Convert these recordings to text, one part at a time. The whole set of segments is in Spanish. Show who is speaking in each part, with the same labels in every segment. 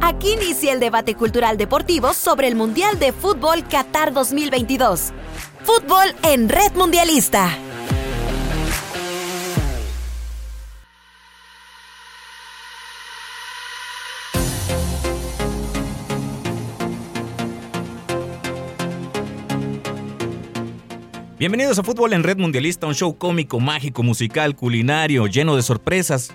Speaker 1: Aquí inicia el debate cultural deportivo sobre el Mundial de Fútbol Qatar 2022. Fútbol en Red Mundialista.
Speaker 2: Bienvenidos a Fútbol en Red Mundialista, un show cómico, mágico, musical, culinario, lleno de sorpresas.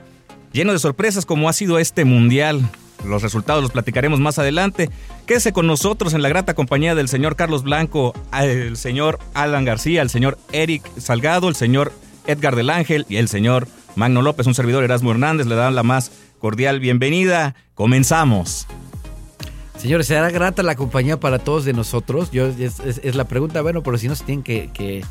Speaker 2: Lleno de sorpresas como ha sido este mundial. Los resultados los platicaremos más adelante. Quédese con nosotros en la grata compañía del señor Carlos Blanco, el señor Alan García, el señor Eric Salgado, el señor Edgar del Ángel y el señor Magno López, un servidor Erasmo Hernández. Le dan la más cordial bienvenida. Comenzamos.
Speaker 3: Señores, ¿será grata la compañía para todos de nosotros? Yo, es, es- es la pregunta, bueno, pero si no se tienen que, que,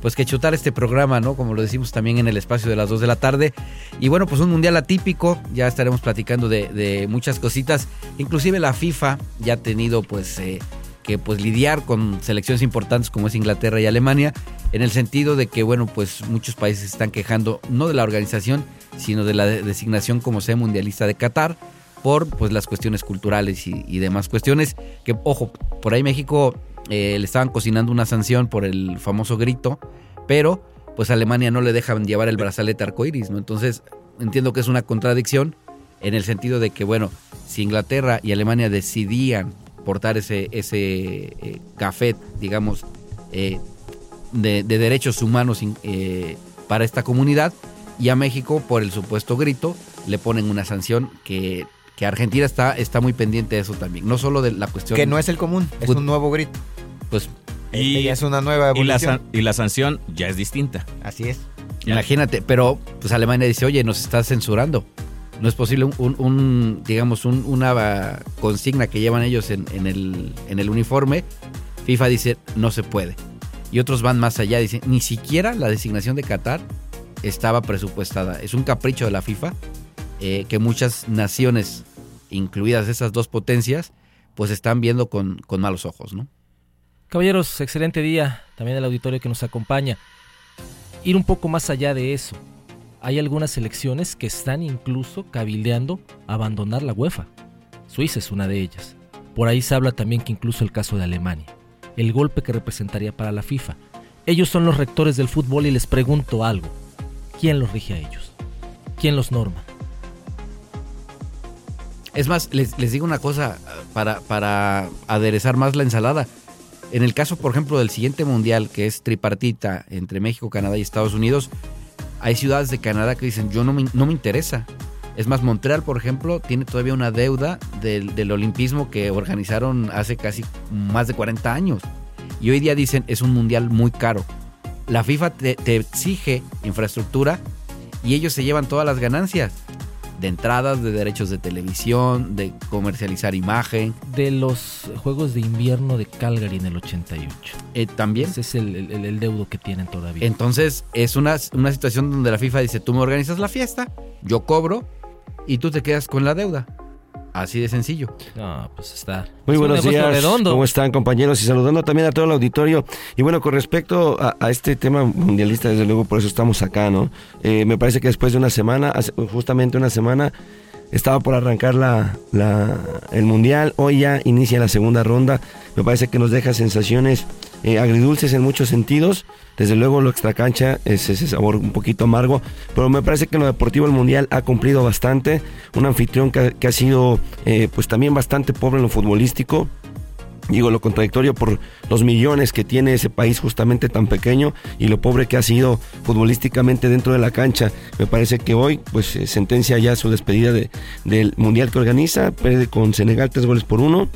Speaker 3: pues que chutar este programa, ¿no? Como lo decimos también en el espacio de las 2 de la tarde. Y bueno, pues un mundial atípico, ya estaremos platicando de, de muchas cositas. Inclusive la FIFA ya ha tenido pues eh, que pues lidiar con selecciones importantes como es Inglaterra y Alemania, en el sentido de que, bueno, pues muchos países se están quejando no de la organización, sino de la de- designación como sede mundialista de Qatar por pues las cuestiones culturales y, y demás cuestiones. Que, ojo, por ahí México eh, le estaban cocinando una sanción por el famoso grito, pero pues a Alemania no le dejan llevar el brazalete arcoíris, ¿no? Entonces, entiendo que es una contradicción en el sentido de que, bueno, si Inglaterra y Alemania decidían portar ese, ese eh, café, digamos, eh, de, de derechos humanos in- eh, para esta comunidad, y a México, por el supuesto grito, le ponen una sanción que, que Argentina está, está muy pendiente de eso también. No solo de la cuestión...
Speaker 4: Que no es el común, es
Speaker 3: Fut-
Speaker 4: un nuevo grito.
Speaker 3: Pues
Speaker 4: Y es una nueva
Speaker 2: y la,
Speaker 4: evolución.
Speaker 2: san- y la sanción ya es distinta.
Speaker 4: Así es.
Speaker 3: Imagínate, pero pues Alemania dice, oye, nos está censurando. No es posible un, un- un, digamos, un- una ah, consigna que llevan ellos en, en el, en el uniforme. FIFA dice, no se puede. Y otros van más allá, dicen, ni siquiera la designación de Qatar estaba presupuestada. Es un capricho de la FIFA eh, que muchas naciones, incluidas esas dos potencias, pues están viendo con, con malos ojos, ¿no?
Speaker 5: Caballeros, excelente día también al auditorio que nos acompaña. Ir un poco más allá de eso. Hay algunas selecciones que están incluso cabildeando abandonar la UEFA. Suiza es una de ellas. Por ahí se habla también que incluso el caso de Alemania, el golpe que representaría para la FIFA. Ellos son los rectores del fútbol y les pregunto algo. ¿Quién los rige a ellos? ¿Quién los norma?
Speaker 3: Es más, les, les digo una cosa eh, para, para aderezar más la ensalada. En el caso, por ejemplo, del siguiente mundial, que es tripartita entre México, Canadá y Estados Unidos, hay ciudades de Canadá que dicen, yo no me, no me interesa. Es más, Montreal, por ejemplo, tiene todavía una deuda del, del olimpismo que organizaron hace casi más de 40 años. Y hoy día dicen, es un mundial muy caro. La FIFA te- te exige infraestructura y ellos se llevan todas las ganancias de entradas, de derechos de televisión, de comercializar imagen,
Speaker 5: De los Juegos de Invierno de Calgary en el 88.
Speaker 3: eh, también.
Speaker 5: Ese es el, el- el deudo que tienen todavía.
Speaker 3: Entonces es una, una situación donde la FIFA dice, tú me organizas la fiesta, yo cobro y tú te quedas con la deuda. Así de sencillo.
Speaker 5: No, pues está.
Speaker 6: Muy
Speaker 5: es un
Speaker 6: buenos
Speaker 5: negocio
Speaker 6: días.
Speaker 5: redondo.
Speaker 6: ¿Cómo están, compañeros? Y saludando también a todo el auditorio. Y bueno, con respecto a, a este tema mundialista, desde luego por eso estamos acá, ¿no? Eh, me parece que después de una semana, hace- justamente una semana, estaba por arrancar la, la- el mundial. Hoy ya inicia la segunda ronda. Me parece que nos deja sensaciones eh, agridulces en muchos sentidos. Desde luego lo extracancha es ese sabor un poquito amargo, pero me parece que en lo deportivo el mundial ha cumplido bastante. Un anfitrión que, ha- que ha sido eh, pues también bastante pobre en lo futbolístico digo, lo contradictorio por los millones que tiene ese país justamente tan pequeño y lo pobre que ha sido futbolísticamente dentro de la cancha. Me parece que hoy, pues, eh, sentencia ya su despedida de- del Mundial que organiza, pierde con Senegal tres goles por uno.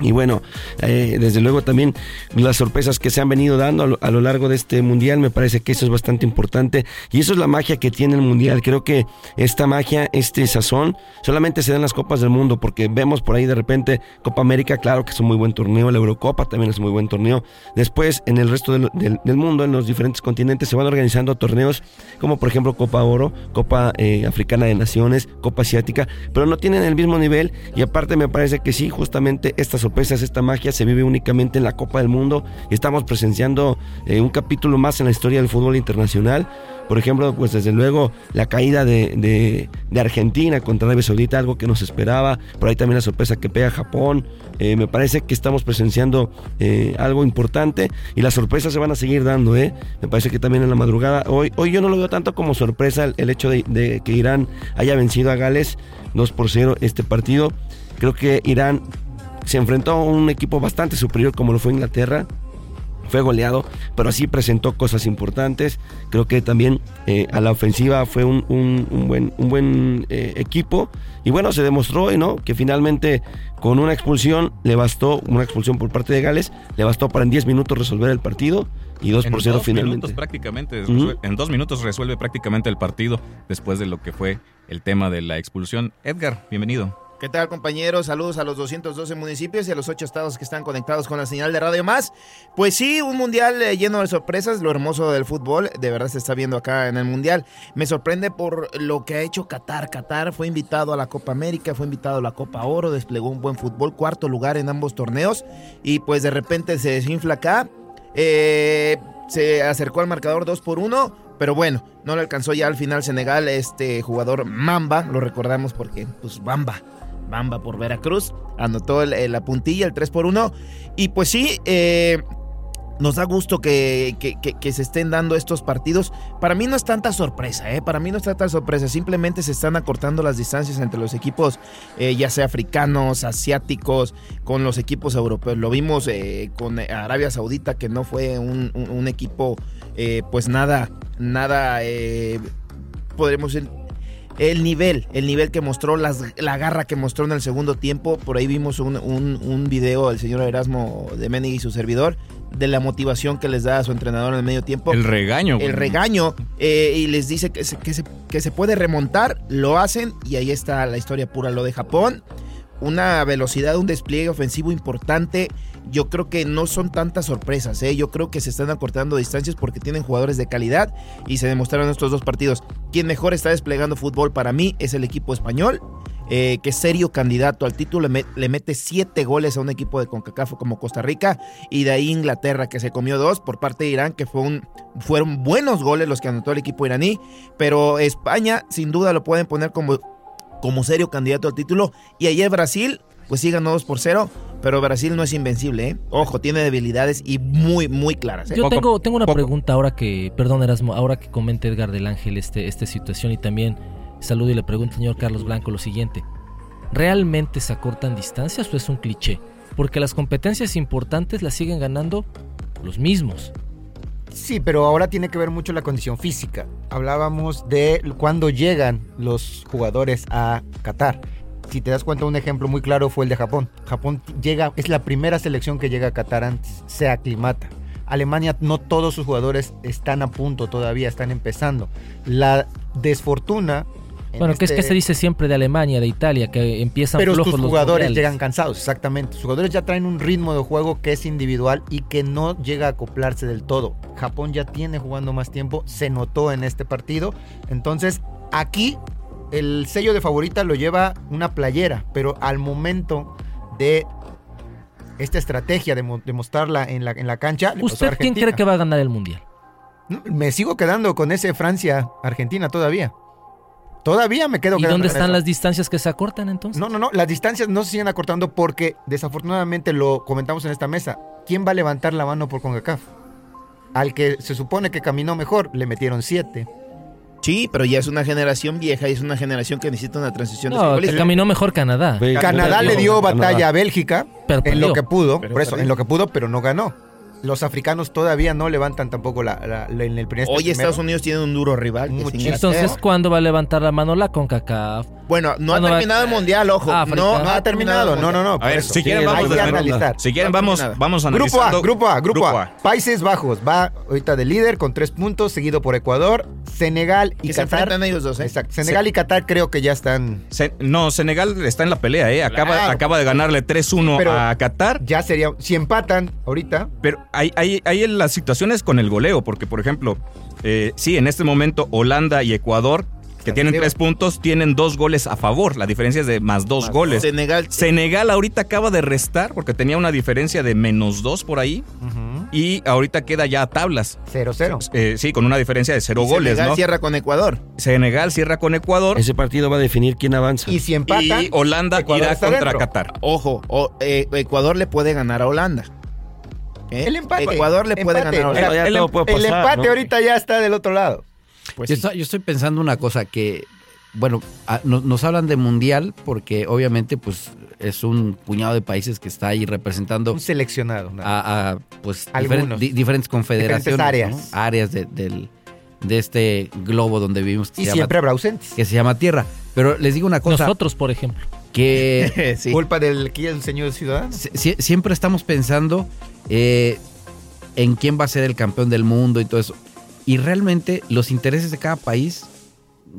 Speaker 6: Y bueno, eh, desde luego también las sorpresas que se han venido dando a lo, a lo largo de este mundial, me parece que eso es bastante importante. Y eso es la magia que tiene el mundial. Creo que esta magia, este sazón, solamente se da en las Copas del Mundo, porque vemos por ahí de repente Copa América, claro que es un muy buen torneo, la Eurocopa también es un muy buen torneo. Después, en el resto del, del- del mundo, en los diferentes continentes, se van organizando torneos como por ejemplo Copa Oro, Copa eh, Africana de Naciones, Copa Asiática, pero no tienen el mismo nivel. Y aparte me parece que sí, justamente estas sorpresas, esta magia se vive únicamente en la Copa del Mundo. Estamos presenciando eh, un capítulo más en la historia del fútbol internacional. Por ejemplo, pues desde luego la caída de, de- de Argentina contra Arabia Saudita, algo que nos esperaba. Por ahí también la sorpresa que pega Japón. Eh, me parece que estamos presenciando eh, algo importante y las sorpresas se van a seguir dando. ¿eh? Me parece que también en la madrugada. Hoy, hoy yo no lo veo tanto como sorpresa el, el hecho de, de que Irán haya vencido a Gales 2 por 0 este partido. Creo que Irán se enfrentó a un equipo bastante superior como lo fue Inglaterra fue goleado, pero sí presentó cosas importantes. Creo que también eh, a la ofensiva fue un, un- un buen, un buen eh, equipo. Y bueno, se demostró hoy, ¿no? Que finalmente con una expulsión le bastó, una expulsión por parte de Gales, le bastó para en 10 minutos resolver el partido y 2
Speaker 2: En
Speaker 6: por 0
Speaker 2: dos
Speaker 6: finalmente.
Speaker 2: minutos prácticamente,
Speaker 6: Ujú.
Speaker 2: resuel- en dos minutos resuelve prácticamente el partido después de lo que fue el tema de la expulsión. Edgar, bienvenido.
Speaker 7: ¿Qué tal compañeros? Saludos a los 212 municipios y a los 8 estados que están conectados con la señal de Radio Más. Pues sí, un mundial eh, lleno de sorpresas, lo hermoso del fútbol, de verdad se está viendo acá en el mundial. Me sorprende por lo que ha hecho Qatar. Qatar fue invitado a la Copa América, fue invitado a la Copa Oro, desplegó un buen fútbol, cuarto lugar en ambos torneos y pues de repente se desinfla acá. Eh, se acercó al marcador 2 por 1. Pero bueno, no le alcanzó ya al final Senegal este jugador Mamba, lo recordamos porque pues Bamba, Bamba por Veracruz, anotó el- el- la puntilla, el 3 por 1. Y pues sí, eh, nos da gusto que, que- que- que se estén dando estos partidos. Para mí no es tanta sorpresa, ¿eh? Para mí no es tanta sorpresa. Simplemente se están acortando las distancias entre los equipos, eh, ya sea africanos, asiáticos, con los equipos europeos. Lo vimos eh, con Arabia Saudita, que no fue un, un- un equipo, eh, pues nada, nada, eh, podremos decir, el nivel, el nivel que mostró, las- la garra que mostró en el segundo tiempo. Por ahí vimos un, un- un video del señor Erasmo de Menegui y su servidor de la motivación que les da a su entrenador en el medio tiempo.
Speaker 2: El regaño.
Speaker 7: El
Speaker 2: güey.
Speaker 7: regaño eh, y les dice que se, que se- que se puede remontar, lo hacen y ahí está la historia pura. Lo de Japón, una velocidad, un despliegue ofensivo importante. Yo creo que no son tantas sorpresas, ¿eh? yo creo que se están acortando distancias porque tienen jugadores de calidad y se demostraron en estos dos partidos. Quien mejor está desplegando fútbol para mí es el equipo español. eh, que es serio candidato al título, le, me- le mete siete goles a un equipo de CONCACAF como Costa Rica y de ahí Inglaterra que se comió dos por parte de Irán que fue un, fueron buenos goles los que anotó el equipo iraní, pero España sin duda lo pueden poner como, como serio candidato al título. Y ayer Brasil, pues sí ganó 2 por 0, pero Brasil no es invencible, ¿eh? Ojo, tiene debilidades y muy, muy claras. ¿eh?
Speaker 5: Yo
Speaker 2: Poco-
Speaker 5: tengo, tengo una
Speaker 2: poco.
Speaker 5: pregunta ahora que, perdón Erasmo, ahora que comenta Edgar del Ángel este, esta situación y también saludo y le pregunto al señor Carlos Blanco lo siguiente. ¿Realmente se acortan distancias o es un cliché? Porque las competencias importantes las siguen ganando los mismos.
Speaker 4: Sí, pero ahora tiene que ver mucho la condición física. Hablábamos de cuándo llegan los jugadores a Qatar. Si te das cuenta, un ejemplo muy claro fue el de Japón. Japón llega, es la primera selección que llega a Qatar antes, se aclimata. Alemania, no todos sus jugadores están a punto todavía, están empezando. La desfortuna. en
Speaker 5: bueno, que es que
Speaker 4: este-
Speaker 5: se dice siempre de Alemania, de Italia, que empiezan
Speaker 4: pero
Speaker 5: flojos
Speaker 4: tus
Speaker 5: los
Speaker 4: jugadores
Speaker 5: mundiales?
Speaker 4: llegan cansados, exactamente. Sus jugadores ya traen un ritmo de juego que es individual y que no llega a acoplarse del todo. Japón ya tiene jugando más tiempo, se notó en este partido. Entonces, aquí el sello de favorita lo lleva una playera, pero al momento de esta estrategia de, mo- de mostrarla en la, en la cancha, le pasó a
Speaker 5: ¿Usted quién
Speaker 4: Argentina.
Speaker 5: cree que va a ganar el mundial?
Speaker 4: No, Me sigo quedando con ese Francia-Argentina todavía. Todavía me quedo
Speaker 5: ¿Y
Speaker 4: quedando
Speaker 5: dónde
Speaker 4: con
Speaker 5: están
Speaker 4: eso.
Speaker 5: las distancias que se acortan entonces?
Speaker 4: No, no, no. Las distancias no se siguen acortando porque, desafortunadamente, lo comentamos en esta mesa. ¿Quién va a levantar la mano por CONCACAF? Al que se supone que caminó mejor, le metieron siete.
Speaker 7: Sí, pero ya es una generación vieja y es una generación que necesita una transición de
Speaker 5: No, que
Speaker 7: futbolistas.
Speaker 5: caminó mejor Canadá.
Speaker 6: Ve-
Speaker 4: Canadá le dio batalla a Bélgica
Speaker 5: Pero
Speaker 4: en lo
Speaker 5: perdió.
Speaker 4: que pudo,
Speaker 7: Pero
Speaker 4: por eso,
Speaker 7: perdió.
Speaker 4: en lo que pudo, pero no ganó. Los africanos todavía no levantan tampoco la, la- la- en el primer
Speaker 7: Hoy
Speaker 4: este primero.
Speaker 7: Estados Unidos tiene un duro rival. que es
Speaker 4: Muchísimo.
Speaker 7: Inglaterra.
Speaker 5: Entonces, ¿cuándo va a levantar la mano la CONCACAF?
Speaker 7: bueno, no
Speaker 5: Bueno,
Speaker 7: ha
Speaker 5: va-
Speaker 7: terminado el mundial, ojo.
Speaker 5: Ah, África.
Speaker 7: no,
Speaker 4: No ha terminado, no, no, no.
Speaker 2: A
Speaker 4: por
Speaker 2: ver,
Speaker 4: eso.
Speaker 2: si quieren
Speaker 4: Sí,
Speaker 2: vamos
Speaker 4: hay que
Speaker 2: desmenuzando.
Speaker 4: analizar.
Speaker 2: Si quieren vamos, vamos
Speaker 4: Grupo A,
Speaker 2: analizando.
Speaker 4: grupo A, grupo
Speaker 2: Grupo
Speaker 4: A. Países Bajos va ahorita de líder con tres puntos, seguido por Ecuador, Senegal y
Speaker 7: Que se
Speaker 4: Qatar.
Speaker 7: enfrentan ellos dos, ¿eh?
Speaker 4: Exacto. Senegal y Qatar creo que ya están.
Speaker 2: Se- no, Senegal está en la pelea, eh. Acaba,
Speaker 4: Claro.
Speaker 2: acaba de ganarle 3-1
Speaker 4: Pero-
Speaker 2: a Qatar.
Speaker 4: Ya sería. Si empatan ahorita.
Speaker 2: Pero hay, hay, hay en las situaciones con el goleo, porque por ejemplo, eh, sí, en este momento Holanda y Ecuador que tienen
Speaker 7: arriba.
Speaker 2: tres puntos, tienen dos goles a favor. La diferencia es de más dos
Speaker 7: Más
Speaker 2: goles.
Speaker 7: Senegal.
Speaker 2: Senegal ahorita acaba de restar porque tenía una diferencia de menos dos por ahí
Speaker 4: Ujú.
Speaker 2: y ahorita queda ya a tablas.
Speaker 4: 0-0.
Speaker 2: Eh, sí, con una diferencia de cero
Speaker 7: y
Speaker 2: goles,
Speaker 7: Senegal
Speaker 2: ¿no?
Speaker 7: cierra con Ecuador.
Speaker 2: Senegal cierra con Ecuador
Speaker 6: Ese partido va a definir quién avanza.
Speaker 4: Y si empatan,
Speaker 2: y Holanda
Speaker 4: Ecuador
Speaker 2: irá
Speaker 4: está
Speaker 2: contra
Speaker 4: dentro.
Speaker 2: Qatar.
Speaker 7: Ojo, o- eh, Ecuador le puede ganar a Holanda. ¿Eh?
Speaker 4: El empate.
Speaker 7: Ecuador le puede
Speaker 4: Empate.
Speaker 7: ganar a
Speaker 6: Bueno,
Speaker 7: Holanda.
Speaker 6: ya
Speaker 2: el-
Speaker 6: todo puede
Speaker 4: el em-
Speaker 6: pasar,
Speaker 4: empate
Speaker 6: ¿no?
Speaker 4: ahorita ya está del otro lado.
Speaker 7: Pues
Speaker 3: yo,
Speaker 7: sí.
Speaker 3: estoy, yo estoy pensando una cosa que, bueno, a- no- nos hablan de mundial porque obviamente pues es un puñado de países que está ahí representando
Speaker 4: Un seleccionado. nada.
Speaker 3: a, a, pues diferen-
Speaker 4: Algunos.
Speaker 3: di- diferentes confederaciones,
Speaker 4: Diferentes áreas.
Speaker 3: ¿no? áreas de, del- de este globo donde vivimos que,
Speaker 4: y
Speaker 3: se
Speaker 4: siempre
Speaker 3: llama,
Speaker 4: habrá ausentes.
Speaker 3: que se llama Tierra. Pero les digo una cosa
Speaker 5: Nosotros, por ejemplo.
Speaker 3: que
Speaker 7: Sí.
Speaker 4: Eh, Culpa del que el señor ciudadano.
Speaker 3: si- si- siempre estamos pensando eh, en quién va a ser el campeón del mundo y todo eso. Y realmente los intereses de cada país,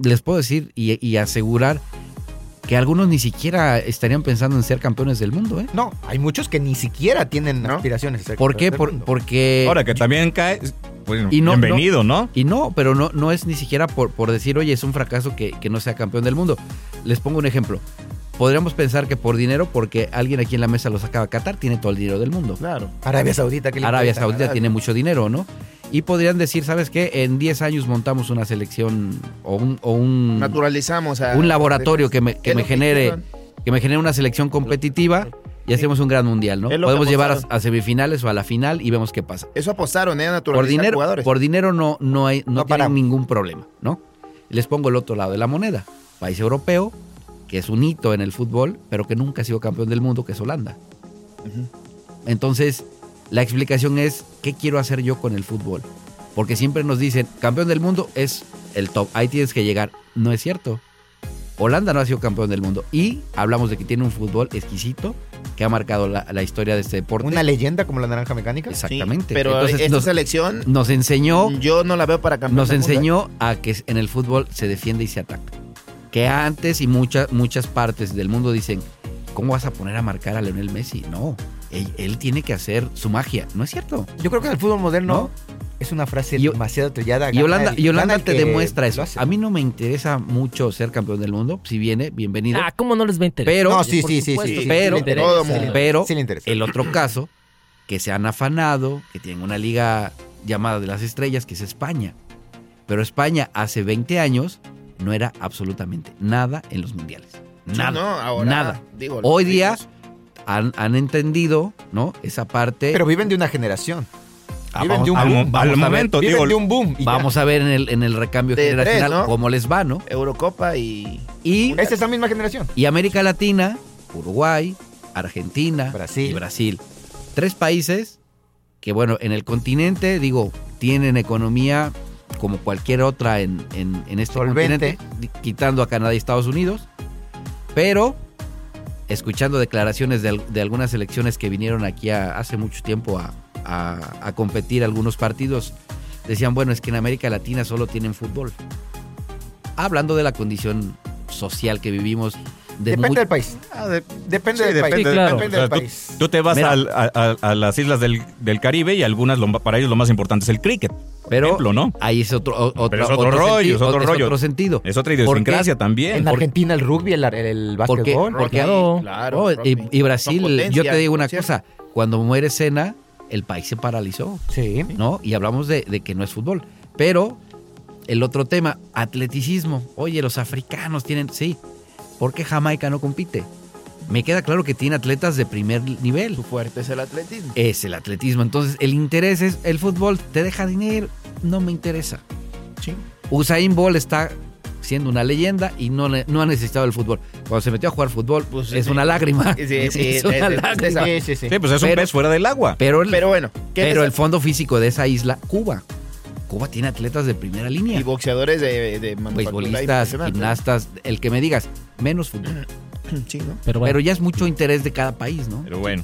Speaker 3: les puedo decir y, y asegurar que algunos ni siquiera estarían pensando en ser campeones del mundo. ¿eh?
Speaker 4: No, hay muchos que ni siquiera tienen
Speaker 7: ¿No?
Speaker 4: aspiraciones. a ser
Speaker 3: ¿Por qué?
Speaker 4: campeones del
Speaker 3: Por-
Speaker 4: mundo.
Speaker 3: porque...
Speaker 2: Ahora que también cae, bueno,
Speaker 3: Y no-
Speaker 2: bienvenido, ¿no?
Speaker 3: Y no, pero no, no es ni siquiera por, por decir, oye, es un fracaso que, que no sea campeón del mundo. Les pongo un ejemplo. Podríamos pensar que por dinero, porque alguien aquí en la mesa lo sacaba Qatar, tiene todo el dinero del mundo.
Speaker 7: Claro.
Speaker 4: Arabia Saudita. ¿qué le
Speaker 3: Arabia
Speaker 4: importa?
Speaker 3: Saudita tiene mucho dinero, ¿no? Y podrían decir, ¿sabes qué? En 10 años montamos una selección o un, o un,
Speaker 7: Naturalizamos a.
Speaker 3: un laboratorio que me, que
Speaker 7: Es
Speaker 3: me
Speaker 7: lo
Speaker 3: genere
Speaker 7: hicieron.
Speaker 3: que me genere una selección competitiva y hacemos un gran mundial, ¿no?
Speaker 7: Es lo que
Speaker 3: Podemos llevar a,
Speaker 7: apostaron.
Speaker 3: a semifinales o a la final y vemos qué pasa.
Speaker 7: Eso apostaron, ¿eh? A Naturalizar
Speaker 3: Por dinero,
Speaker 7: jugadores.
Speaker 3: por dinero no, no, hay, no,
Speaker 4: No
Speaker 3: tienen
Speaker 4: paramos.
Speaker 3: ningún problema, ¿no? Les pongo el otro lado de la moneda. País europeo, que es un hito en el fútbol, pero que nunca ha sido campeón del mundo, que es Holanda.
Speaker 7: Ujú.
Speaker 3: Entonces, la explicación es, ¿qué quiero hacer yo con el fútbol? Porque siempre nos dicen, campeón del mundo es el top, ahí tienes que llegar. No es cierto. Holanda no ha sido campeón del mundo. Y hablamos de que tiene un fútbol exquisito que ha marcado la, la historia de este deporte.
Speaker 4: Una leyenda como la naranja mecánica.
Speaker 7: Sí,
Speaker 3: Exactamente.
Speaker 7: pero
Speaker 3: Entonces,
Speaker 7: esta
Speaker 3: nos-
Speaker 7: selección
Speaker 3: nos enseñó
Speaker 7: yo no la veo para campeón.
Speaker 3: nos
Speaker 7: del mundo, ¿eh?
Speaker 3: enseñó a que en el fútbol se defiende y se ataca. Que antes y muchas muchas partes del mundo dicen, ¿cómo vas a poner a marcar a Leonel Messi? No, él, él tiene que hacer su magia, ¿no es cierto?
Speaker 4: Yo creo que en el fútbol moderno
Speaker 3: ¿No?
Speaker 4: es una frase
Speaker 3: Y-
Speaker 4: demasiado trillada.
Speaker 3: Y Holanda, y Holanda te demuestra eso. A mí
Speaker 4: mí
Speaker 3: no me interesa mucho ser campeón del mundo, si viene, bienvenido.
Speaker 5: Ah, ¿cómo no les va a interesar?
Speaker 3: pero
Speaker 4: No, sí,
Speaker 5: Por
Speaker 4: sí, sí,
Speaker 5: supuesto,
Speaker 4: sí, sí,
Speaker 3: pero-
Speaker 4: sí le interesa,
Speaker 7: todo
Speaker 4: sí le
Speaker 7: mundo.
Speaker 4: interesa.
Speaker 3: pero
Speaker 4: Sí le interesa.
Speaker 3: el otro caso, que se han afanado, que tienen una liga llamada de las estrellas, que es España. Pero España hace 20 años no era absolutamente nada en los mundiales. Nada.
Speaker 7: No, ahora,
Speaker 3: nada.
Speaker 7: digo,
Speaker 3: Hoy
Speaker 7: los
Speaker 3: día
Speaker 7: ricos.
Speaker 3: han, han entendido, ¿no? Esa parte.
Speaker 4: Pero viven de una generación.
Speaker 3: Ah,
Speaker 4: viven
Speaker 3: vamos,
Speaker 4: de un
Speaker 3: ah,
Speaker 2: Al,
Speaker 4: boom,
Speaker 2: al
Speaker 3: vamos a ver,
Speaker 2: momento,
Speaker 4: Viven
Speaker 2: digo,
Speaker 4: de un boom. y ya.
Speaker 3: vamos a ver en el, en el recambio
Speaker 7: De tres,
Speaker 3: generacional
Speaker 7: ¿no?
Speaker 3: cómo les va, ¿no?
Speaker 7: Eurocopa y.
Speaker 3: Y,
Speaker 4: Esa es la misma generación.
Speaker 3: y América Latina, Uruguay, Argentina
Speaker 4: Brasil.
Speaker 3: y Brasil. Tres países que, bueno, en el continente, digo, tienen economía como cualquier otra en, en- en este
Speaker 4: Solvente.
Speaker 3: continente, di- quitando a Canadá y Estados Unidos, pero escuchando declaraciones de, al- de algunas elecciones que vinieron aquí a- hace mucho tiempo a, a- a competir algunos partidos, decían, bueno, es que en América Latina solo tienen fútbol. Hablando de la condición social que vivimos de
Speaker 4: Depende
Speaker 3: mu-
Speaker 4: del país.
Speaker 7: Ah, de-
Speaker 4: Depende
Speaker 2: Sí,
Speaker 4: del país.
Speaker 5: depende, claro.
Speaker 2: o
Speaker 4: Depende
Speaker 2: sea,
Speaker 4: del
Speaker 2: tú-
Speaker 4: país.
Speaker 2: Tú te vas
Speaker 3: Mira.
Speaker 2: al- a, a- a las islas del, del Caribe y algunas, lo- para ellos lo más importante es el cricket, por
Speaker 3: Pero-
Speaker 2: ejemplo, ¿no?
Speaker 3: Ahí es otro, o-
Speaker 2: Pero es
Speaker 3: otra-
Speaker 2: otro rollo, es otro rollo.
Speaker 3: sentido.
Speaker 2: Es otra idiosincrasia también.
Speaker 4: En Argentina el rugby, el, el, el
Speaker 3: Porque,
Speaker 4: básquetbol.
Speaker 3: porque-
Speaker 7: Claro, claro,
Speaker 3: oh, y,
Speaker 7: Rodney.
Speaker 3: y Brasil,
Speaker 7: Son potencia,
Speaker 3: yo te digo una
Speaker 7: ¿cierto?
Speaker 3: cosa, cuando muere Cena, el país se paralizó,
Speaker 4: Sí.
Speaker 3: ¿no? Y hablamos de, de que no es fútbol. Pero el otro tema, atleticismo. Oye, los africanos tienen, sí, ¿por qué Jamaica no compite? Me queda claro que tiene atletas de primer nivel.
Speaker 7: su fuerte es el atletismo.
Speaker 3: Es el atletismo. Entonces, el interés es el fútbol, te deja dinero, no me interesa.
Speaker 7: Sí.
Speaker 3: Usain Bolt está siendo una leyenda y no, ne- no ha necesitado el fútbol. Cuando se metió a jugar fútbol,
Speaker 7: Pues,
Speaker 3: es
Speaker 7: sí.
Speaker 3: una lágrima.
Speaker 7: Sí, sí, sí,
Speaker 3: es una
Speaker 7: de- de- de-
Speaker 3: lágrima.
Speaker 7: esa-
Speaker 4: Sí, sí, sí.
Speaker 2: Sí, pues es un
Speaker 3: Pero-
Speaker 2: pez fuera del agua.
Speaker 3: Pero el,
Speaker 7: Pero bueno, ¿qué
Speaker 3: pero
Speaker 7: les-
Speaker 3: el fondo físico de esa isla, Cuba. Cuba tiene atletas de primera línea.
Speaker 7: y boxeadores de, de manufactura
Speaker 3: Beisbolistas,
Speaker 7: impresionante.
Speaker 3: gimnastas, el que me digas, menos fútbol.
Speaker 7: Sí, ¿no?
Speaker 5: Pero bueno,
Speaker 3: Pero ya es mucho interés de cada país, ¿no?
Speaker 2: Pero bueno.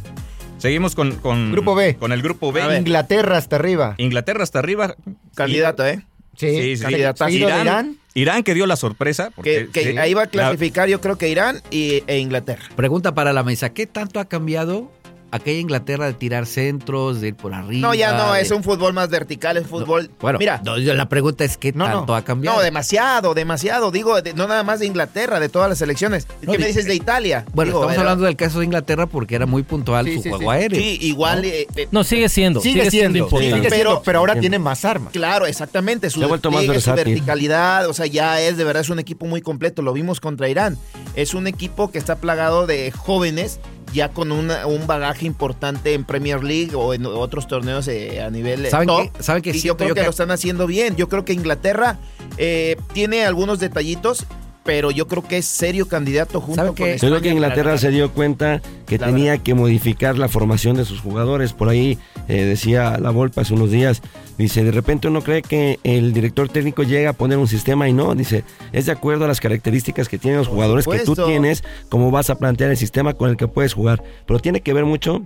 Speaker 2: Seguimos con, con-
Speaker 4: Grupo B.
Speaker 2: Con el grupo
Speaker 7: A ver.
Speaker 2: B.
Speaker 4: Inglaterra hasta arriba.
Speaker 2: Inglaterra hasta arriba.
Speaker 7: Candidato, ¿eh?
Speaker 2: Sí, sí, sí.
Speaker 7: Candidatazo.
Speaker 4: Seguido de
Speaker 2: Irán.
Speaker 4: Irán.
Speaker 2: Irán que dio la sorpresa.
Speaker 7: Que,
Speaker 2: Porque,
Speaker 7: que
Speaker 2: sí,
Speaker 7: ahí va a
Speaker 2: la-
Speaker 7: clasificar, yo creo que Irán y, e Inglaterra.
Speaker 3: Pregunta para la mesa, ¿qué tanto ha cambiado aquella Inglaterra de tirar centros, de ir por arriba.
Speaker 7: No, ya no,
Speaker 3: de-
Speaker 7: es un fútbol más vertical, es fútbol.
Speaker 3: Bueno,
Speaker 7: mira,
Speaker 3: no, yo- la pregunta es qué
Speaker 4: No, no.
Speaker 3: tanto ha cambiado.
Speaker 7: no, demasiado, demasiado. Digo, de- no nada más de Inglaterra, de todas las selecciones.
Speaker 3: No,
Speaker 7: ¿Qué me
Speaker 3: di-
Speaker 7: dices de Italia?
Speaker 3: bueno,
Speaker 7: Digo,
Speaker 3: estamos
Speaker 7: era-
Speaker 3: hablando del caso de Inglaterra porque era muy puntual
Speaker 4: Sí,
Speaker 3: su
Speaker 4: sí,
Speaker 3: juego
Speaker 4: sí.
Speaker 3: aéreo.
Speaker 7: Sí, igual. eh, eh,
Speaker 5: No, sigue siendo. Sigue, siendo, importante.
Speaker 4: sigue
Speaker 7: Pero-
Speaker 4: siendo, pero ahora tiene más armas.
Speaker 7: Claro, exactamente. Su,
Speaker 6: Se ha vuelto más
Speaker 7: despliegue, su
Speaker 6: versátil.
Speaker 7: verticalidad, o sea, ya es de verdad es un equipo muy completo. Lo vimos contra Irán. Es un equipo que está plagado de jóvenes ya con una- un bagaje importante en Premier League o en otros torneos eh, a nivel eh,
Speaker 3: ¿Saben
Speaker 7: top.
Speaker 3: qué? ¿Saben qué
Speaker 7: y yo
Speaker 3: siento
Speaker 7: creo
Speaker 3: yo
Speaker 7: que,
Speaker 3: que-
Speaker 7: lo están haciendo bien. Yo creo que Inglaterra eh, tiene algunos detallitos, pero yo creo que es serio candidato junto
Speaker 3: ¿Saben
Speaker 7: con
Speaker 3: qué?
Speaker 6: Yo creo
Speaker 7: España
Speaker 6: que Inglaterra
Speaker 7: para
Speaker 6: se dio cuenta que
Speaker 7: La
Speaker 6: tenía que modificar la formación de sus jugadores. Por ahí eh, decía La Volpa hace unos días, dice, de repente uno cree que el director técnico llega a poner un sistema y no, dice, es de acuerdo a las características que tienen los
Speaker 7: Por
Speaker 6: jugadores que
Speaker 7: supuesto.
Speaker 6: tú tienes, cómo vas a plantear el sistema con el que puedes jugar. Pero tiene que ver mucho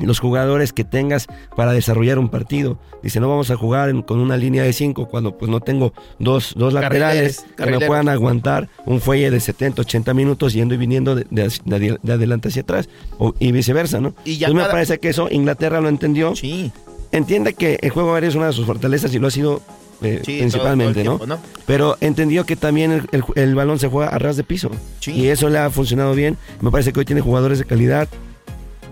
Speaker 6: los jugadores que tengas para desarrollar un partido. Dice, no vamos a jugar en- con una línea de 5 cuando pues no tengo dos, dos
Speaker 7: Carrileros,
Speaker 6: laterales que me
Speaker 7: carrileros.
Speaker 6: puedan aguantar un fuelle de 70, 80 minutos yendo y viniendo de, de hacia- de adel- de adelante hacia atrás o- y viceversa, ¿no?
Speaker 7: Y ya
Speaker 6: Entonces
Speaker 7: cada-
Speaker 6: me parece que eso Inglaterra lo entendió.
Speaker 7: Sí,
Speaker 6: Entiende que el juego aéreo es una de sus fortalezas y lo ha sido eh,
Speaker 7: sí,
Speaker 6: principalmente,
Speaker 7: todo- todo el
Speaker 6: ¿no?
Speaker 7: tiempo,
Speaker 6: Pero entendió que también el, el- el balón se juega a ras de piso.
Speaker 7: Sí.
Speaker 6: Y eso le ha funcionado bien. Me parece que hoy tiene jugadores de calidad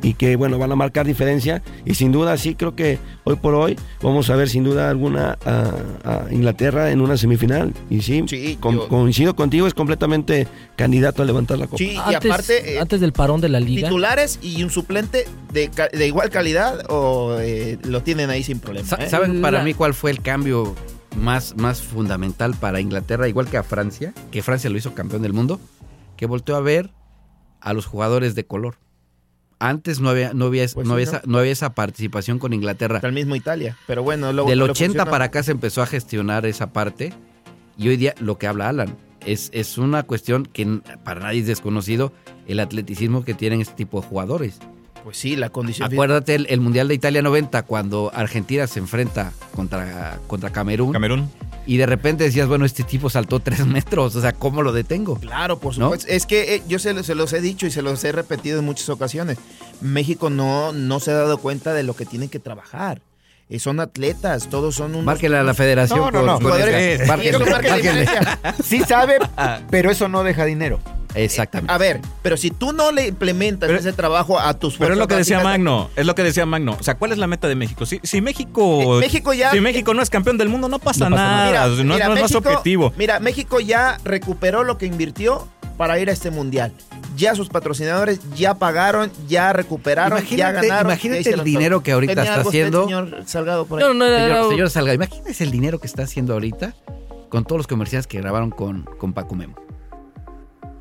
Speaker 6: y que, bueno, van a marcar diferencia. Y sin duda, sí, creo que hoy por hoy vamos a ver sin duda alguna a, a Inglaterra en una semifinal. Y sí,
Speaker 7: Sí,
Speaker 6: con-
Speaker 7: yo-
Speaker 6: coincido contigo, es completamente candidato a levantar la copa.
Speaker 7: Sí, y
Speaker 3: Ah,
Speaker 5: Antes,
Speaker 7: aparte. eh,
Speaker 5: antes del parón de la liga.
Speaker 7: titulares y un suplente de, ca- de igual calidad o eh, lo tienen ahí sin problema.
Speaker 3: Sa-
Speaker 7: ¿eh?
Speaker 3: ¿Saben para
Speaker 5: La-
Speaker 3: mí cuál fue el cambio más, más fundamental para Inglaterra, igual que a Francia? Que Francia lo hizo campeón del mundo, que volteó a ver a los jugadores de color. Antes no había, no había, es-
Speaker 7: Pues
Speaker 3: no
Speaker 7: sí,
Speaker 3: había esa, no había esa participación con Inglaterra.
Speaker 7: Hasta el mismo Italia. Pero bueno, luego.
Speaker 3: Del
Speaker 7: luego
Speaker 3: 80
Speaker 7: funciona.
Speaker 3: para acá se empezó a gestionar esa parte y hoy día lo que habla Alan es, es una cuestión que n- para nadie es desconocido, el atleticismo que tienen este tipo de jugadores.
Speaker 7: Pues sí, la condición. física.
Speaker 3: Acuérdate el, el Mundial de Italia 90 cuando Argentina se enfrenta contra, contra Camerún.
Speaker 2: Camerún.
Speaker 3: Y de repente decías, bueno, este tipo saltó tres metros, o sea, ¿cómo lo detengo?
Speaker 7: Claro, por
Speaker 3: ¿No?
Speaker 7: supuesto. Es que eh, yo se, lo- se los he dicho y se los he repetido en muchas ocasiones. México no, no se ha dado cuenta de lo que tienen que trabajar. Eh, son atletas, todos son un.
Speaker 3: Márquenle a la federación.
Speaker 4: No, no,
Speaker 3: por-
Speaker 4: no.
Speaker 3: por
Speaker 2: Jugadores-
Speaker 3: esa- márquenle, márquenle.
Speaker 4: Sí sabe, pero eso no deja dinero.
Speaker 3: Exactamente.
Speaker 7: A ver, pero si tú no le implementas ese trabajo a tus
Speaker 2: Pero es lo que decía
Speaker 7: fuerzas
Speaker 2: Magno, es lo que decía Magno. O sea, ¿cuál es la meta de México? Si, si México,
Speaker 7: Eh, México ya-
Speaker 2: si México no es campeón del mundo, no pasa,
Speaker 5: No pasa
Speaker 2: nada.
Speaker 7: Mira,
Speaker 2: O sea, no,
Speaker 7: mira,
Speaker 2: no es más
Speaker 7: México-
Speaker 2: objetivo.
Speaker 7: Mira, México ya recuperó lo que invirtió para ir a este mundial. Ya sus patrocinadores ya pagaron, ya recuperaron, ya
Speaker 3: Imagínate-
Speaker 7: ganaron.
Speaker 3: imagínate
Speaker 7: ya hicieron
Speaker 3: el dinero que ahorita
Speaker 7: ¿Tenía
Speaker 3: está
Speaker 7: algo usted,
Speaker 3: haciendo?
Speaker 7: señor Salgado, por ahí?
Speaker 5: No, no, era-
Speaker 3: Señor,
Speaker 5: era-
Speaker 3: señor Salga, imagínese el dinero que está haciendo ahorita con todos los comerciales que grabaron con, con Paco Memo.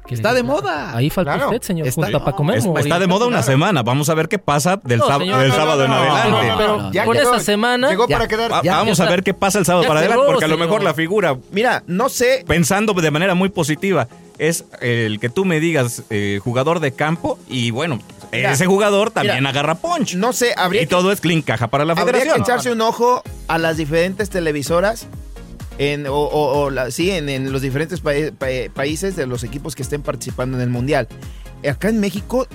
Speaker 5: que
Speaker 3: Está de
Speaker 5: le-
Speaker 3: moda.
Speaker 5: Ahí faltó
Speaker 4: Claro,
Speaker 5: usted, señor,
Speaker 3: está-
Speaker 5: junto a Paco
Speaker 2: Es-
Speaker 5: Memo.
Speaker 2: está de moda una semana. Vamos a ver qué pasa del,
Speaker 5: No,
Speaker 2: sáb-
Speaker 5: señor,
Speaker 2: del
Speaker 5: no,
Speaker 2: sábado en
Speaker 5: no, no,
Speaker 2: adelante.
Speaker 5: no, no, no.
Speaker 4: ya
Speaker 5: Por
Speaker 4: quedó-
Speaker 5: esa semana,
Speaker 4: Llegó
Speaker 3: ya.
Speaker 4: para
Speaker 2: Va-
Speaker 4: quedarse.
Speaker 3: Ya-
Speaker 2: vamos
Speaker 5: ya
Speaker 2: a
Speaker 5: está.
Speaker 2: ver qué pasa el sábado
Speaker 5: Ya
Speaker 2: para
Speaker 5: cerró,
Speaker 2: adelante, porque a lo
Speaker 5: señor.
Speaker 2: mejor la figura,
Speaker 7: Mira, no sé.
Speaker 2: pensando de manera muy positiva, es el que tú me digas eh, jugador de campo y bueno,
Speaker 7: Mira,
Speaker 2: ese jugador también
Speaker 7: mira,
Speaker 2: agarra punch.
Speaker 7: No sé, habría,
Speaker 2: y
Speaker 7: que,
Speaker 2: todo es clean caja para la
Speaker 7: habría que
Speaker 2: federación.
Speaker 7: echarse un ojo a las diferentes televisoras. En, o, o- o la- sí, en, en los diferentes pae- pae- países de los equipos que estén participando en el Mundial. Acá en México,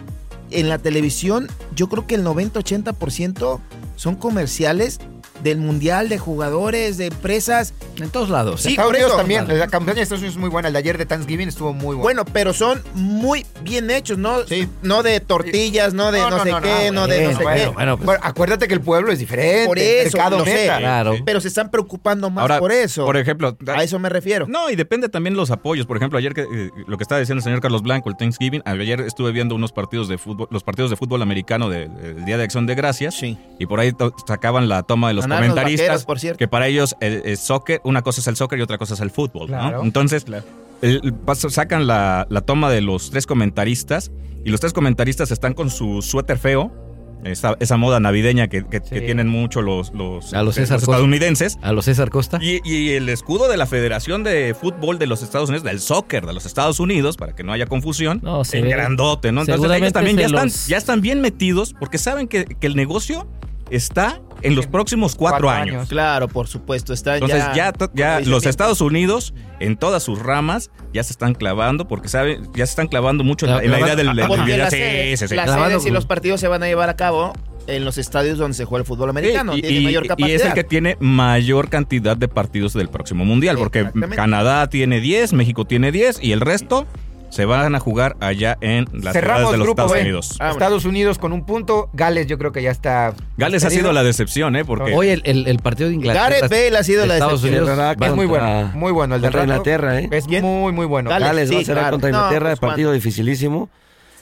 Speaker 7: en la televisión, yo creo que el 90-80% son comerciales del Mundial, de jugadores, de empresas.
Speaker 3: En todos lados.
Speaker 7: Sí,
Speaker 4: Estados
Speaker 7: por
Speaker 4: Unidos
Speaker 7: eso.
Speaker 4: también. La campaña de Estados Unidos es muy buena. El de ayer de Thanksgiving estuvo muy buena.
Speaker 7: Bueno, pero son muy bien hechos, ¿no?
Speaker 4: Sí.
Speaker 7: No de tortillas, no de no,
Speaker 4: No, no,
Speaker 7: sé
Speaker 4: no, no,
Speaker 7: qué, no, de no
Speaker 3: Bueno,
Speaker 7: sé
Speaker 3: bueno,
Speaker 7: qué.
Speaker 3: bueno, pues,
Speaker 4: Bueno, acuérdate que el pueblo es diferente.
Speaker 7: Por eso,
Speaker 4: mercado
Speaker 7: lo sé.
Speaker 4: meta.
Speaker 3: claro.
Speaker 2: Sí.
Speaker 7: Pero se están preocupando más
Speaker 2: Ahora,
Speaker 7: por eso.
Speaker 2: Por ejemplo,
Speaker 7: a eso me refiero.
Speaker 2: No, y depende también los apoyos. Por ejemplo, ayer que, eh, lo que estaba diciendo el señor Carlos Blanco, el Thanksgiving, ayer estuve viendo unos partidos de fútbol, los partidos de fútbol americano del del Día de Acción de Gracias.
Speaker 7: Sí.
Speaker 2: Y por ahí to- sacaban la toma de los
Speaker 7: Ganaron los vaqueros,
Speaker 2: comentaristas.
Speaker 7: por cierto.
Speaker 2: Que para ellos el, el soccer, una cosa es el soccer y otra cosa es el fútbol. ¿no?
Speaker 4: Claro.
Speaker 2: Entonces, el- el- pas- sacan la, la toma de los tres comentaristas y los tres comentaristas están con su suéter feo. Esa, esa moda navideña que, que- que tienen mucho los, los,
Speaker 3: A los César Costa.
Speaker 2: estadounidenses.
Speaker 3: A los César Costa.
Speaker 2: Y, y el escudo de la Federación de Fútbol de los Estados Unidos, del soccer de los Estados Unidos, para que no haya confusión,
Speaker 5: No, se
Speaker 2: en
Speaker 5: ve.
Speaker 2: grandote, ¿no? Entonces
Speaker 5: Seguramente
Speaker 2: ellos también
Speaker 5: se
Speaker 2: ya, están,
Speaker 5: los-
Speaker 2: ya están bien metidos porque saben que, que el negocio está en los próximos cuatro,
Speaker 4: Cuatro
Speaker 2: años.
Speaker 4: años.
Speaker 7: Claro, por supuesto. Está
Speaker 2: Entonces ya, to- ya
Speaker 7: Dice
Speaker 2: los
Speaker 7: bien.
Speaker 2: Estados Unidos en todas sus ramas ya se están clavando porque saben, ya se están clavando mucho en la, en la idea del, del
Speaker 7: Porque
Speaker 2: mundial.
Speaker 7: las
Speaker 2: Sí,
Speaker 7: sedes,
Speaker 2: sí, sí.
Speaker 7: las
Speaker 3: Ah, Clavando
Speaker 7: sedes y
Speaker 3: con-
Speaker 7: los partidos se van a llevar a cabo en los estadios donde se juega el fútbol americano.
Speaker 2: Sí,
Speaker 7: tiene mayor capacidad.
Speaker 2: y es el que tiene mayor cantidad de partidos del próximo mundial, porque
Speaker 7: Exactamente.
Speaker 2: Canadá tiene 10, México tiene 10 y el resto se van a jugar allá en las ciudades
Speaker 4: Cerramos
Speaker 2: de los
Speaker 4: grupo
Speaker 2: Estados
Speaker 4: B.
Speaker 2: Unidos.
Speaker 7: Ah, bueno.
Speaker 4: Estados Unidos con un punto. Gales yo creo que ya está.
Speaker 2: Gales ha sido la decepción, ¿eh? Porque
Speaker 3: Hoy el, el- el partido de Inglaterra.
Speaker 7: Gareth Bale ha sido la
Speaker 3: Estados
Speaker 7: decepción.
Speaker 3: Unidos
Speaker 6: ¿Verdad?
Speaker 3: va
Speaker 4: Es muy
Speaker 3: contra-
Speaker 4: bueno. Muy bueno el de
Speaker 6: contra Inglaterra, ¿eh?
Speaker 4: Es
Speaker 7: ¿Quién?
Speaker 4: muy, muy bueno.
Speaker 7: Gales.
Speaker 6: Gales
Speaker 7: sí,
Speaker 6: va a cerrar
Speaker 7: claro.
Speaker 6: contra
Speaker 7: No,
Speaker 6: Inglaterra,
Speaker 7: pues, Juan.
Speaker 6: partido dificilísimo.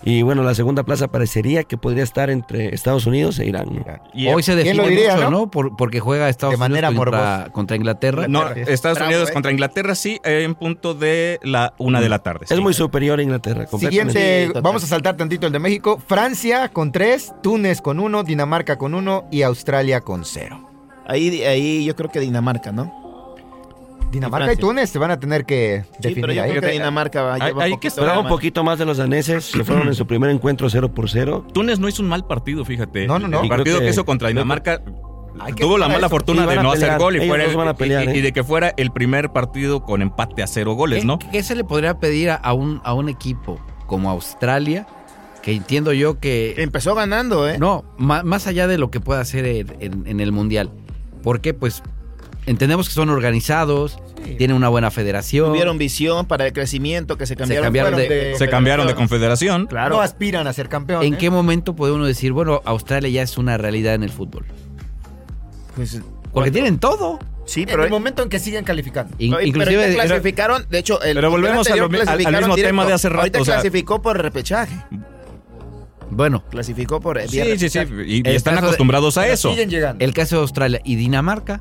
Speaker 6: Y bueno, la segunda plaza parecería que podría estar entre Estados Unidos e Irán. ¿no?
Speaker 2: y-
Speaker 3: Hoy se define
Speaker 4: ¿Quién lo diría,
Speaker 3: mucho,
Speaker 4: no?
Speaker 3: ¿no? Por- porque juega Estados
Speaker 4: De manera
Speaker 3: Unidos contra,
Speaker 4: morbosa.
Speaker 3: contra Inglaterra.
Speaker 2: no,
Speaker 4: Inglaterra.
Speaker 2: Estados
Speaker 7: Bravo,
Speaker 2: Unidos
Speaker 7: ¿eh?
Speaker 2: contra Inglaterra sí eh, en punto de la una de la tarde.
Speaker 6: Es
Speaker 2: sí.
Speaker 6: muy superior a Inglaterra. completamente.
Speaker 4: Siguiente,
Speaker 7: total.
Speaker 4: vamos a saltar tantito el de México. Francia con tres, Túnez con uno, Dinamarca con uno y Australia con cero.
Speaker 7: Ahí, ahí yo creo que Dinamarca, ¿no?
Speaker 4: Dinamarca
Speaker 7: Y
Speaker 4: y,
Speaker 7: Francia.
Speaker 4: Túnez se van a tener que
Speaker 7: Sí, pero
Speaker 4: definir
Speaker 7: yo
Speaker 4: ahí.
Speaker 7: creo que
Speaker 2: Fíjate,
Speaker 7: Dinamarca va a
Speaker 2: hay-
Speaker 7: llevar
Speaker 2: hay
Speaker 7: poquito
Speaker 2: que esperar
Speaker 6: Esperaba
Speaker 7: la
Speaker 6: un
Speaker 7: mano.
Speaker 6: poquito más de los daneses, que fueron en su primer encuentro 0 por 0.
Speaker 2: Túnez no hizo un mal partido, fíjate.
Speaker 4: No, no, no.
Speaker 2: El
Speaker 6: Creo
Speaker 2: partido
Speaker 6: que-
Speaker 2: que hizo contra Dinamarca
Speaker 4: Hay que
Speaker 2: tuvo la
Speaker 4: esperar
Speaker 2: mala
Speaker 4: eso.
Speaker 2: fortuna
Speaker 6: Sí,
Speaker 2: de
Speaker 6: van a
Speaker 2: no
Speaker 6: pelear.
Speaker 2: hacer gol y,
Speaker 6: Ellos
Speaker 2: fuera-
Speaker 6: dos van a pelear,
Speaker 2: y- y-
Speaker 6: ¿eh?
Speaker 2: y de que fuera el primer partido con empate a cero goles,
Speaker 3: ¿Qué,
Speaker 2: ¿no?
Speaker 3: qué se le podría pedir a, a un, a un equipo como Australia? Que entiendo yo que.
Speaker 7: Empezó ganando, ¿eh?
Speaker 3: No, ma- más allá de lo que pueda hacer en, en- en el Mundial. Porque, pues, entendemos que son organizados, tienen una buena federación.
Speaker 7: Tuvieron visión para el crecimiento que se cambiaron,
Speaker 3: cambiaron
Speaker 7: fueron
Speaker 3: de-
Speaker 2: Se cambiaron de confederación.
Speaker 4: No aspiran a ser campeón.
Speaker 3: ¿En
Speaker 4: ¿eh?
Speaker 3: qué momento puede uno decir, bueno, Australia ya es una realidad en el fútbol?
Speaker 7: Pues,
Speaker 3: Porque tienen todo.
Speaker 7: sí,
Speaker 4: En
Speaker 7: pero,
Speaker 4: el momento en que sigan calificando.
Speaker 3: In-
Speaker 7: Ay, pero
Speaker 3: inclusive.
Speaker 7: ahorita clasificaron, de hecho, el
Speaker 2: Pero volvemos
Speaker 7: mundial
Speaker 2: a lo
Speaker 7: anterior
Speaker 2: mi- al- al
Speaker 7: clasificaron
Speaker 2: mismo tema de hace rato,
Speaker 7: Ahorita
Speaker 2: o sea-
Speaker 7: clasificó por repechaje,
Speaker 3: bueno,
Speaker 7: clasificó por eh, vía
Speaker 2: Sí, sí, sí.
Speaker 7: repechaje.
Speaker 2: Y, y
Speaker 3: El
Speaker 2: están
Speaker 3: caso de-
Speaker 2: acostumbrados a
Speaker 4: Pero
Speaker 2: eso.
Speaker 4: Siguen llegando.
Speaker 3: el caso de Australia y Dinamarca.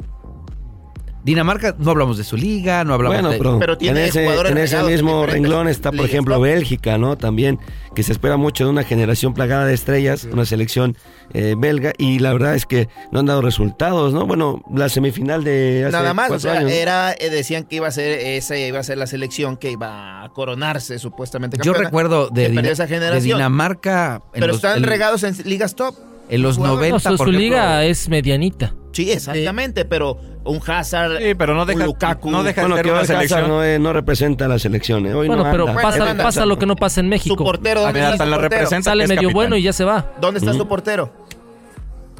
Speaker 3: Dinamarca, no hablamos de su liga, no hablamos
Speaker 6: Bueno,
Speaker 3: de.
Speaker 6: pero,
Speaker 7: Pero tiene
Speaker 6: en ese,
Speaker 7: jugadores
Speaker 6: en ese
Speaker 7: regados de
Speaker 6: mismo
Speaker 7: diferentes
Speaker 6: renglón está, por
Speaker 7: ligas,
Speaker 6: ejemplo,
Speaker 7: ¿no?
Speaker 6: Bélgica, ¿no? También, que se espera mucho de una generación plagada de estrellas, una selección eh, belga, y la verdad es que no han dado resultados, ¿no? Bueno, la semifinal de hace
Speaker 7: Nada más, o
Speaker 6: cuatro
Speaker 7: sea,
Speaker 6: años, ¿no?
Speaker 7: era, eh, decían que iba a ser esa iba a ser la selección que iba a coronarse supuestamente
Speaker 3: Yo
Speaker 7: campeona.
Speaker 3: recuerdo de,
Speaker 7: que perdió
Speaker 3: Dina-
Speaker 7: esa
Speaker 3: de
Speaker 7: generación.
Speaker 3: Dinamarca. en
Speaker 7: pero
Speaker 3: los-
Speaker 7: están
Speaker 3: en-
Speaker 7: regados en ligas top.
Speaker 3: En los
Speaker 7: Bueno,
Speaker 3: 90,
Speaker 5: No, su, su
Speaker 3: por ejemplo,
Speaker 5: liga es medianita.
Speaker 7: Sí, exactamente, pero un Hazard,
Speaker 2: Sí, pero no
Speaker 7: un
Speaker 2: deja,
Speaker 7: Lukaku,
Speaker 2: no deja de
Speaker 6: Bueno,
Speaker 2: ser
Speaker 6: que
Speaker 2: una
Speaker 6: Eden Hazard
Speaker 2: selección.
Speaker 6: no, eh, no representa a la selección, ¿eh? Hoy
Speaker 5: Bueno,
Speaker 6: no
Speaker 5: pero
Speaker 6: anda.
Speaker 5: pasa,
Speaker 7: Bueno,
Speaker 5: pasa lo que no pasa en
Speaker 7: su
Speaker 5: México.
Speaker 7: portero, ¿dónde
Speaker 2: Hasta
Speaker 7: está su
Speaker 2: la
Speaker 7: portero?
Speaker 2: representa-
Speaker 5: Sale
Speaker 2: es
Speaker 5: medio
Speaker 2: capitán.
Speaker 5: bueno y ya se
Speaker 2: Ah.
Speaker 5: va.
Speaker 7: ¿Dónde está
Speaker 6: Ujú.
Speaker 7: su portero?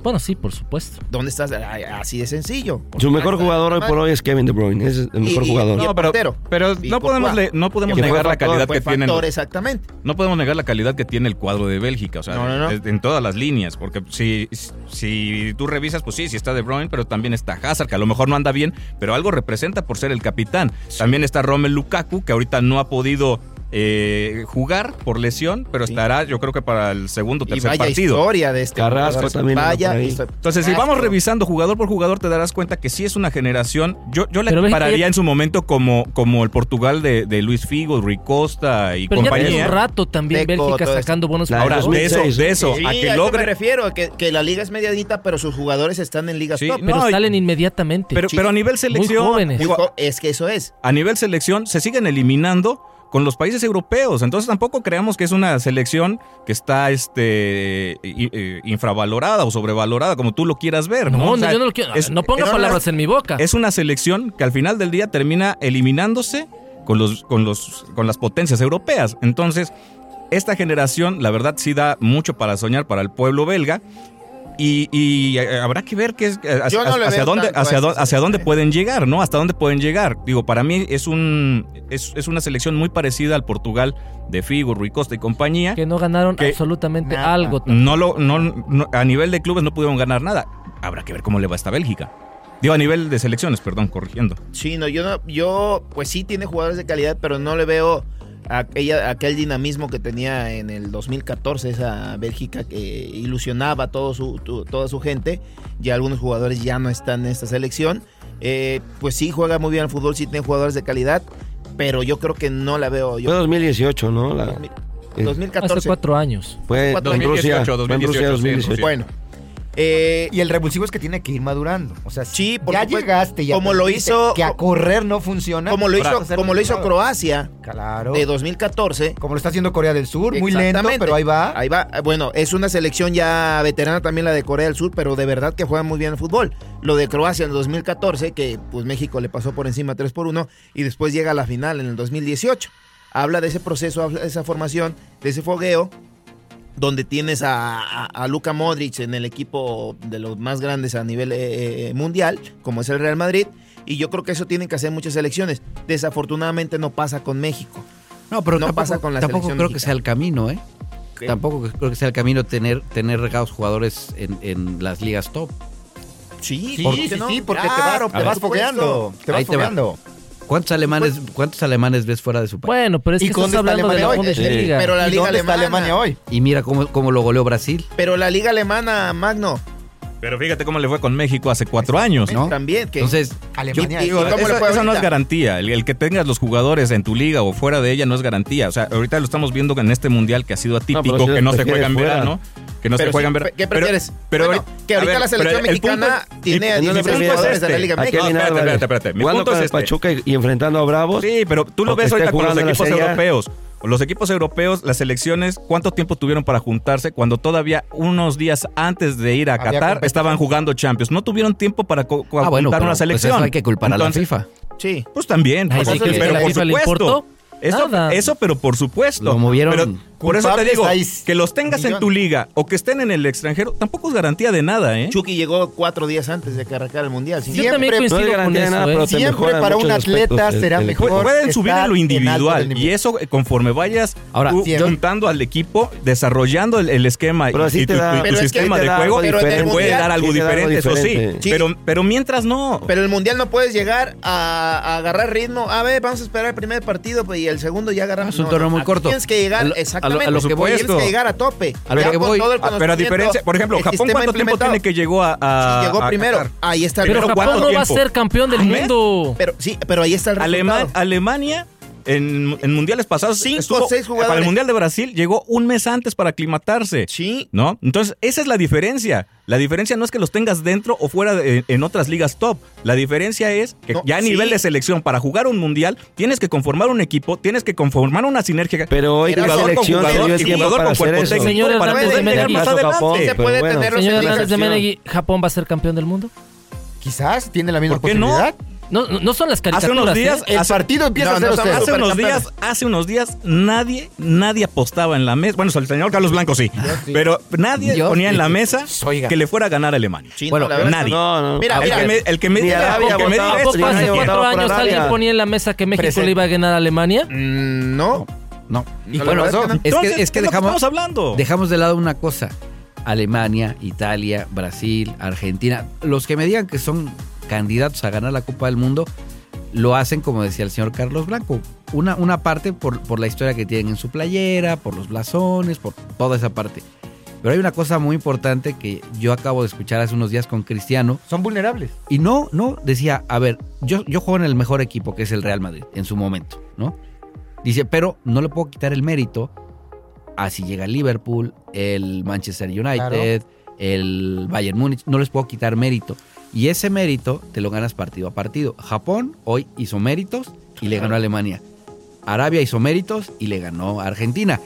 Speaker 5: Bueno, sí, por supuesto.
Speaker 7: ¿Dónde estás? Ay, Así de sencillo.
Speaker 6: Su mejor jugador hoy por hoy es Kevin De Bruyne, ese es el mejor
Speaker 7: Y- y-
Speaker 6: jugador.
Speaker 7: y-
Speaker 2: No, pero,
Speaker 7: portero.
Speaker 2: pero
Speaker 7: Y
Speaker 2: no podemos,
Speaker 7: Courtois.
Speaker 2: le- no podemos
Speaker 7: Que fue
Speaker 2: negar la
Speaker 7: factor,
Speaker 2: calidad
Speaker 7: fue
Speaker 2: que tienen.
Speaker 7: factor, exactamente.
Speaker 2: No podemos negar la calidad que tiene el cuadro de Bélgica, o sea,
Speaker 7: No, no, no.
Speaker 2: es- en todas las líneas, porque si, si tú revisas, pues sí, sí está De Bruyne, pero también está Hazard, que a lo mejor no anda bien, pero algo representa por ser el capitán. También está Romel Lukaku, que ahorita no ha podido eh, jugar por lesión, pero
Speaker 7: Sí.
Speaker 2: estará, yo creo que para el segundo o
Speaker 7: Y
Speaker 2: tercer
Speaker 7: vaya
Speaker 2: partido.
Speaker 7: historia de este
Speaker 6: Carrasco
Speaker 7: jugador.
Speaker 6: también anda
Speaker 7: Vaya
Speaker 6: por ahí.
Speaker 7: historia.
Speaker 2: Entonces, si
Speaker 7: Carrasco.
Speaker 2: vamos revisando jugador por jugador, te darás cuenta que sí es una generación. Yo, yo la
Speaker 5: Pero ves que
Speaker 2: compararía
Speaker 5: ya-
Speaker 2: en su momento como, como el Portugal de, de Luis Figo, Rui Costa y
Speaker 5: Pero ya tiene
Speaker 2: compañía.
Speaker 5: un rato también
Speaker 7: Deco,
Speaker 5: Bélgica
Speaker 7: todo esto.
Speaker 5: sacando buenos
Speaker 6: La-
Speaker 2: Ahora, de
Speaker 5: jugadores.
Speaker 2: eso, de eso,
Speaker 7: Sí,
Speaker 2: a
Speaker 7: a
Speaker 2: que
Speaker 7: eso me
Speaker 2: logre.
Speaker 7: refiero, que, que la liga es mediadita, pero sus jugadores están en ligas
Speaker 2: Sí,
Speaker 7: top.
Speaker 2: no,
Speaker 5: Pero
Speaker 2: y-
Speaker 5: salen inmediatamente.
Speaker 2: Pero, pero a nivel selección.
Speaker 5: jóvenes.
Speaker 2: digo,
Speaker 7: Muy jo- es que eso es.
Speaker 2: a nivel selección se siguen eliminando con los países europeos. Entonces tampoco creamos que es una selección que está este i- eh, infravalorada o sobrevalorada, como tú lo quieras ver.
Speaker 5: No,
Speaker 2: O sea,
Speaker 5: no, yo no lo quiero.
Speaker 2: es-
Speaker 5: no ponga
Speaker 2: es una-
Speaker 5: palabras en mi boca.
Speaker 2: Es una selección que al final del día termina eliminándose con, los, con, los, con las potencias europeas. Entonces, esta generación, la verdad, sí da mucho para soñar para el pueblo belga. Y, y, eh, habrá que ver qué es, eh, hacia,
Speaker 7: no le
Speaker 2: hacia
Speaker 7: veo
Speaker 2: dónde,
Speaker 7: tanto a
Speaker 2: hacia,
Speaker 7: esta
Speaker 2: dó- hacia dónde
Speaker 7: selección, eh.
Speaker 2: pueden llegar, ¿no? Hasta dónde pueden llegar. Digo, para mí es, un, es, es una selección muy parecida al Portugal de Figo, Rui Costa y compañía.
Speaker 5: que no ganaron
Speaker 2: que-
Speaker 5: absolutamente
Speaker 4: Nada.
Speaker 5: algo.
Speaker 2: No lo, no, no- a nivel de clubes no pudieron ganar nada. Habrá que ver cómo le va a esta Bélgica. Digo, a nivel de selecciones, perdón, corrigiendo.
Speaker 7: Sí, no, yo, no, yo, pues sí tiene jugadores de calidad, pero no le veo aquella, aquel dinamismo que tenía en el 2014 esa Bélgica que ilusionaba a todo su, tu- toda su gente. Ya algunos jugadores ya no están en esta selección. Eh, pues sí juega muy bien al fútbol, sí tiene jugadores de calidad, pero yo creo que no la veo
Speaker 6: Fue
Speaker 7: yo.
Speaker 6: 2018, ¿no? La-
Speaker 7: Dos mil-
Speaker 6: eh,
Speaker 5: Hace
Speaker 7: 2014.
Speaker 5: cuatro años.
Speaker 6: fue
Speaker 7: cuatro
Speaker 6: en
Speaker 7: años.
Speaker 6: Rusia,
Speaker 2: 2018,
Speaker 6: fue en Rusia
Speaker 2: 2018, sí, en
Speaker 6: 2018.
Speaker 2: Rusia.
Speaker 7: Bueno, Eh,
Speaker 4: Y el revulsivo es que tiene que ir madurando. O sea, si
Speaker 7: Sí, por
Speaker 4: ya
Speaker 7: supuesto.
Speaker 4: llegaste y
Speaker 7: Como lo
Speaker 4: aprendiste
Speaker 7: hizo-
Speaker 4: que a correr no funciona.
Speaker 7: como lo
Speaker 4: vas a
Speaker 7: hizo,
Speaker 4: hacer
Speaker 7: como lo hizo
Speaker 4: resultado.
Speaker 7: Croacia
Speaker 4: Claro.
Speaker 7: de 2014.
Speaker 4: Como lo está haciendo Corea del Sur, muy lento,
Speaker 7: Exactamente.
Speaker 4: pero ahí va.
Speaker 7: Ahí va. Eh, Bueno, es una selección ya veterana también la de Corea del Sur, pero de verdad que juegan muy bien el fútbol. Lo de Croacia en el 2014, que pues México le pasó por encima 3 por 1 y después llega a la final en el 2018. Habla de ese proceso, habla de esa formación, de ese fogueo, donde tienes a, a- a Luka Modric en el equipo de los más grandes a nivel eh, eh, mundial, como es el Real Madrid. Y yo creo que eso tienen que hacer muchas selecciones. Desafortunadamente no pasa con México.
Speaker 3: No, pero
Speaker 7: No
Speaker 3: tampoco,
Speaker 7: pasa con la
Speaker 3: tampoco
Speaker 7: selección
Speaker 3: creo que
Speaker 7: mexicana.
Speaker 3: sea el camino, ¿eh?
Speaker 7: ¿Qué?
Speaker 3: Tampoco creo que sea el camino tener, tener regados jugadores en, en las ligas top.
Speaker 7: Sí,
Speaker 4: Sí,
Speaker 7: ¿por
Speaker 4: sí,
Speaker 7: qué no?
Speaker 4: sí, porque
Speaker 7: Claro,
Speaker 4: te vas,
Speaker 7: por
Speaker 4: te vas
Speaker 7: supuesto.
Speaker 4: fogueando. Te vas
Speaker 3: Ahí te va.
Speaker 4: fogueando.
Speaker 3: ¿Cuántos alemanes, ¿cuántos alemanes ves fuera de su país?
Speaker 5: Bueno, pero es
Speaker 4: ¿Y
Speaker 5: que estás
Speaker 4: dónde está
Speaker 5: hablando de la
Speaker 4: Alemania hoy?
Speaker 5: Bundesliga.
Speaker 7: Pero la
Speaker 4: ¿Y
Speaker 7: liga
Speaker 4: dónde está
Speaker 7: alemana.
Speaker 4: Alemania hoy?
Speaker 3: Y mira cómo, cómo lo goleó Brasil.
Speaker 7: Pero la liga alemana, Magno,
Speaker 2: Pero fíjate cómo le fue con México hace cuatro años.
Speaker 3: ¿No?
Speaker 7: también. Que,
Speaker 3: Entonces,
Speaker 4: Alemania.
Speaker 7: Yo-
Speaker 2: Digo,
Speaker 7: ¿Y cómo le
Speaker 2: esa,
Speaker 7: fue
Speaker 2: esa no
Speaker 7: ahorita?
Speaker 2: es garantía. El, el que tengas los jugadores en tu liga o fuera de ella no es garantía. O sea, ahorita lo estamos viendo en este mundial que ha sido atípico,
Speaker 6: pero si
Speaker 2: que no se
Speaker 6: prefieres
Speaker 2: juega en
Speaker 6: fuera.
Speaker 2: verano. Que no se
Speaker 7: pero
Speaker 2: juega en
Speaker 7: sí,
Speaker 2: verano.
Speaker 7: ¿Qué
Speaker 2: Pero-
Speaker 7: prefieres?
Speaker 2: Pero,
Speaker 7: Bueno, que ahorita
Speaker 2: a ver,
Speaker 7: la selección
Speaker 2: pero el punto- este.
Speaker 7: mexicana tiene a
Speaker 2: el-
Speaker 6: ¿En dónde
Speaker 7: 16
Speaker 6: prefieres?
Speaker 7: jugadores de la Liga
Speaker 6: ¿A
Speaker 7: México.
Speaker 6: Kevin
Speaker 2: No, espérate,
Speaker 6: Álvarez?
Speaker 2: espérate, espérate. Mi
Speaker 6: Jugando
Speaker 2: punto
Speaker 6: con
Speaker 2: es
Speaker 6: el
Speaker 2: este.
Speaker 6: Pachuca y, y enfrentando a Bravos.
Speaker 2: Sí, pero tú lo
Speaker 6: Aunque
Speaker 2: ves
Speaker 6: esté
Speaker 2: ahorita con los
Speaker 6: jugando en la
Speaker 2: equipos
Speaker 6: Serie A.
Speaker 2: europeos. Los equipos europeos, las selecciones, ¿cuánto tiempo tuvieron para juntarse cuando todavía unos días antes de ir a
Speaker 4: Había
Speaker 2: Qatar
Speaker 4: competencia.
Speaker 2: estaban jugando Champions? No tuvieron tiempo para co- co-
Speaker 3: ah, bueno,
Speaker 2: juntar
Speaker 3: pero,
Speaker 2: una
Speaker 3: pues,
Speaker 2: selección.
Speaker 3: eso hay que culpar
Speaker 2: Entonces,
Speaker 3: a la FIFA.
Speaker 7: Sí.
Speaker 2: Pues también,
Speaker 5: Ay,
Speaker 2: por
Speaker 5: sí,
Speaker 2: supuesto,
Speaker 5: que
Speaker 2: pero
Speaker 5: la
Speaker 2: por
Speaker 5: FIFA le
Speaker 2: supuesto.
Speaker 5: importó
Speaker 2: Eso,
Speaker 5: nada.
Speaker 2: eso, pero por supuesto.
Speaker 3: Lo movieron.
Speaker 2: Pero por eso te
Speaker 4: Culpables
Speaker 2: digo,
Speaker 4: hay
Speaker 2: que los tengas en tu
Speaker 4: millones.
Speaker 2: liga o que estén en el extranjero, tampoco es garantía de nada, ¿eh?
Speaker 7: Chucky llegó cuatro días antes de que arrancara el Mundial. Sí.
Speaker 5: Yo
Speaker 4: Siempre-
Speaker 5: también
Speaker 4: no
Speaker 6: No
Speaker 5: coincido
Speaker 6: es
Speaker 5: con
Speaker 6: garantía de
Speaker 5: eso.
Speaker 6: nada,
Speaker 5: ¿eh?
Speaker 6: pero te
Speaker 4: Siempre
Speaker 6: mejoran
Speaker 4: para un
Speaker 6: muchos
Speaker 4: atleta
Speaker 6: aspectos
Speaker 4: será
Speaker 6: del- del-
Speaker 4: mejor.
Speaker 2: Pueden
Speaker 4: estar
Speaker 2: subir a lo
Speaker 4: en alto
Speaker 2: individual
Speaker 4: nivel.
Speaker 2: y eso eh, conforme vayas
Speaker 3: Ahora,
Speaker 2: tú
Speaker 4: siempre-
Speaker 2: juntando al equipo, desarrollando el, el esquema
Speaker 6: Pero
Speaker 2: y-
Speaker 6: así
Speaker 2: y
Speaker 6: te
Speaker 2: tu, tu-
Speaker 6: da-
Speaker 2: tu
Speaker 6: Pero
Speaker 7: es que
Speaker 2: sistema
Speaker 7: te
Speaker 2: de
Speaker 7: da
Speaker 2: juego,
Speaker 7: algo
Speaker 2: te
Speaker 7: diferente.
Speaker 2: puede dar algo
Speaker 6: Sí te da algo
Speaker 2: diferente, eso sí.
Speaker 6: diferente.
Speaker 7: Sí.
Speaker 2: Pero, pero mientras no.
Speaker 7: Pero el Mundial no puedes llegar a, a agarrar ritmo. A ver, vamos a esperar el primer partido pues, y el segundo ya agarramos.
Speaker 3: Es un torneo muy
Speaker 7: aquí
Speaker 3: corto.
Speaker 7: Tienes que
Speaker 3: A
Speaker 7: llegar,
Speaker 3: lo- a lo-
Speaker 7: exactamente.
Speaker 3: a lo que voy,
Speaker 7: Tienes
Speaker 2: esto.
Speaker 7: que llegar a tope.
Speaker 3: A lo
Speaker 7: Ya
Speaker 3: que
Speaker 7: con
Speaker 3: voy.
Speaker 7: todo el
Speaker 2: Ah, pero a
Speaker 7: conocimiento,
Speaker 2: diferencia, por ejemplo,
Speaker 7: el
Speaker 2: Japón,
Speaker 7: sistema
Speaker 2: ¿cuánto tiempo
Speaker 7: implementado.
Speaker 2: tiene que llegó a. a-
Speaker 7: Sí, llegó
Speaker 2: a
Speaker 7: primero.
Speaker 2: Qatar?
Speaker 7: Ahí está el
Speaker 5: Pero
Speaker 7: resultado.
Speaker 5: Japón no va a
Speaker 2: tiempo?
Speaker 5: ser campeón del
Speaker 2: Ah, ¿eh?
Speaker 5: mundo.
Speaker 7: Pero sí, pero ahí está el
Speaker 2: Alema-
Speaker 7: resultado.
Speaker 2: Alemania. En, en mundiales pasados,
Speaker 7: Cinco,
Speaker 2: estuvo-
Speaker 7: seis jugadores.
Speaker 2: para el mundial de Brasil llegó un mes antes para aclimatarse.
Speaker 7: Sí.
Speaker 2: ¿No? Entonces, esa es la diferencia. La diferencia no es que los tengas dentro o fuera de- en otras ligas top. La diferencia es que
Speaker 7: No,
Speaker 2: ya a
Speaker 7: sí.
Speaker 2: nivel de selección, para jugar un mundial, tienes que conformar un equipo, tienes que conformar una sinergia.
Speaker 6: Pero hoy
Speaker 7: Era
Speaker 6: la
Speaker 7: solo con
Speaker 6: selección se dio
Speaker 2: jugador
Speaker 6: el
Speaker 2: y
Speaker 6: tiempo
Speaker 2: jugador
Speaker 6: para
Speaker 2: con
Speaker 6: hacer
Speaker 2: cuerpo
Speaker 6: eso.
Speaker 2: técnico
Speaker 5: Señor
Speaker 2: para
Speaker 5: Hernández
Speaker 2: poder
Speaker 5: de
Speaker 2: llegar más
Speaker 6: Medellín.
Speaker 2: adelante.
Speaker 7: Se
Speaker 6: Pero
Speaker 7: puede
Speaker 6: bueno.
Speaker 7: tener
Speaker 5: Señor Hernández de
Speaker 7: representación.
Speaker 5: Menegui, ¿Japón va a ser campeón del mundo?
Speaker 4: Quizás tiene la misma
Speaker 2: ¿Por qué no?
Speaker 4: posibilidad.
Speaker 5: No, no- no son las
Speaker 2: Hace
Speaker 5: caricaturas.
Speaker 2: unos días,
Speaker 5: ¿eh?
Speaker 4: El
Speaker 2: hace-
Speaker 4: partido empieza
Speaker 7: No, no,
Speaker 4: 0-0.
Speaker 7: estamos-
Speaker 2: Hace unos
Speaker 7: Supercampeones.
Speaker 2: días, hace unos días nadie, nadie apostaba en la mesa. Bueno, el señor Carlos Blanco sí, pero nadie
Speaker 3: Yo
Speaker 2: ponía en
Speaker 3: sí.
Speaker 2: la mesa
Speaker 4: Oiga.
Speaker 2: que le fuera a ganar a Alemania.
Speaker 7: Sí, no,
Speaker 2: bueno,
Speaker 7: la verdad
Speaker 2: nadie.
Speaker 6: No, no.
Speaker 7: Mira,
Speaker 2: El
Speaker 7: mira,
Speaker 2: que me- el que me
Speaker 6: Ni
Speaker 2: diga,
Speaker 6: Arabia
Speaker 2: el que me diga
Speaker 6: votaba
Speaker 2: esto,
Speaker 6: por-
Speaker 5: ¿Tampoco
Speaker 6: yo no
Speaker 5: hace
Speaker 6: había
Speaker 5: cuatro
Speaker 6: votado por
Speaker 5: años
Speaker 6: Arabia.
Speaker 5: alguien ponía en la mesa que México
Speaker 4: Presente.
Speaker 5: le iba a ganar a Alemania?
Speaker 7: Mm, No.
Speaker 3: No. Y
Speaker 7: la
Speaker 3: bueno,
Speaker 7: verdad es que no.
Speaker 3: es que,
Speaker 2: Entonces,
Speaker 3: es que
Speaker 2: ¿de lo
Speaker 3: dejamos,
Speaker 2: estamos hablando.
Speaker 3: dejamos de lado una cosa. Alemania, Italia, Brasil, Argentina, los que me digan que son candidatos a ganar la Copa del Mundo, lo hacen, como decía el señor Carlos Blanco, una, una parte por, por la historia que tienen en su playera, por los blasones, por toda esa parte. Pero hay una cosa muy importante que yo acabo de escuchar hace unos días con Cristiano,
Speaker 4: Son vulnerables.
Speaker 3: y no, no, decía, a ver, yo, yo juego en el mejor equipo que es el Real Madrid en su momento, ¿no? Dice, pero no le puedo quitar el mérito a si llega el Liverpool, el Manchester United, el Bayern Múnich, no les puedo quitar mérito. Y ese mérito te lo ganas partido a partido. Japón hoy hizo méritos y le ganó a Alemania. Arabia hizo méritos y le ganó a Argentina.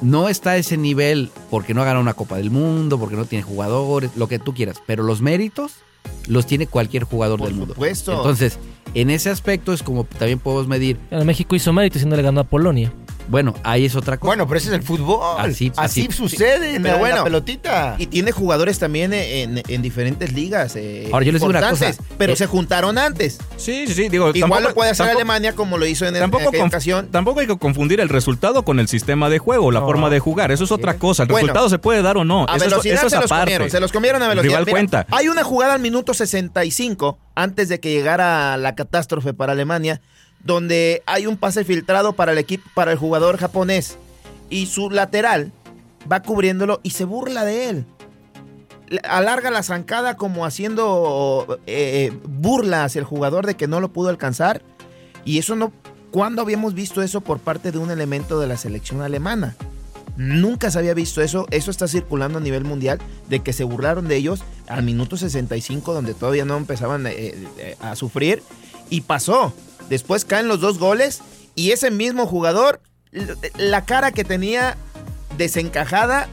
Speaker 3: No está a ese nivel porque no ha ganado una Copa del Mundo, porque no tiene jugadores, lo que tú quieras, pero los méritos los tiene cualquier jugador
Speaker 7: Por
Speaker 3: del mundo.
Speaker 7: supuesto.
Speaker 3: Entonces, en ese aspecto es como también podemos medir,
Speaker 5: Bueno, México hizo mérito y no le ganó a Polonia.
Speaker 3: bueno, ahí es otra cosa.
Speaker 4: Bueno, pero ese es el fútbol.
Speaker 3: Así-
Speaker 4: Así,
Speaker 3: así.
Speaker 4: sucede en
Speaker 7: Pero
Speaker 4: la,
Speaker 7: bueno.
Speaker 4: la pelotita.
Speaker 7: Y tiene jugadores también en, en diferentes ligas. eh,
Speaker 3: Ahora, yo les digo una cosa.
Speaker 7: importantes, Pero
Speaker 3: Eh,
Speaker 7: se juntaron antes.
Speaker 2: Sí, sí, sí. Digo,
Speaker 7: Igual
Speaker 2: tampoco-
Speaker 7: lo puede hacer
Speaker 2: tampoco-
Speaker 7: Alemania como lo hizo en, el- en
Speaker 2: Tampoco,
Speaker 7: aquella
Speaker 2: conf-
Speaker 7: ocasión. Oh,
Speaker 2: tampoco hay que confundir el resultado con el sistema de juego, la
Speaker 4: No.
Speaker 2: forma de jugar. Eso es otra cosa. El
Speaker 7: Bueno,
Speaker 2: resultado se puede dar o no.
Speaker 7: A
Speaker 2: eso, es-
Speaker 7: velocidad
Speaker 2: eso es
Speaker 7: se los
Speaker 2: aparte.
Speaker 7: comieron. Se los comieron a
Speaker 2: El
Speaker 7: velocidad.
Speaker 2: rival cuenta.
Speaker 7: Hay una jugada al minuto 65, antes de que llegara la catástrofe para Alemania, donde hay un pase filtrado para el equipo, para el jugador japonés. Y su lateral va cubriéndolo y se burla de él. Le- Alarga la zancada como haciendo eh, burla hacia el jugador de que no lo pudo alcanzar. Y eso no. ¿Cuándo habíamos visto eso por parte de un elemento de la selección alemana? Nunca se había visto eso. Eso está circulando a nivel mundial de que se burlaron de ellos al minuto 65 donde todavía no empezaban eh, eh, a sufrir. Y pasó. Después caen los dos goles y ese mismo jugador, l- la cara que tenía desencajada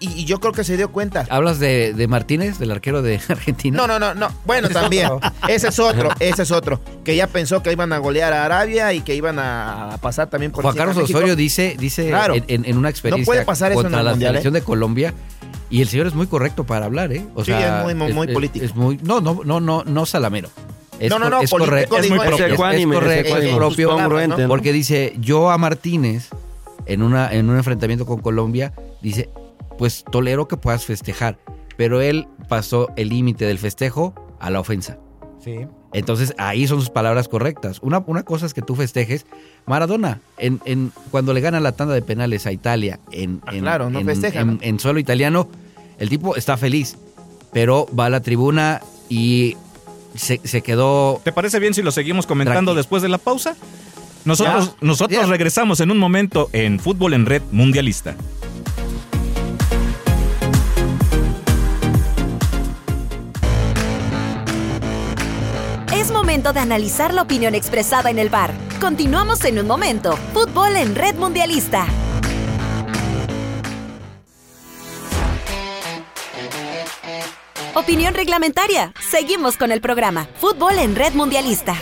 Speaker 7: y, y yo creo que se dio cuenta.
Speaker 3: ¿Hablas de, de Martínez, del arquero de Argentina?
Speaker 7: No, no, no, no. Bueno, también. Ese es otro, ese es otro. Que ya pensó que iban a golear a Arabia y que iban a a pasar también por
Speaker 3: Juan
Speaker 7: encima de
Speaker 3: Carlos
Speaker 7: México.
Speaker 3: Osorio dice, dice
Speaker 7: Claro.
Speaker 3: en- en, en una experiencia
Speaker 7: puede pasar eso en
Speaker 3: contra
Speaker 7: el
Speaker 3: la
Speaker 7: Mundial, ¿eh?
Speaker 3: selección de Colombia. Y el señor es muy correcto para hablar, ¿eh? O
Speaker 7: Sí,
Speaker 3: sea,
Speaker 7: es muy- muy político.
Speaker 3: es muy- no, no, no, no, no salamero. Es
Speaker 7: No, no,
Speaker 3: cor-
Speaker 7: no,
Speaker 3: es
Speaker 7: político,
Speaker 3: correcto.
Speaker 7: digo,
Speaker 6: Es
Speaker 7: Es- es
Speaker 6: ecuánime, es
Speaker 3: correcto,
Speaker 6: ecuánime,
Speaker 3: es propio,
Speaker 6: congruente,
Speaker 7: ¿no?
Speaker 6: ¿no?
Speaker 3: Porque dice, yo a Martínez, en, una, en un enfrentamiento con Colombia, dice, pues tolero que puedas festejar. Pero él pasó el límite del festejo a la ofensa.
Speaker 4: Sí.
Speaker 3: Entonces ahí son sus palabras correctas. Una, una cosa es que tú festejes. Maradona, en, en- cuando le gana la tanda de penales a Italia en,
Speaker 7: Ah,
Speaker 3: en-
Speaker 7: claro, no
Speaker 3: en-
Speaker 7: festeja,
Speaker 3: en-
Speaker 7: ¿no?
Speaker 3: en suelo italiano, el tipo está feliz, pero va a la tribuna y se, se quedó...
Speaker 2: ¿Te parece bien si lo seguimos comentando
Speaker 3: Tranqui.
Speaker 2: después de la pausa? Nosotros, nosotros
Speaker 3: Ya.
Speaker 2: regresamos en un momento en Fútbol en Red Mundialista.
Speaker 1: Es momento de analizar la opinión expresada en el bar. Continuamos en un momento. Fútbol en Red Mundialista. Opinión reglamentaria. Seguimos con el programa. Fútbol en Red Mundialista.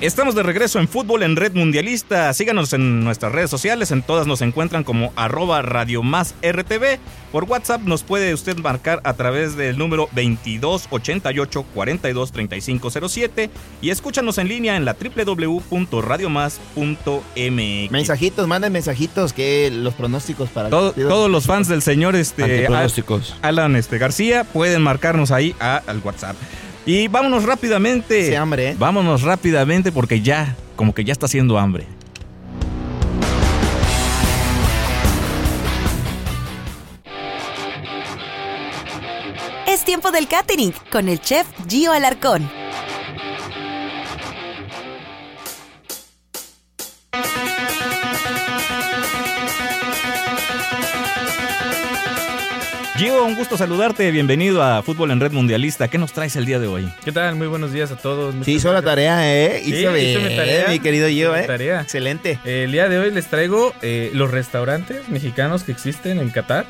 Speaker 2: Estamos de regreso en Fútbol en Red Mundialista. Síganos en nuestras redes sociales. En todas nos encuentran como arroba Radio Más RTV. Por WhatsApp nos puede usted marcar a través del número 2288-423507 y escúchanos en línea en la www.radiomás.mx.
Speaker 7: Mensajitos, manden mensajitos que los pronósticos para el
Speaker 2: Todo-
Speaker 7: partido.
Speaker 2: todos los fans del señor este, Al-
Speaker 6: Antipronósticos.
Speaker 2: Alan este, García pueden marcarnos ahí a- al WhatsApp. Y vámonos rápidamente.
Speaker 7: Ese hambre, ¿eh?
Speaker 2: Vámonos rápidamente porque ya, como que ya está haciendo hambre.
Speaker 1: Es tiempo del catering con el chef Gio Alarcón.
Speaker 2: Gio, un gusto saludarte. Bienvenido a Fútbol en Red Mundialista. ¿Qué nos traes el día de hoy?
Speaker 8: ¿Qué tal? Muy buenos días a todos.
Speaker 7: Sí,
Speaker 8: Muchas
Speaker 7: hizo la
Speaker 8: gracias.
Speaker 7: tarea, ¿eh?
Speaker 8: Sí,
Speaker 7: Hizo
Speaker 8: hice
Speaker 7: bien,
Speaker 8: mi tarea.
Speaker 7: mi querido
Speaker 8: Hice
Speaker 7: yo,
Speaker 8: mi
Speaker 7: ¿eh?
Speaker 8: tarea.
Speaker 7: Excelente.
Speaker 8: El día de hoy les traigo eh, los restaurantes mexicanos que existen en Qatar.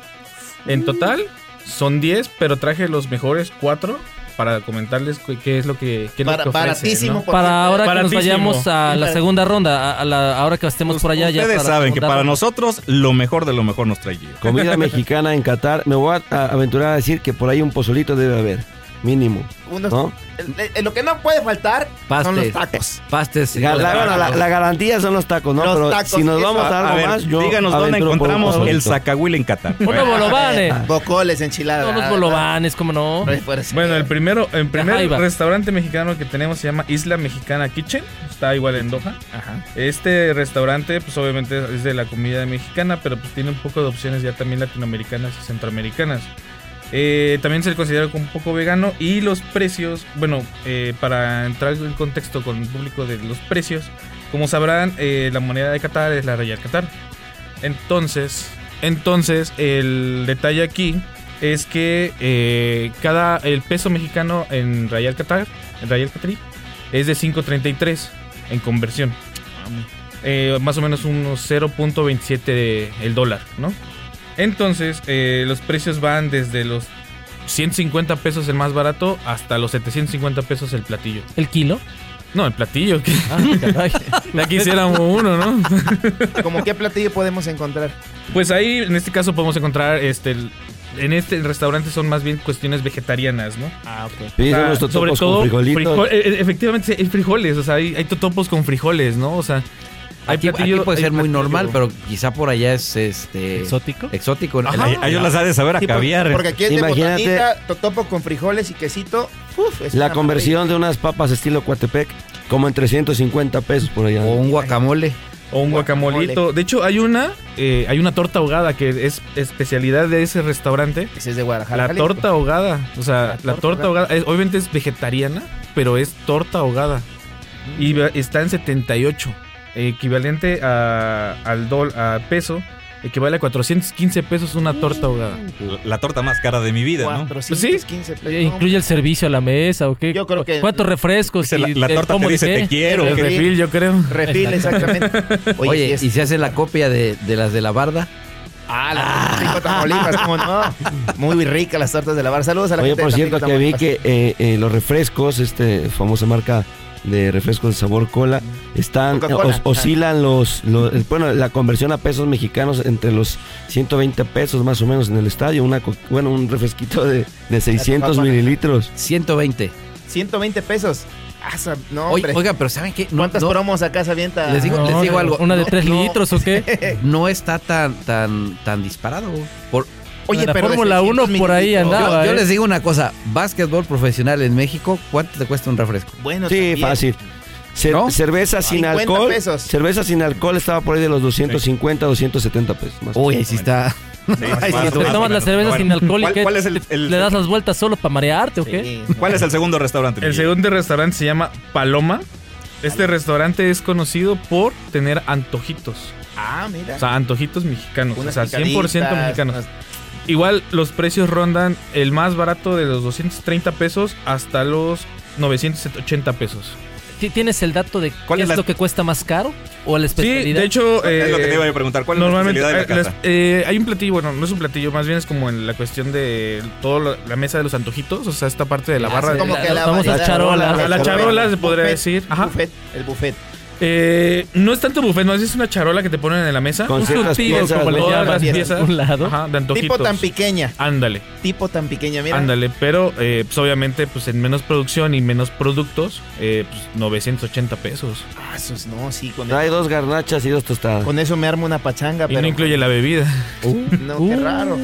Speaker 8: En total son 10, pero traje los mejores 4 para comentarles cu- qué es lo que, qué es lo
Speaker 7: Para,
Speaker 8: que ofrece,
Speaker 7: baratísimo.
Speaker 8: ¿no?
Speaker 7: porque-
Speaker 5: Para ahora que nos
Speaker 8: Baratísimo.
Speaker 5: vayamos a la segunda ronda, a, a la, ahora que estemos por allá ya.
Speaker 2: Pues Ustedes
Speaker 5: para la
Speaker 2: saben que
Speaker 5: segunda
Speaker 2: para
Speaker 5: ronda.
Speaker 2: nosotros lo mejor de lo mejor nos trae Gio.
Speaker 6: Comida mexicana en Qatar. Me voy a a aventurar a decir que por ahí un pozolito debe haber. Mínimo.
Speaker 7: unos-
Speaker 6: ¿No?
Speaker 7: el- el- lo que no puede faltar son los
Speaker 3: Pastes.
Speaker 7: tacos.
Speaker 3: Pastes.
Speaker 6: La, la- bueno, la- la garantía son los tacos, ¿no?
Speaker 7: Los
Speaker 6: Pero
Speaker 7: tacos,
Speaker 6: si nos
Speaker 7: eso.
Speaker 6: vamos a algo
Speaker 2: A ver,
Speaker 6: más, yo.
Speaker 2: díganos dónde
Speaker 6: aventuro por un
Speaker 2: encontramos el
Speaker 6: pozolito.
Speaker 2: Zacahuil en Qatar.
Speaker 5: Unos bolovanes.
Speaker 7: eh, Bocoles, enchiladas. Pues,
Speaker 5: Unos bolovanes, cómo no.
Speaker 8: Bueno, el primero, el
Speaker 5: ahí
Speaker 8: primer
Speaker 5: va.
Speaker 8: restaurante mexicano que tenemos se llama Isla Mexicana Kitchen. Está igual en Doha. Este restaurante, pues obviamente es de la comida mexicana, pero pues tiene un poco de opciones ya también latinoamericanas y centroamericanas. Eh, también se le considera como un poco vegano y los precios, bueno, eh, para entrar en contexto con el público de los precios, como sabrán, eh, la moneda de Qatar es la Rayal Qatar. Entonces, entonces el detalle aquí es que eh, cada el peso mexicano en Rayal Qatar, en Rayal Qatarí, es de 5.33 en conversión. Eh, más o menos unos 0.27 el dólar, ¿no? Entonces, eh, los precios van desde los 150 pesos el más barato hasta los 750 pesos el platillo.
Speaker 5: El kilo.
Speaker 8: No, el platillo, que
Speaker 5: Ah, caray.
Speaker 8: ya quisiéramos uno, ¿no?
Speaker 7: ¿Como qué platillo podemos encontrar?
Speaker 8: Pues ahí, en este caso, podemos encontrar este. el- en este restaurante son más bien cuestiones vegetarianas, ¿no?
Speaker 7: Ah, ok.
Speaker 6: Sí, son
Speaker 8: Ah,
Speaker 6: nuestros
Speaker 8: sobre
Speaker 6: topos con
Speaker 8: todo
Speaker 6: frijolitos.
Speaker 8: frijol- e- e- efectivamente, sí, hay frijoles, o sea, hay, hay totopos con frijoles, ¿no? O sea, hay
Speaker 3: Aquí,
Speaker 8: platillo-
Speaker 3: aquí puede
Speaker 8: hay
Speaker 3: ser muy
Speaker 8: platillo-
Speaker 3: normal, pero quizá por allá es este
Speaker 5: Exótico.
Speaker 3: exótico.
Speaker 7: Ajá.
Speaker 2: Ay, ay, yo las ha de saber a
Speaker 7: Sí, por-
Speaker 2: caviar.
Speaker 7: Porque aquí es
Speaker 6: Imagínate-
Speaker 7: de botanita, totopo con frijoles y quesito. Uf, es
Speaker 6: La
Speaker 7: una
Speaker 6: conversión de unas papas estilo Coatepec, como en 350 pesos por allá.
Speaker 3: O un guacamole.
Speaker 8: O un guacamolito. De hecho, hay una, eh, hay una torta ahogada que es especialidad de ese restaurante.
Speaker 7: Ese es de Guadalajara.
Speaker 8: La
Speaker 7: Jalisco.
Speaker 8: torta ahogada. O sea,
Speaker 7: La
Speaker 8: la,
Speaker 7: torta
Speaker 8: torta ahogada. es- obviamente es vegetariana, pero es torta ahogada.
Speaker 7: Mm.
Speaker 8: Y va- está en 78. Equivalente a, al dol, a peso. Equivale a 415 pesos una torta ahogada.
Speaker 2: La, la torta más cara de mi vida, ¿no?
Speaker 8: Pues sí.
Speaker 7: 15
Speaker 5: Eh, ¿Incluye el servicio a la mesa o qué?
Speaker 7: Yo creo que-
Speaker 5: ¿Cuántos refrescos?
Speaker 2: Dice, La,
Speaker 5: y
Speaker 2: la
Speaker 5: el
Speaker 2: torta
Speaker 5: cómo de
Speaker 2: te dice
Speaker 5: qué?
Speaker 2: te quiero.
Speaker 7: El
Speaker 2: que-
Speaker 7: refri-
Speaker 8: Refil, yo creo.
Speaker 7: Refil, exactamente. Oye,
Speaker 3: Oye,
Speaker 7: y
Speaker 3: y
Speaker 7: es-
Speaker 3: se hace la copia de, de las de la barda.
Speaker 7: Ah, la torta de Tamaulipas, ¿cómo no? Muy rica las tortas de lavar. Saludos a la
Speaker 6: Oye,
Speaker 7: gente
Speaker 6: por
Speaker 7: de
Speaker 6: cierto, que vi
Speaker 7: Tamaulipas,
Speaker 6: que eh, eh, los refrescos, este famosa marca de refrescos de sabor cola, están eh,
Speaker 7: Coca-Cola.
Speaker 6: os- oscilan los, los- eh, bueno, la conversión a pesos mexicanos entre los 120 pesos más o menos en el estadio, una co- bueno, un refresquito de, de 600
Speaker 7: Coca-Cola.
Speaker 6: mililitros.
Speaker 3: 120.
Speaker 7: 120 pesos. Ah, sa- no,
Speaker 3: Oye,
Speaker 7: hombre.
Speaker 3: oigan, pero ¿saben qué? No-
Speaker 7: ¿Cuántas
Speaker 3: no,
Speaker 7: promos acá se avienta?
Speaker 3: Les digo-
Speaker 5: No, eh,
Speaker 3: les digo algo.
Speaker 5: ¿Una de
Speaker 3: No,
Speaker 5: tres
Speaker 7: no.
Speaker 5: litros o qué?
Speaker 3: no está tan, tan, tan disparado. Por,
Speaker 5: Oye, la
Speaker 7: pero este, de
Speaker 5: Fórmula
Speaker 7: 600
Speaker 5: Uno por ahí
Speaker 7: mililitros.
Speaker 3: yo,
Speaker 5: andaba. ¿eh?
Speaker 3: yo les digo una cosa, básquetbol profesional en México, ¿cuánto te cuesta un refresco?
Speaker 7: Bueno,
Speaker 6: Sí,
Speaker 7: también.
Speaker 6: fácil. Cer-
Speaker 3: ¿No?
Speaker 6: Cerveza sin
Speaker 7: 50
Speaker 6: alcohol.
Speaker 7: pesos.
Speaker 6: Cerveza sin alcohol estaba por ahí de los 250, 270 pesos. Más o
Speaker 3: Uy,
Speaker 6: menos.
Speaker 3: ahí sí está.
Speaker 2: Sí, más-
Speaker 7: Ay,
Speaker 2: más-
Speaker 7: sí,
Speaker 5: Te
Speaker 2: más o
Speaker 5: tomas la
Speaker 2: menos.
Speaker 5: cerveza sin
Speaker 2: Bueno,
Speaker 5: alcohol y
Speaker 2: ¿cuál,
Speaker 5: qué?
Speaker 2: cuál es el, el-
Speaker 5: ¿Le das las vueltas solo para marearte o qué?
Speaker 7: Sí.
Speaker 2: cuál es el segundo restaurante?
Speaker 8: El
Speaker 2: Miguel?
Speaker 8: segundo restaurante se llama Paloma. Este restaurante es conocido por tener antojitos.
Speaker 7: Ah, mira.
Speaker 8: O sea, antojitos mexicanos.
Speaker 7: Unas
Speaker 8: o sea, 100%
Speaker 7: picaditas,
Speaker 8: mexicanos.
Speaker 7: unas-
Speaker 8: Igual los precios rondan el más barato de los 230 pesos hasta los 980 pesos.
Speaker 5: ¿Ti- ¿Tienes el dato de
Speaker 2: ¿Cuál
Speaker 5: qué
Speaker 2: es
Speaker 5: es
Speaker 2: la-
Speaker 5: lo que cuesta más caro? ¿O la especialidad?
Speaker 8: Sí, de hecho...
Speaker 2: es lo que
Speaker 8: eh,
Speaker 2: te iba a preguntar. ¿Cuál es la
Speaker 8: Normalmente
Speaker 2: especialidad de la
Speaker 8: eh,
Speaker 2: casa?
Speaker 8: las- eh, hay un platillo, bueno, no es un platillo, más bien es como en la cuestión de toda la mesa de los antojitos, o sea, esta parte de la
Speaker 5: Ah,
Speaker 8: barra.
Speaker 5: sí,
Speaker 8: de-
Speaker 5: como
Speaker 8: la-
Speaker 5: que la- vamos a
Speaker 7: variedad.
Speaker 5: charola.
Speaker 8: La- la charola, se podría decir. Ajá.
Speaker 7: Buffet, el buffet.
Speaker 8: Eh, no es tanto buffet, no es una charola que te ponen en la mesa.
Speaker 6: Con
Speaker 5: Un
Speaker 6: ciertas
Speaker 5: surtido,
Speaker 6: piezas,
Speaker 5: como le
Speaker 6: ¿no?
Speaker 8: todas
Speaker 5: llaman,
Speaker 8: las
Speaker 5: de
Speaker 8: piezas.
Speaker 5: algún lado.
Speaker 8: Ajá, de antojitos.
Speaker 7: Tipo tan pequeña.
Speaker 8: Ándale,
Speaker 7: Tipo tan pequeña, mira.
Speaker 8: ándale, pero eh, pues obviamente pues en menos producción y menos productos, eh, pues 980 pesos.
Speaker 7: Ah, esos no, sí, con,
Speaker 6: Trae dos garnachas y dos tostadas.
Speaker 7: con eso me armo una pachanga,
Speaker 8: Y
Speaker 7: pero.
Speaker 8: no incluye la bebida.
Speaker 7: No, qué
Speaker 5: Uh.
Speaker 7: raro.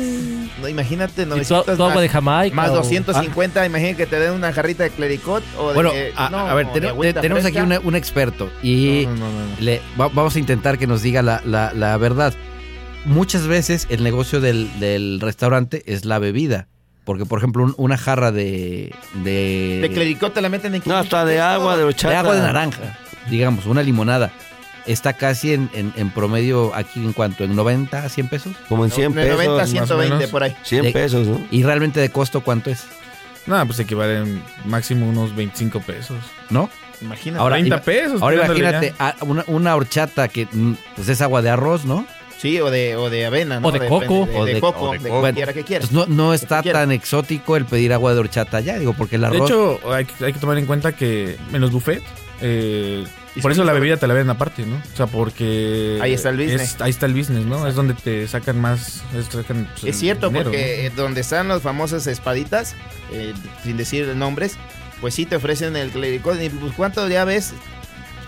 Speaker 7: No, imagínate,
Speaker 5: Y tu,
Speaker 7: 900
Speaker 5: tu agua
Speaker 7: más,
Speaker 5: de Jamaica.
Speaker 7: más
Speaker 5: o- Ah.
Speaker 7: 250, imagínate que te den una jarrita de clericot o de.
Speaker 3: Bueno,
Speaker 7: eh,
Speaker 3: a,
Speaker 7: no,
Speaker 3: a ver,
Speaker 7: de
Speaker 3: tenemos-
Speaker 7: agüita
Speaker 3: tenemos aquí
Speaker 7: fresca.
Speaker 3: una- un experto y
Speaker 7: No, no, no, no.
Speaker 3: le- va- vamos a intentar que nos diga la, la- la verdad. Muchas veces el negocio del, del restaurante es la bebida. Porque, por ejemplo, un- una jarra de, de,
Speaker 7: De clericot te la meten en
Speaker 6: No, hasta de agua, de
Speaker 3: de
Speaker 6: horchata.
Speaker 3: agua de naranja, digamos, una limonada, está casi en, en- en promedio aquí en cuanto, en 90 a 100 pesos.
Speaker 6: Como en 100
Speaker 7: De
Speaker 6: pesos.
Speaker 7: 90 a
Speaker 6: más o
Speaker 7: 120
Speaker 6: menos.
Speaker 7: por ahí.
Speaker 6: 100
Speaker 3: De-
Speaker 6: pesos, ¿no?
Speaker 3: Y realmente de costo, ¿cuánto es?
Speaker 8: Nada, pues equivalen máximo unos 25 pesos.
Speaker 3: ¿no?
Speaker 7: Imagínate.
Speaker 3: Ahora,
Speaker 8: 30
Speaker 3: ima-
Speaker 8: pesos.
Speaker 3: Ahora
Speaker 8: tirándole ya.
Speaker 3: imagínate a una, una horchata que mm, pues es agua de arroz, ¿no?
Speaker 7: Sí, o de, o de avena, Ah, ¿no?
Speaker 5: O de
Speaker 7: Depende,
Speaker 5: coco.
Speaker 7: De,
Speaker 3: O
Speaker 7: de
Speaker 3: de-
Speaker 7: coco,
Speaker 3: o de
Speaker 7: de
Speaker 3: coco.
Speaker 7: cualquiera que quieras.
Speaker 3: Entonces no, no está
Speaker 7: Quiero.
Speaker 3: tan exótico el pedir agua de horchata allá, digo, porque el
Speaker 8: De
Speaker 3: arroz...
Speaker 8: hecho, hay, que- hay que tomar en cuenta que en los buffets, eh,
Speaker 7: Y
Speaker 8: por
Speaker 7: sí,
Speaker 8: eso la
Speaker 7: sí.
Speaker 8: bebida te la venden aparte, ¿no? O sea, porque...
Speaker 7: Ahí está el business.
Speaker 8: es- ahí está el business, ¿no? Es donde te sacan más... es- sacan, pues, el
Speaker 7: Es cierto,
Speaker 8: dinero,
Speaker 7: porque eh, donde están las famosas espaditas, eh, sin decir nombres, pues sí te ofrecen el clericot. Y pues, ¿cuánto ya ves?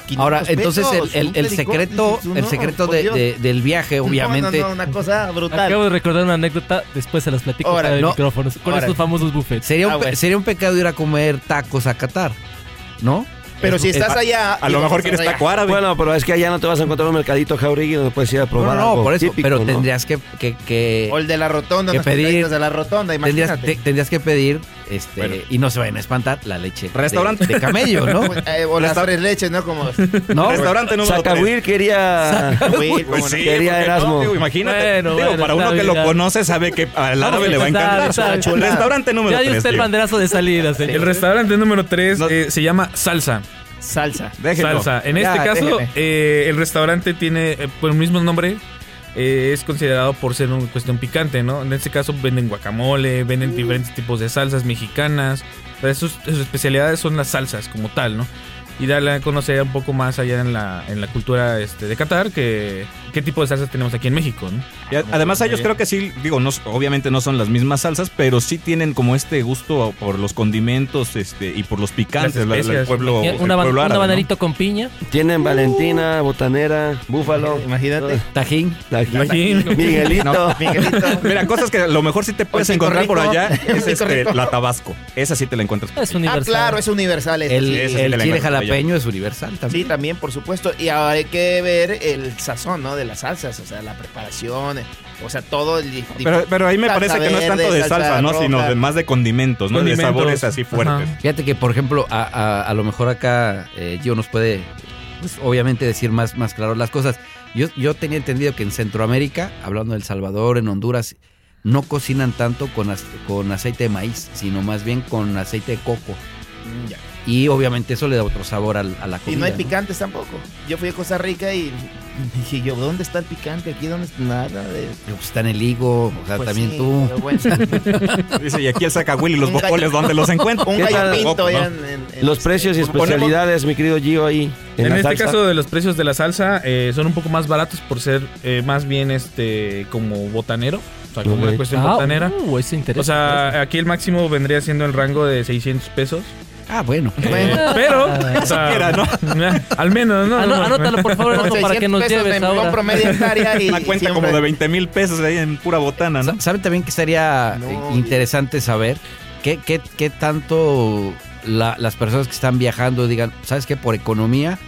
Speaker 7: 500
Speaker 3: Ahora, entonces el,
Speaker 7: pesos,
Speaker 3: el-
Speaker 7: un
Speaker 3: el
Speaker 7: clericot,
Speaker 3: secreto,
Speaker 7: dices tú,
Speaker 3: el
Speaker 7: no,
Speaker 3: secreto
Speaker 7: por
Speaker 3: de-
Speaker 7: Dios.
Speaker 3: de- del viaje,
Speaker 7: No, no,
Speaker 3: obviamente...
Speaker 7: no, una cosa
Speaker 5: Acabo
Speaker 7: brutal.
Speaker 5: de recordar una anécdota, después se las platico
Speaker 7: Ahora,
Speaker 5: para el
Speaker 3: no.
Speaker 5: micrófono. Con
Speaker 7: Ahora.
Speaker 5: estos famosos buffets.
Speaker 3: Sería, un,
Speaker 7: Ah,
Speaker 3: pe-
Speaker 7: bueno.
Speaker 3: sería un pecado ir a comer tacos a Qatar, ¿no?
Speaker 7: Pero si
Speaker 3: es-
Speaker 7: estás
Speaker 3: a-
Speaker 7: allá.
Speaker 2: A lo
Speaker 7: digo,
Speaker 2: mejor
Speaker 7: si
Speaker 2: quieres
Speaker 7: estás
Speaker 2: taco árabe.
Speaker 6: Bueno, pero es que allá no te vas a encontrar un mercadito jauregui donde puedes ir a
Speaker 3: No,
Speaker 6: probar.
Speaker 3: no,
Speaker 6: algo
Speaker 3: por eso,
Speaker 6: típico,
Speaker 3: pero
Speaker 6: ¿no?
Speaker 3: tendrías que... que, que-
Speaker 7: allá. O el de la rotonda,
Speaker 3: Que
Speaker 7: unas
Speaker 3: pedir-
Speaker 7: pedradas de la rotonda,
Speaker 3: Tendrías,
Speaker 7: imagínate.
Speaker 3: te- tendrías que pedir, este,
Speaker 2: Bueno.
Speaker 3: y no se vayan a espantar, la leche de-
Speaker 2: Restaurante.
Speaker 3: de, camello, ¿no?
Speaker 7: Eh, o las tres leches, ¿no? Como.
Speaker 3: ¿No?
Speaker 2: Restaurante número tres.
Speaker 6: Zacahuil quería.
Speaker 7: Güey, ah,
Speaker 2: Pues
Speaker 7: como
Speaker 2: sí,
Speaker 6: no? Quería
Speaker 2: ¿por qué
Speaker 6: Erasmo.
Speaker 2: digo, imagínate.
Speaker 5: Bueno,
Speaker 2: Digo,
Speaker 5: bueno,
Speaker 2: para
Speaker 5: está
Speaker 2: uno que
Speaker 5: bien.
Speaker 2: lo conoce sabe que al árabe le va a
Speaker 5: Está,
Speaker 2: encantar.
Speaker 5: está, está.
Speaker 2: Restaurante número
Speaker 5: Ya dio
Speaker 2: 3.
Speaker 5: usted el banderazo de salida, señor.
Speaker 8: El restaurante número 3
Speaker 2: No-
Speaker 8: se llama Salsa.
Speaker 7: no, Salsa.
Speaker 8: Salsa. En
Speaker 7: Ya,
Speaker 8: este caso,
Speaker 7: déjeme.
Speaker 8: eh, el restaurante tiene eh, por el mismo nombre. eh, es considerado por ser una cuestión picante, ¿no? En este caso venden guacamole, venden
Speaker 5: Mm.
Speaker 8: diferentes tipos de salsas mexicanas. Pero Sus, sus especialidades son las salsas como tal, ¿no? Y darle a conocer un poco más allá en la, en la cultura este, de Qatar que qué tipo de salsas tenemos aquí en México, ¿no?
Speaker 2: Y a- además ellos creo que sí, digo, no, obviamente no son las mismas salsas, pero sí tienen como este gusto por los condimentos este, y por los picantes,
Speaker 8: Las
Speaker 2: la- la- el
Speaker 8: especias.
Speaker 2: pueblo, el
Speaker 5: Una, ban-
Speaker 2: pueblo
Speaker 5: un
Speaker 2: árabe, ¿no?
Speaker 5: habanerito con piña.
Speaker 6: Tienen Valentina, Botanera, Búfalo.
Speaker 7: Imagínate.
Speaker 3: Tajín.
Speaker 6: Tajín,
Speaker 8: Imagino.
Speaker 6: Miguelito.
Speaker 7: Miguelito.
Speaker 2: Mira, cosas que a lo mejor sí te puedes
Speaker 7: Un pico
Speaker 2: encontrar por
Speaker 7: rico.
Speaker 2: allá
Speaker 7: Un
Speaker 2: es
Speaker 7: pico
Speaker 2: este,
Speaker 7: rico.
Speaker 2: la Tabasco. Esa sí te la encuentras.
Speaker 5: Es
Speaker 7: Ah,
Speaker 5: universal.
Speaker 7: claro, es universal. este,
Speaker 3: El,
Speaker 7: sí.
Speaker 2: ese sí
Speaker 3: el
Speaker 2: te la
Speaker 3: chile
Speaker 2: encuentras
Speaker 3: jalapeño es universal
Speaker 7: Sí,
Speaker 3: también.
Speaker 7: también, por supuesto. Y ahora hay que ver el sazón, ¿no? De las salsas, o sea, la preparación, eh, o sea, todo el... di- di-
Speaker 2: Pero, pero ahí me
Speaker 7: Salsa
Speaker 2: parece que no es
Speaker 7: verde,
Speaker 2: tanto de
Speaker 7: salsa
Speaker 2: salsa, ¿no?
Speaker 7: roja.
Speaker 2: Sino de más de condimentos, ¿no?
Speaker 8: Condimentos.
Speaker 2: De sabores así fuertes.
Speaker 8: Ajá.
Speaker 3: Fíjate que, por ejemplo, a, a- a lo mejor acá eh, Gio nos puede, pues, obviamente, decir más, más claro las cosas. Yo, yo tenía entendido que en Centroamérica, hablando del Salvador, en Honduras, no cocinan tanto con, ace- con aceite de maíz, sino más bien con aceite de coco.
Speaker 7: Mm, ya.
Speaker 3: Y obviamente eso le da otro sabor al- a, la
Speaker 2: Mm,
Speaker 3: comida.
Speaker 7: Y no hay
Speaker 3: ¿no?
Speaker 7: picantes tampoco. Yo fui a Costa Rica y dije yo, ¿dónde está el picante? Aquí dónde está? nada de...
Speaker 3: Pero, pues, Está en el higo, o sea,
Speaker 7: Pues
Speaker 3: también
Speaker 7: sí,
Speaker 3: tú.
Speaker 7: pero bueno.
Speaker 2: Dice, y aquí el sacahuil y los bocoles, ¿dónde los encuentro?
Speaker 7: un
Speaker 6: ¿Qué
Speaker 7: gallo
Speaker 6: tal?
Speaker 7: pinto
Speaker 2: Poco,
Speaker 7: ya en,
Speaker 2: ¿no?
Speaker 7: en- en-
Speaker 6: Los precios y especialidades, mi querido Gio, ahí. En,
Speaker 8: En,
Speaker 6: la
Speaker 8: este
Speaker 6: salsa.
Speaker 8: caso de los precios de la salsa eh, son un poco más baratos por ser eh, más bien este como botanero, o sea, como una
Speaker 6: Ok.
Speaker 8: cuestión
Speaker 5: Ah,
Speaker 8: botanera.
Speaker 5: uh, ese interés.
Speaker 8: O sea, aquí el máximo vendría siendo el rango de 600 pesos.
Speaker 3: Ah, bueno.
Speaker 8: Eh, pero, o sea,
Speaker 2: Siquiera, ¿no?
Speaker 8: al menos, ¿no?
Speaker 5: Ano- Ah, anótalo, por favor,
Speaker 7: Con
Speaker 5: Ernesto, para que
Speaker 7: 600
Speaker 5: nos
Speaker 7: pesos
Speaker 5: lleves
Speaker 7: me
Speaker 5: ahora.
Speaker 7: compro media hectárea y
Speaker 2: Una cuenta como de
Speaker 7: siempre-
Speaker 2: 20 mil pesos ahí en pura botana, ¿no?
Speaker 3: Sa- ¿Saben también que sería
Speaker 7: No,
Speaker 3: eh,
Speaker 7: Dios.
Speaker 3: interesante saber qué, qué, qué tanto la- las personas que están viajando digan, ¿sabes qué? Por economía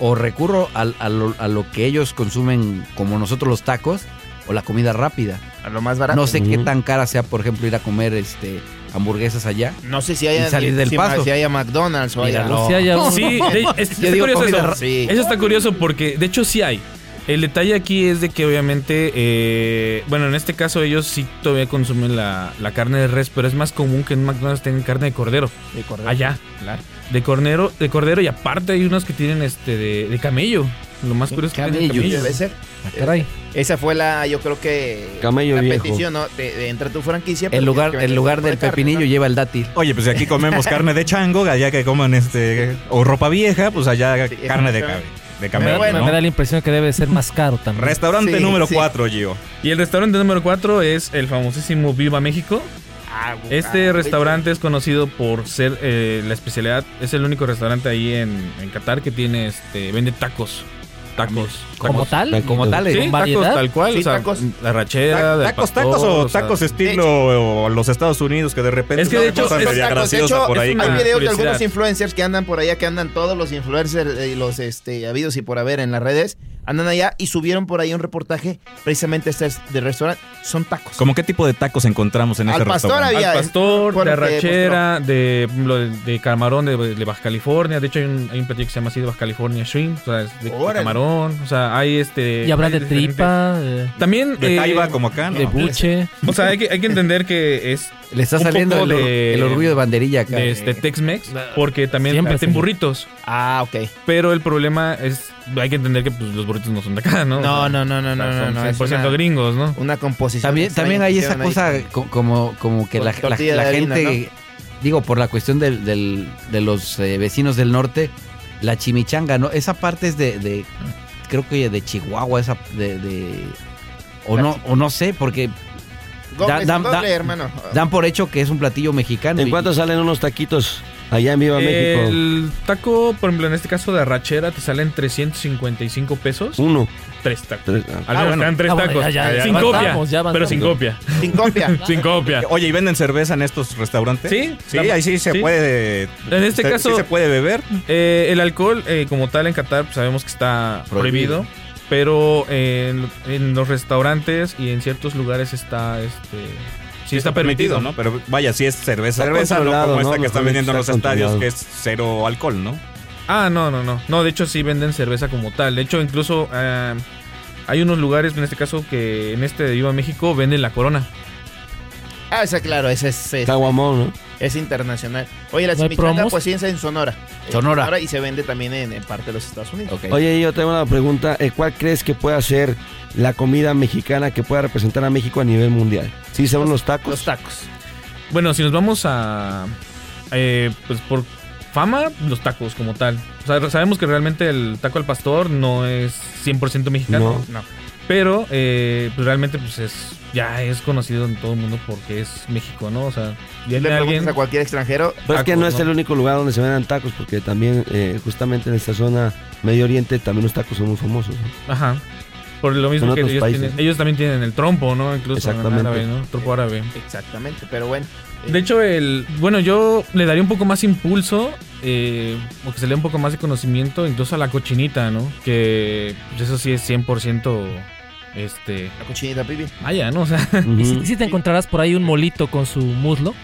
Speaker 3: o recurro al- a, lo, a lo que ellos consumen como nosotros los tacos o la comida rápida.
Speaker 7: A lo más barato.
Speaker 3: No sé qué
Speaker 6: Ujú.
Speaker 3: tan cara sea, por ejemplo, ir a comer este hamburguesas allá.
Speaker 7: No sé si haya,
Speaker 3: Y salir del
Speaker 7: si,
Speaker 3: paso.
Speaker 7: si haya McDonald's o haya...
Speaker 3: Mira, no.
Speaker 5: O sea, ya un-
Speaker 8: Sí, de- es- está
Speaker 3: digo
Speaker 8: curioso
Speaker 3: comida
Speaker 8: eso.
Speaker 3: ra-
Speaker 7: Sí.
Speaker 8: Eso está curioso porque, de hecho, sí hay. El detalle aquí es de que obviamente, eh, bueno, en este caso ellos sí todavía consumen la, la carne de res, pero es más común que en McDonald's tengan carne de cordero.
Speaker 7: De cordero.
Speaker 8: Allá, de cordero, de cordero y aparte hay unos que tienen este de, de camello. Lo más curioso es que tienen
Speaker 7: Eh, Camello,
Speaker 8: camello.
Speaker 7: debe ser.
Speaker 5: Ah, caray.
Speaker 7: Esa fue la, yo creo que...
Speaker 6: Camello
Speaker 7: la
Speaker 6: viejo.
Speaker 7: petición, ¿no? De, de entrar a tu franquicia. pero
Speaker 3: El lugar,
Speaker 7: tienes que
Speaker 3: el lugar
Speaker 7: vender
Speaker 3: del
Speaker 7: carne,
Speaker 3: pepinillo
Speaker 7: ¿no?
Speaker 3: lleva el dátil.
Speaker 2: Oye, pues si aquí comemos carne de chango, allá que coman este o ropa vieja, pues allá
Speaker 7: Sí,
Speaker 2: carne de, cabe,
Speaker 7: exactamente.
Speaker 2: de
Speaker 7: Pero
Speaker 2: camello,
Speaker 7: bueno,
Speaker 2: ¿no?
Speaker 5: Me da la impresión que debe de ser más caro también.
Speaker 2: Restaurante
Speaker 7: Sí,
Speaker 2: número
Speaker 7: sí.
Speaker 2: 4, Gio.
Speaker 8: Y el restaurante número 4 es el famosísimo Viva México.
Speaker 7: Ah, bu-
Speaker 8: Este
Speaker 7: ah,
Speaker 8: restaurante es conocido por ser eh, la especialidad, es el único restaurante ahí en, en Qatar que tiene, este, vende tacos. Tacos.
Speaker 5: como
Speaker 8: tacos.
Speaker 5: tal,
Speaker 3: Como tal,
Speaker 8: Sí,
Speaker 3: eh.
Speaker 5: ¿Con
Speaker 8: tacos
Speaker 5: variedad?
Speaker 8: tal cual.
Speaker 7: Sí,
Speaker 8: o sea, mm,
Speaker 7: tacos.
Speaker 8: La rachera.
Speaker 7: Ta-
Speaker 8: del
Speaker 2: ¿Tacos,
Speaker 8: pastor,
Speaker 2: tacos o
Speaker 8: o sea,
Speaker 2: tacos estilo
Speaker 7: de
Speaker 2: o los Estados Unidos que de repente
Speaker 8: Es que
Speaker 2: es
Speaker 8: de
Speaker 2: una
Speaker 8: hecho,
Speaker 2: cosa
Speaker 8: es-
Speaker 2: media
Speaker 7: Los tacos, de
Speaker 2: graciosa
Speaker 7: hecho,
Speaker 2: por ahí.
Speaker 8: una-
Speaker 7: Hay
Speaker 8: Ah,
Speaker 7: videos de algunos
Speaker 8: curiosidad.
Speaker 7: influencers que andan por allá, que andan todos los influencers eh, y los este, habidos y por haber en las redes, andan allá y subieron por ahí un reportaje, precisamente este es de restaurante, son tacos.
Speaker 2: ¿Cómo qué tipo de tacos encontramos en
Speaker 7: Al
Speaker 2: ese
Speaker 7: pastor
Speaker 2: restaurante?
Speaker 7: había-
Speaker 8: Al pastor,
Speaker 7: Bueno,
Speaker 8: de
Speaker 7: que, pues,
Speaker 8: arrachera, de, lo de, de camarón de, de Baja California. De hecho, hay un, hay un platillo que se llama así de Baja California Shrimp. O sea, es de, de
Speaker 7: Órale.
Speaker 8: camarón. O sea, hay este.
Speaker 5: Y habrá
Speaker 8: hay
Speaker 5: de
Speaker 8: diferentes-
Speaker 5: tripa, eh,
Speaker 8: También.
Speaker 2: de
Speaker 8: eh,
Speaker 2: caiba como acá, ¿no?
Speaker 5: de buche.
Speaker 8: O sea, hay que, hay que entender que es
Speaker 3: Le está
Speaker 8: Un
Speaker 3: saliendo
Speaker 8: poco
Speaker 3: el,
Speaker 8: de-
Speaker 3: el orgullo de banderilla acá.
Speaker 8: de este Tex-Mex, porque también
Speaker 5: Siempre,
Speaker 8: meten
Speaker 5: señor.
Speaker 8: burritos.
Speaker 7: Ah, ok.
Speaker 8: Pero el problema es. Hay que entender que pues, los burritos no son de acá, ¿no?
Speaker 7: No, no, no, no,
Speaker 8: O sea,
Speaker 7: no, no,
Speaker 8: son
Speaker 7: no, es
Speaker 8: 100%
Speaker 7: una-
Speaker 8: gringos, ¿no?
Speaker 7: Una composición.
Speaker 3: También,
Speaker 7: extraña
Speaker 3: Eh, también
Speaker 7: que
Speaker 3: hay esa
Speaker 7: hicieron ahí.
Speaker 3: cosa co- como, como que
Speaker 7: Con
Speaker 3: la, la-
Speaker 7: tortilla
Speaker 3: la
Speaker 7: de harina,
Speaker 3: gente, digo, por la cuestión del, del- de los eh, vecinos del norte, la chimichanga, ¿no? Esa parte es de, de- creo que de Chihuahua, esa de... de- o
Speaker 7: La
Speaker 3: no, o no sé, porque
Speaker 7: Doble,
Speaker 3: Da-
Speaker 7: es
Speaker 3: da-
Speaker 7: doble,
Speaker 3: da-
Speaker 7: hermano.
Speaker 3: dan por hecho que es un platillo mexicano.
Speaker 6: ¿En
Speaker 3: y-
Speaker 6: cuánto salen unos taquitos allá en Viva
Speaker 5: Eh,
Speaker 6: México?
Speaker 8: El taco, por ejemplo, en este caso de arrachera, te salen 355 pesos.
Speaker 6: Uno.
Speaker 8: Tres tacos.
Speaker 6: Tres, ah,
Speaker 8: Al menos te dan tres
Speaker 5: Ah, bueno,
Speaker 8: tacos.
Speaker 5: ya, ya, ya
Speaker 8: sin
Speaker 5: avanzamos,
Speaker 8: copia.
Speaker 5: ya avanzamos.
Speaker 8: pero sin copia.
Speaker 7: Sin copia.
Speaker 8: Sin copia.
Speaker 2: Oye, ¿y venden cerveza en estos restaurantes?
Speaker 8: Sí,
Speaker 2: sí,
Speaker 8: la-
Speaker 2: ahí sí se
Speaker 8: sí.
Speaker 2: puede.
Speaker 8: En este
Speaker 2: se-
Speaker 8: caso-
Speaker 2: sí se puede beber.
Speaker 8: Eh, el alcohol, eh, como tal, en Qatar pues, sabemos que está prohibido. Pero eh, en, en los restaurantes y en ciertos lugares está este. Sí, está, permitido,
Speaker 2: ¿no? Pero vaya, si es cerveza,
Speaker 6: Está
Speaker 2: cerveza, no
Speaker 6: controlado,
Speaker 2: como esta
Speaker 6: ¿no?
Speaker 2: que están
Speaker 6: Mejor
Speaker 2: vendiendo en los
Speaker 6: está
Speaker 2: estadios,
Speaker 6: controlado.
Speaker 2: que es cero alcohol, ¿no?
Speaker 8: Ah, no, no, no. No, de hecho sí venden cerveza como tal. De hecho, incluso eh, hay unos lugares, en este caso, que en este de Viva México venden la corona.
Speaker 7: Ah, esa claro, esa es, es,
Speaker 6: Caguamón, ¿no?
Speaker 7: es internacional. Oye, la
Speaker 5: ¿No hay
Speaker 7: chimichanga,
Speaker 5: promos?
Speaker 7: pues sí, es en Sonora. En
Speaker 3: Sonora.
Speaker 7: Y se vende también en, en parte de los Estados Unidos.
Speaker 3: Ok.
Speaker 6: Oye, yo tengo una pregunta. eh, ¿Cuál crees que pueda ser la comida mexicana que pueda representar a México a nivel mundial? ¿Sí son los tacos?
Speaker 7: Los tacos.
Speaker 8: Bueno, si nos vamos a. eh, pues por fama, los tacos como tal. O sea, sabemos que realmente el taco al pastor no es 100% mexicano. No. Pero eh, pues realmente pues es ya es conocido en todo el mundo porque es México, ¿no? O sea,
Speaker 7: Le
Speaker 8: viene
Speaker 7: preguntas
Speaker 8: alguien.
Speaker 7: a cualquier extranjero.
Speaker 6: Pero es que
Speaker 8: Tacos,
Speaker 6: no es
Speaker 8: ¿no?
Speaker 6: el único lugar donde se venden tacos, porque también eh, justamente en esta zona Medio Oriente también los tacos son muy famosos. ¿no?
Speaker 8: Ajá. Por lo mismo
Speaker 6: En
Speaker 8: que
Speaker 6: otros
Speaker 8: ellos,
Speaker 6: países.
Speaker 8: tienen- ellos también tienen el trompo, ¿no? Incluso en
Speaker 6: Exactamente.
Speaker 8: árabe, ¿no? Trompo árabe.
Speaker 7: Exactamente, pero bueno. eh,
Speaker 8: De hecho, el. Bueno, yo le daría un poco más impulso eh, o que se le dé un poco más de conocimiento, incluso a la cochinita, ¿no? Que pues, eso sí es 100% este,
Speaker 7: La cochinita pibi.
Speaker 8: vaya, ¿no? O sea,
Speaker 5: Y
Speaker 6: Ujú.
Speaker 5: si, si te encontrarás por ahí un molito con su muslo,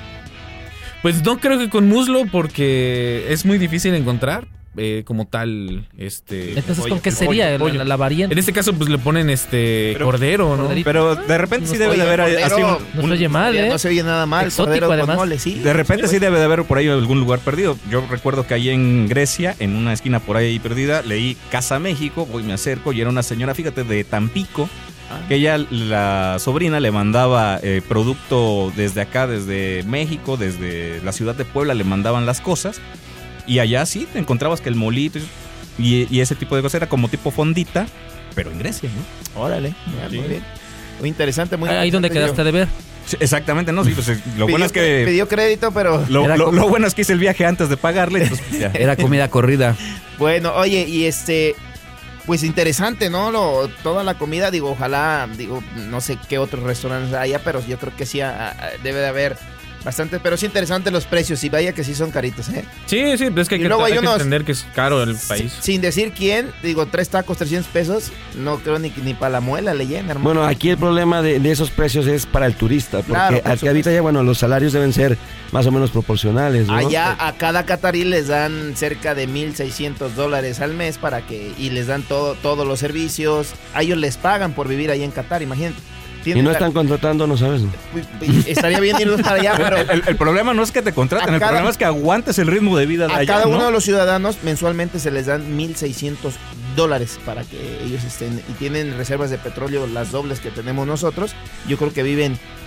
Speaker 8: Pues no creo que con muslo porque es muy difícil encontrar eh, como tal este
Speaker 5: entonces
Speaker 8: pollo,
Speaker 5: ¿con qué
Speaker 8: el pollo,
Speaker 5: sería
Speaker 8: el pollo.
Speaker 5: la, la variante?
Speaker 8: En este caso pues le ponen este cordero, ¿no?
Speaker 5: Corderito.
Speaker 2: Pero de repente sí
Speaker 5: Oye,
Speaker 2: debe de haber
Speaker 7: cordero.
Speaker 2: así un-
Speaker 5: No
Speaker 2: un-
Speaker 5: se oye mal,
Speaker 7: Ya
Speaker 5: ¿eh?
Speaker 7: No se oye nada mal.
Speaker 5: Exótico,
Speaker 7: Cordero
Speaker 5: además.
Speaker 7: con mole, sí.
Speaker 2: De repente sí debe de haber por ahí algún lugar perdido. Yo recuerdo que ahí en Grecia, en una esquina por ahí perdida, leí Casa México, voy me acerco y era una señora, fíjate, de Tampico, que ella, la sobrina, le mandaba eh, producto desde acá, desde México, desde la ciudad de Puebla, le mandaban las cosas. Y allá sí te encontrabas que el molito y, y ese tipo de cosas era como tipo fondita, pero en Grecia, ¿no?
Speaker 7: Órale. ya,
Speaker 2: Sí.
Speaker 7: Muy bien. Muy interesante, muy
Speaker 5: ahí donde
Speaker 7: interesante,
Speaker 5: quedaste de ver.
Speaker 2: Sí, exactamente, ¿no? Sí, pues, eh, lo
Speaker 7: digo.
Speaker 2: bueno es
Speaker 7: Pidió cre-
Speaker 2: que...
Speaker 7: Pidió crédito, pero.
Speaker 2: Lo,
Speaker 3: Era
Speaker 2: lo-
Speaker 3: como-
Speaker 2: lo bueno es que hice el viaje antes de pagarle. entonces, pues, ya.
Speaker 3: Era comida corrida.
Speaker 7: Bueno, oye, y este. Pues interesante, ¿no? Lo- toda la comida, digo, ojalá, digo, no sé qué otros restaurantes haya, pero yo creo que sí a- a- debe de haber bastante. Pero es interesante los precios, y vaya que sí son caritos, ¿eh?
Speaker 8: Sí, sí, pero es que hay,
Speaker 7: Y
Speaker 8: que,
Speaker 7: luego hay
Speaker 8: hay que
Speaker 7: unos-
Speaker 8: entender que es caro el país.
Speaker 7: Si- Sin decir quién, digo, tres tacos, 300 pesos, no creo ni, ni para la muela le llena, hermano.
Speaker 6: Bueno, aquí el problema de, de esos precios es para el turista, porque
Speaker 7: Claro, por
Speaker 6: al que habita
Speaker 7: supuesto.
Speaker 6: ya, bueno, los salarios deben ser más o menos proporcionales, ¿no?
Speaker 7: Allá a cada catarí les dan cerca de 1.600 dólares al mes para que y les dan todo, todos los servicios. A ellos les pagan por vivir ahí en Qatar, imagínate.
Speaker 6: Y
Speaker 7: Tienen
Speaker 6: no
Speaker 7: la-
Speaker 6: están contratando, no sabes.
Speaker 7: Uy, uy, Estaría bien irnos para allá, pero
Speaker 2: El, el problema no es que te contraten,
Speaker 7: A
Speaker 2: el
Speaker 7: cada-
Speaker 2: problema es que aguantes el ritmo de vida de
Speaker 7: a
Speaker 2: allá,
Speaker 7: cada
Speaker 2: ¿no?
Speaker 7: uno de los ciudadanos mensualmente se les dan 1.600 dólares para que ellos estén y tienen reservas de petróleo las dobles que tenemos nosotros. Yo creo que viven eh,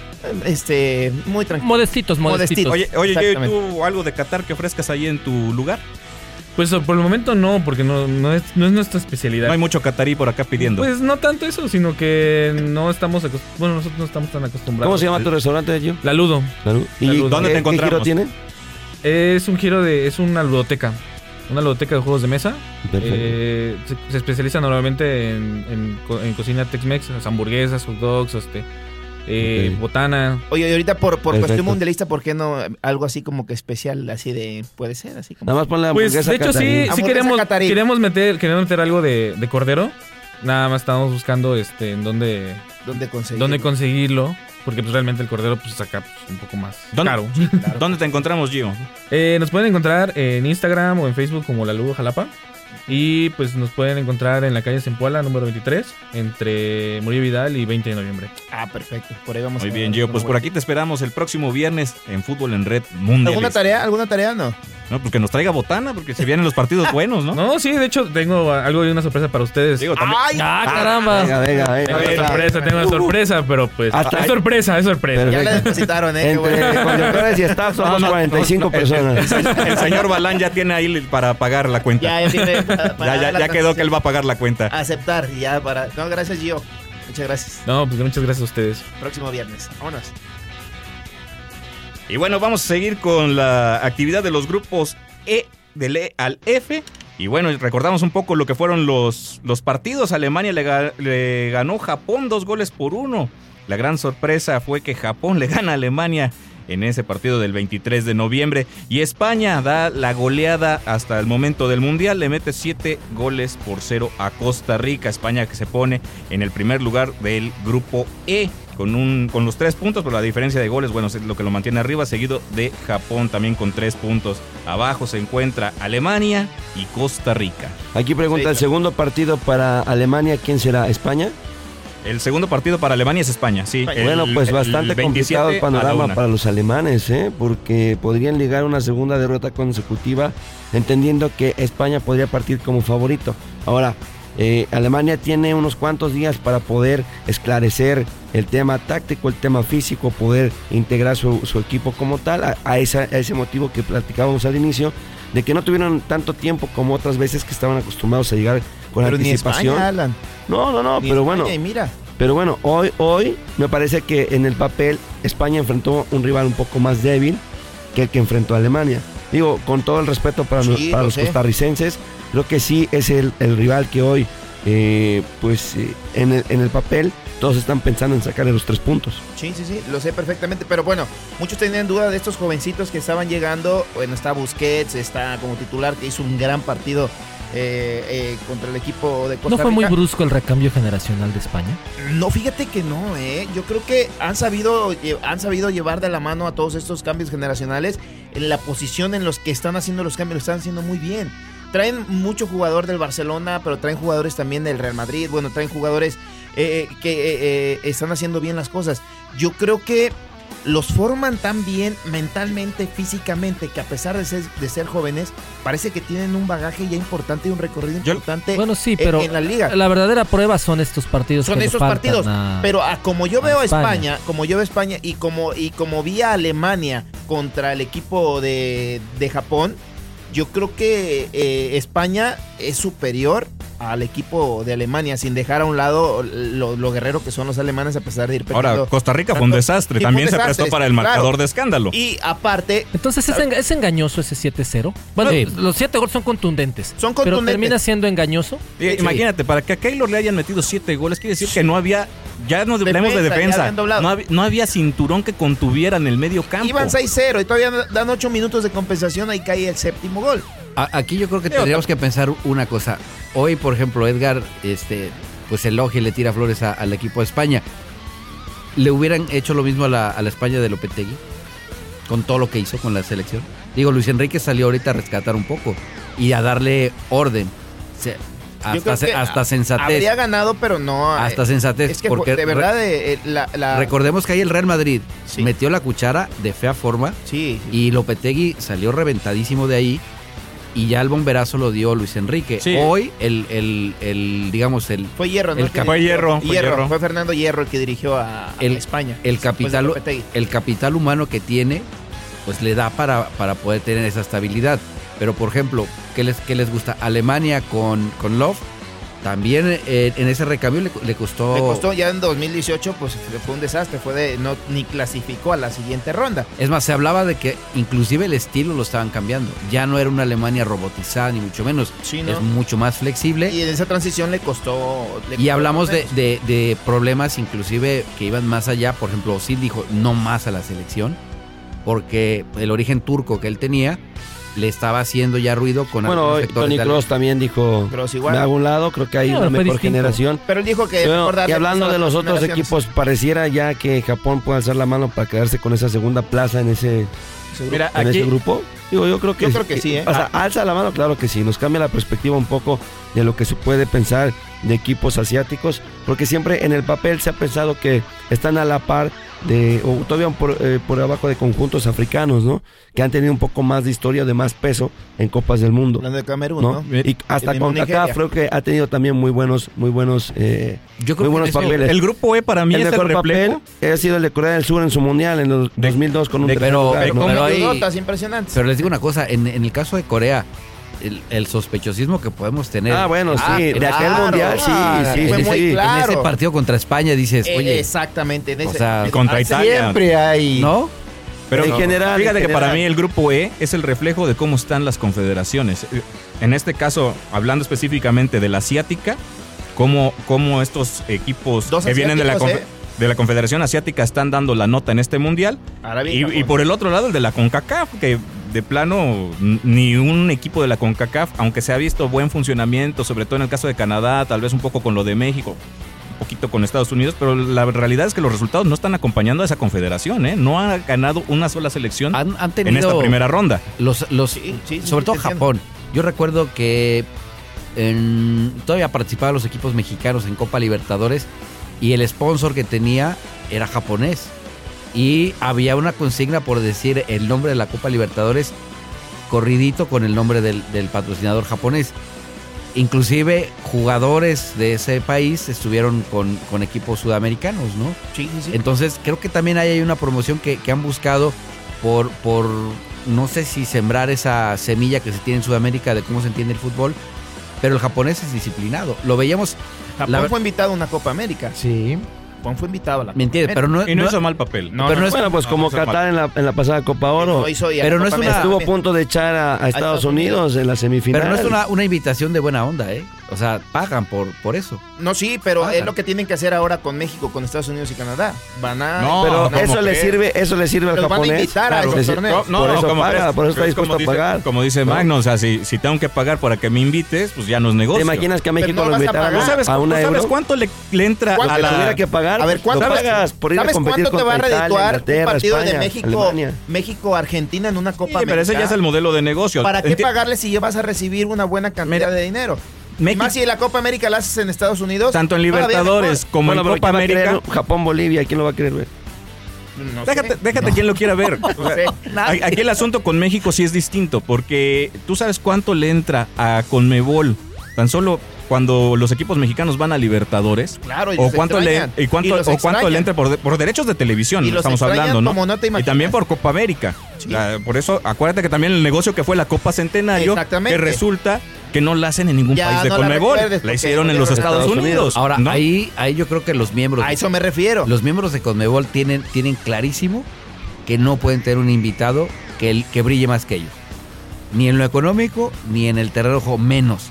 Speaker 7: este muy tranquilos.
Speaker 5: Modestitos, modestitos.
Speaker 7: Modestitos.
Speaker 2: Oye, oye,
Speaker 7: Exactamente.
Speaker 2: Joey, ¿tú algo de Qatar que ofrezcas ahí en tu lugar?
Speaker 8: Pues por el momento no, porque no, no, es, no es nuestra especialidad.
Speaker 2: No hay mucho catarí por acá pidiendo.
Speaker 8: Pues no tanto eso, sino que no estamos acos- bueno, nosotros no estamos tan acostumbrados.
Speaker 6: ¿Cómo se llama tu restaurante, Gio?
Speaker 8: La Ludo.
Speaker 6: Salud. ¿Y
Speaker 8: Salud.
Speaker 2: ¿Dónde te
Speaker 6: qué- qué giro
Speaker 2: encontramos?
Speaker 6: tiene?
Speaker 8: Es un giro de es una ludoteca. Una ludoteca de juegos de mesa.
Speaker 6: Perfecto.
Speaker 8: Eh, se, se especializa normalmente en, en co- en cocina Tex-Mex, o sea, hamburguesas, hot dogs, este, eh,
Speaker 6: Ok.
Speaker 8: botana.
Speaker 7: Oye, y ahorita por, por
Speaker 6: Perfecto.
Speaker 7: cuestión mundialista, ¿por qué no algo así como que especial, así de puede ser, así como
Speaker 6: Nada más ponle
Speaker 8: Pues
Speaker 6: hamburguesa
Speaker 8: de hecho sí,
Speaker 6: catarí.
Speaker 8: sí
Speaker 7: Hamburguesa
Speaker 8: queremos,
Speaker 7: catarí.
Speaker 8: queremos meter queremos meter algo de, de cordero. Nada más estamos buscando este en dónde
Speaker 7: donde conseguir.
Speaker 8: dónde conseguirlo, porque pues realmente el cordero pues acá pues, un poco más
Speaker 2: ¿Dónde-
Speaker 8: caro.
Speaker 2: ¿Dónde te encontramos, Gio?
Speaker 8: Eh, nos pueden encontrar en Instagram o en Facebook como La Lugo Jalapa. Y pues nos pueden encontrar en la calle Zempoala, número 23, entre Murillo Vidal y 20 de noviembre.
Speaker 7: Ah, perfecto. Por ahí vamos.
Speaker 2: Muy
Speaker 7: a-
Speaker 2: bien, Gio. Pues por aquí te esperamos el próximo viernes en Fútbol en Red Mundial.
Speaker 7: ¿Alguna tarea? ¿Alguna tarea? No.
Speaker 2: No, porque nos traiga botana, porque se vienen los partidos buenos, ¿no?
Speaker 8: No, sí, de hecho tengo algo de una sorpresa para ustedes.
Speaker 2: Digo, también-
Speaker 5: Ah, caramba.
Speaker 6: Venga, venga, venga.
Speaker 8: tengo una sorpresa, tengo una sorpresa, pero pues...
Speaker 6: Hasta-
Speaker 8: es sorpresa, es sorpresa.
Speaker 7: Ya le
Speaker 6: Perfecto.
Speaker 7: depositaron, ¿eh? Qué bueno.
Speaker 6: Entre conductores y staff somos 45 personas.
Speaker 2: el señor Balán ya tiene ahí para pagar la cuenta.
Speaker 7: Ya, ya, tiene, para- para
Speaker 2: Ya, ya,
Speaker 7: la
Speaker 2: ya quedó que
Speaker 7: transacción.
Speaker 2: él va a pagar la
Speaker 8: Ah,
Speaker 2: cuenta.
Speaker 7: Aceptar, y ya para. No, gracias, Gio. Muchas gracias.
Speaker 8: No, pues muchas gracias a ustedes.
Speaker 7: Próximo viernes. Vámonos.
Speaker 2: Y bueno, vamos a seguir con la actividad de los grupos E del E al F. Y bueno, recordamos un poco lo que fueron los, los partidos. Alemania le, ga- le ganó Japón dos goles por uno. La gran sorpresa fue que Japón le gana a Alemania en ese partido del 23 de noviembre. Y España da la goleada hasta el momento del Mundial. Le mete siete goles por cero a Costa Rica. España que se pone en el primer lugar del grupo E con, un, con los tres puntos, pero la diferencia de goles, bueno, es lo que lo mantiene arriba, seguido de Japón también con tres puntos. Abajo se encuentra Alemania y Costa Rica.
Speaker 6: Aquí pregunta, ¿el segundo partido para Alemania quién será? ¿España?
Speaker 2: El segundo partido para Alemania es España, sí. el-
Speaker 6: bueno, pues
Speaker 2: el
Speaker 6: bastante
Speaker 2: 27
Speaker 6: complicado el
Speaker 2: a la una.
Speaker 6: panorama para los alemanes, ¿eh? porque podrían ligar una segunda derrota consecutiva, entendiendo que España podría partir como favorito. Ahora, eh, Alemania tiene unos cuantos días para poder esclarecer el tema táctico, el tema físico, poder integrar su, su equipo como tal, a, a esa- a ese motivo que platicábamos al inicio, de que no tuvieron tanto tiempo como otras veces que estaban acostumbrados a llegar con
Speaker 7: Pero ni
Speaker 6: anticipación.
Speaker 7: España, Alan.
Speaker 6: no, no, no,
Speaker 7: Ni
Speaker 6: pero
Speaker 7: España,
Speaker 6: bueno.
Speaker 7: Y mira.
Speaker 6: Pero bueno, hoy, hoy me parece que en el papel España enfrentó un rival un poco más débil que el que enfrentó a Alemania. Digo, con todo el respeto para,
Speaker 7: Sí,
Speaker 6: nos- para
Speaker 7: lo
Speaker 6: los
Speaker 7: sé.
Speaker 6: costarricenses, creo que sí es el, el rival que hoy, eh, pues eh, en, el, en el papel todos están pensando en sacar los tres puntos.
Speaker 7: Sí, sí, sí, lo sé perfectamente. Pero bueno, muchos tenían duda de estos jovencitos que estaban llegando. Bueno, está Busquets, está como titular que hizo un gran partido eh, eh, contra el equipo de Costa
Speaker 5: ¿No fue muy
Speaker 7: Rica.
Speaker 5: brusco el recambio generacional de España?
Speaker 7: No, fíjate que no, ¿eh? Yo creo que han sabido, lle- han sabido llevar de la mano a todos estos cambios generacionales. En la posición en los que están haciendo los cambios, lo están haciendo muy bien. Traen mucho jugador del Barcelona, pero traen jugadores también del Real Madrid. Bueno, traen jugadores eh, eh, que eh, eh, están haciendo bien las cosas. Yo creo que los forman tan bien mentalmente, físicamente, que a pesar de ser, de ser jóvenes, parece que tienen un bagaje ya importante y un recorrido
Speaker 2: Yo-
Speaker 7: importante
Speaker 5: Bueno, sí,
Speaker 7: en-
Speaker 5: pero
Speaker 7: en la liga.
Speaker 5: la verdadera prueba son estos partidos.
Speaker 7: Son
Speaker 5: que le
Speaker 7: esos
Speaker 5: faltan
Speaker 7: partidos.
Speaker 5: a-
Speaker 7: Pero a como yo
Speaker 5: a
Speaker 7: veo a España.
Speaker 5: España.
Speaker 7: como yo veo a España y como, y como vi a Alemania contra el equipo de, de Japón, yo creo que eh, España es superior al equipo de Alemania, sin dejar a un lado lo, lo guerrero que son los alemanes a pesar de ir perdiendo.
Speaker 2: Ahora, Costa Rica fue un
Speaker 7: Tanto-
Speaker 2: desastre.
Speaker 7: Sí, fue un
Speaker 2: También se
Speaker 7: desastre,
Speaker 2: prestó para el
Speaker 7: claro.
Speaker 2: marcador de escándalo.
Speaker 7: y aparte,
Speaker 5: Entonces es, enga- es engañoso ese 7-0. Bueno,
Speaker 2: Sí.
Speaker 5: los 7 goles son contundentes.
Speaker 7: Son
Speaker 5: Pero
Speaker 7: contundentes.
Speaker 5: termina siendo engañoso.
Speaker 2: Y- Imagínate, para que a Keylor le hayan metido siete goles, quiere decir que no había. Ya no hablemos
Speaker 7: Defensa,
Speaker 2: de
Speaker 7: ya
Speaker 2: defensa.
Speaker 7: habían
Speaker 2: No,
Speaker 7: doblado.
Speaker 2: hab- no había cinturón que contuviera en el medio campo.
Speaker 7: iban 6-0 y todavía dan 8 minutos de compensación, ahí cae el séptimo gol.
Speaker 3: A- Aquí yo creo que tendríamos que pensar una cosa. Hoy, por ejemplo, Edgar, este, pues elogia y le tira flores a- al equipo de España. ¿Le hubieran hecho lo mismo a la, a la España de Lopetegui? Con todo lo que hizo con la selección. Digo, Luis Enrique salió ahorita a rescatar un poco y a darle orden. Se-
Speaker 7: Yo creo
Speaker 3: hasta, se-
Speaker 7: que
Speaker 3: hasta
Speaker 7: ha-
Speaker 3: sensatez.
Speaker 7: Habría ganado, pero no. eh,
Speaker 3: Hasta sensatez.
Speaker 7: es que
Speaker 3: porque re-
Speaker 7: de verdad eh, eh, la, la-
Speaker 3: recordemos que ahí el Real Madrid
Speaker 7: Sí.
Speaker 3: metió la cuchara de fea forma.
Speaker 7: Sí, sí.
Speaker 3: Y Lopetegui salió reventadísimo de ahí y ya el bomberazo lo dio Luis Enrique.
Speaker 2: Sí.
Speaker 3: Hoy, el, el- el, digamos, el,
Speaker 7: Fue Hierro, ¿no?
Speaker 3: El
Speaker 7: El que
Speaker 3: cap-
Speaker 2: Fue
Speaker 7: dirigió-
Speaker 2: Hierro, fue Hierro.
Speaker 7: Fue Fernando Hierro el que dirigió a, a
Speaker 3: El-
Speaker 7: España.
Speaker 3: el,
Speaker 7: después de
Speaker 3: capital,
Speaker 7: Lopetegui.
Speaker 3: el capital humano que tiene, pues le da para, para poder tener esa estabilidad. Pero, por ejemplo, ¿qué les, qué les gusta? Alemania con, con Love, también eh, en ese recambio le, le costó...
Speaker 7: Le costó ya en 2018, pues fue un desastre, fue de no ni clasificó a la siguiente ronda.
Speaker 3: Es más, se hablaba de que inclusive el estilo lo estaban cambiando. Ya no era una Alemania robotizada, ni mucho menos.
Speaker 7: Sí,
Speaker 3: Es mucho más flexible.
Speaker 7: Y en esa transición le costó. le
Speaker 3: ¿Eh? Y
Speaker 7: costó
Speaker 3: hablamos de,
Speaker 7: menos.
Speaker 3: de- de problemas inclusive que iban más allá. Por ejemplo, Osil dijo no más a la selección porque el origen turco que él tenía le estaba haciendo ya ruido con
Speaker 6: Bueno,
Speaker 3: algunos
Speaker 6: hoy
Speaker 3: sectores
Speaker 6: Tony
Speaker 3: de-
Speaker 6: Cross también dijo,
Speaker 7: Kroos igual.
Speaker 6: me hago un lado, creo que hay
Speaker 5: Claro,
Speaker 6: una
Speaker 5: fue
Speaker 6: mejor
Speaker 5: distinto.
Speaker 6: generación.
Speaker 7: Pero él dijo que.
Speaker 6: Y bueno,
Speaker 7: mejor darle
Speaker 6: y hablando
Speaker 7: paso a
Speaker 6: de
Speaker 7: las
Speaker 6: los otros
Speaker 7: generaciones.
Speaker 6: equipos, pareciera ya que Japón puede alzar la mano para quedarse con esa segunda plaza en ese,
Speaker 2: Mira,
Speaker 6: en
Speaker 2: aquí-
Speaker 6: ese grupo. Digo, yo creo que,
Speaker 7: Yo creo que sí, ¿eh?
Speaker 6: O sea, alza la mano, claro que sí. Nos cambia la perspectiva un poco de lo que se puede pensar de equipos asiáticos, porque siempre en el papel se ha pensado que están a la par de, o todavía por, eh, por abajo de conjuntos africanos, ¿no? Que han tenido un poco más de historia, de más peso en Copas del Mundo.
Speaker 7: Hablando de Camerún,
Speaker 6: ¿no?
Speaker 7: ¿no?
Speaker 6: Y hasta
Speaker 7: mismo
Speaker 6: con
Speaker 7: Nigeria.
Speaker 6: creo que ha tenido también muy buenos, muy buenos, eh, muy
Speaker 3: Yo creo que
Speaker 6: buenos
Speaker 3: eso-
Speaker 6: papeles.
Speaker 2: El grupo E para mí
Speaker 6: El
Speaker 2: es el
Speaker 6: mejor
Speaker 2: reflejo.
Speaker 6: papel ha sido el de Corea del Sur en su mundial en el
Speaker 2: De-
Speaker 6: 2002 con un
Speaker 2: de-
Speaker 6: tercer
Speaker 3: pero-
Speaker 6: lugar, ¿no?
Speaker 3: pero-
Speaker 7: Unas
Speaker 3: ahí-
Speaker 7: dudotas impresionantes.
Speaker 3: Pero les digo una cosa, en, en el caso de Corea, el, el sospechosismo que podemos tener...
Speaker 6: Ah, bueno, sí,
Speaker 3: Ah,
Speaker 6: de aquel
Speaker 7: claro,
Speaker 6: mundial, sí,
Speaker 7: ah,
Speaker 6: sí,
Speaker 7: fue
Speaker 6: sí,
Speaker 7: muy
Speaker 6: sí.
Speaker 7: claro.
Speaker 3: En ese partido contra España dices,
Speaker 7: Eh,
Speaker 3: oye,
Speaker 7: exactamente. En
Speaker 3: o
Speaker 7: ese,
Speaker 3: sea,
Speaker 7: en-
Speaker 2: Contra
Speaker 7: ah,
Speaker 2: Italia.
Speaker 4: Siempre hay.
Speaker 3: ¿no?
Speaker 2: Pero
Speaker 6: En general,
Speaker 2: Fíjate
Speaker 6: en
Speaker 2: que para
Speaker 6: general.
Speaker 2: mí el grupo E es el reflejo de cómo están las confederaciones. En este caso, hablando específicamente de la asiática, cómo, cómo estos equipos
Speaker 7: Dos
Speaker 2: que vienen de la,
Speaker 7: asiáticos,
Speaker 2: confe-
Speaker 6: eh?
Speaker 2: de la Confederación Asiática están dando la nota en este mundial.
Speaker 7: Arabia
Speaker 2: Y, y
Speaker 7: Japón.
Speaker 2: por el otro lado, el de la CONCACAF, que de plano n- ni un equipo de la CONCACAF, aunque se ha visto buen funcionamiento, sobre todo en el caso de Canadá, tal vez un poco con lo de México, un poquito con Estados Unidos, pero la realidad es que los resultados no están acompañando a esa confederación, ¿eh? No ha ganado una sola selección
Speaker 3: Han, han
Speaker 2: en
Speaker 3: tenido...
Speaker 2: esta primera ronda.
Speaker 3: Los, los,
Speaker 7: Sí, sí, sí,
Speaker 3: sobre todo
Speaker 7: sí, te entiendo.
Speaker 3: Japón. Yo recuerdo que en- todavía participaban los equipos mexicanos en Copa Libertadores y el sponsor que tenía era japonés. Y había una consigna por decir el nombre de la Copa Libertadores corridito con el nombre del, del patrocinador japonés. Inclusive jugadores de ese país estuvieron con, con equipos sudamericanos, ¿no?
Speaker 7: Sí, sí, sí.
Speaker 3: Entonces, creo que también ahí hay una promoción que, que han buscado por, por, no sé si sembrar esa semilla que se tiene en Sudamérica de cómo se entiende el fútbol, pero el japonés es disciplinado. Lo veíamos,
Speaker 7: Japón
Speaker 3: la ver-
Speaker 7: fue invitado a una Copa América.
Speaker 4: Sí.
Speaker 7: Japón fue invitado a la
Speaker 3: ¿me
Speaker 7: Copa
Speaker 3: entiendes? Pero no,
Speaker 2: Y no,
Speaker 3: no-
Speaker 2: hizo mal papel.
Speaker 3: pero no es-
Speaker 6: bueno, pues
Speaker 2: no,
Speaker 6: como
Speaker 2: no hizo mal.
Speaker 6: Qatar en la, en la pasada Copa Oro.
Speaker 7: No hizo- y a
Speaker 3: Pero no
Speaker 7: la Copa
Speaker 3: es una-
Speaker 7: América
Speaker 6: Estuvo a
Speaker 7: también.
Speaker 6: punto de echar a, a Estados
Speaker 7: Estados Unidos.
Speaker 6: Unidos en la semifinal.
Speaker 3: pero no es una, una invitación de buena onda, ¿eh? O sea, pagan por, por eso.
Speaker 7: No, sí, pero
Speaker 3: Ah,
Speaker 7: es
Speaker 3: claro.
Speaker 7: lo que tienen que hacer ahora con México, con Estados Unidos y Canadá. Van a.
Speaker 2: No,
Speaker 6: Pero
Speaker 2: ¿cómo
Speaker 6: eso le
Speaker 2: crees?
Speaker 6: sirve, eso le sirve al
Speaker 7: Los van a
Speaker 6: japonés.
Speaker 7: invitar a esos
Speaker 6: le sir-
Speaker 7: torneos.
Speaker 6: por eso paga,
Speaker 2: crees?
Speaker 6: por eso está
Speaker 2: Pero es como
Speaker 6: dispuesto a
Speaker 2: dice-
Speaker 6: pagar.
Speaker 2: Como dice
Speaker 6: No.
Speaker 2: Magno, o sea, si, si tengo que pagar para que me invites, pues ya no es negocio.
Speaker 6: ¿Te imaginas que a México
Speaker 7: no
Speaker 6: lo
Speaker 7: vas a
Speaker 6: invitaban
Speaker 7: pagar.
Speaker 2: ¿No sabes,
Speaker 6: a
Speaker 2: no
Speaker 6: una
Speaker 2: sabes
Speaker 6: euro?
Speaker 2: cuánto le, le entra
Speaker 7: ¿Cuánto
Speaker 2: a
Speaker 6: Si
Speaker 2: la...
Speaker 6: tuviera que pagar,
Speaker 7: A ver, ¿cuánto-
Speaker 6: lo
Speaker 7: sabes-
Speaker 6: pagas por ir a
Speaker 7: ¿Sabes
Speaker 6: competir
Speaker 7: cuánto te va a
Speaker 6: contra Italia,
Speaker 7: redituar un
Speaker 6: Inglaterra,
Speaker 7: partido de
Speaker 6: España,
Speaker 7: México,
Speaker 6: Alemania?
Speaker 7: México, Argentina en una
Speaker 2: Sí,
Speaker 7: Copa
Speaker 2: pero ese ya es el
Speaker 7: Americana?
Speaker 2: modelo de negocio.
Speaker 7: ¿Para qué
Speaker 2: Enti-
Speaker 7: pagarle si ya vas a recibir una buena cantidad
Speaker 2: Mira,
Speaker 7: de dinero? Y
Speaker 2: México-
Speaker 7: más si la Copa América la haces en Estados Unidos.
Speaker 2: Tanto en
Speaker 7: todavía
Speaker 2: Libertadores
Speaker 7: mejor.
Speaker 2: como
Speaker 6: Bueno,
Speaker 2: en
Speaker 6: pero
Speaker 2: Copa
Speaker 6: ¿quién va a querer?
Speaker 2: América.
Speaker 6: Japón, Bolivia, ¿quién lo va a querer ver?
Speaker 7: No sé.
Speaker 2: Déjate, déjate quién lo quiera ver. O sea, a- Aquí el asunto con México sí es distinto, porque tú sabes cuánto le entra a Conmebol tan solo cuando los equipos mexicanos van a Libertadores.
Speaker 7: Claro, y
Speaker 2: o
Speaker 7: los
Speaker 2: cuánto le
Speaker 7: extrañan.
Speaker 2: y cuánto,
Speaker 7: los
Speaker 2: o cuánto
Speaker 7: extrañan.
Speaker 2: le entra por, de- por derechos de televisión
Speaker 7: Y los
Speaker 2: estamos
Speaker 7: extrañan
Speaker 2: hablando no,
Speaker 7: como no te
Speaker 2: y
Speaker 7: imaginas.
Speaker 2: también por Copa América La- por eso acuérdate que también el negocio que fue la Copa Centenario que
Speaker 7: Exactamente.
Speaker 2: resulta que no la hacen en ningún
Speaker 7: Ya
Speaker 2: país de
Speaker 7: no la
Speaker 2: Conmebol
Speaker 7: recuerdes
Speaker 2: la
Speaker 7: porque
Speaker 2: hicieron en
Speaker 7: volvieron
Speaker 2: los
Speaker 7: a
Speaker 2: Estados
Speaker 7: Estados
Speaker 2: Unidos
Speaker 3: Ahora,
Speaker 2: ¿no?
Speaker 3: ahí, ahí yo creo que los miembros,
Speaker 7: A eso me refiero.
Speaker 3: los miembros de Conmebol tienen, tienen clarísimo que no pueden tener un invitado que, el- que brille más que ellos. Ni en lo económico, ni en el terreno rojo, menos.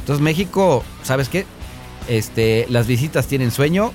Speaker 3: Entonces México, ¿sabes qué? Este, las visitas tienen sueño.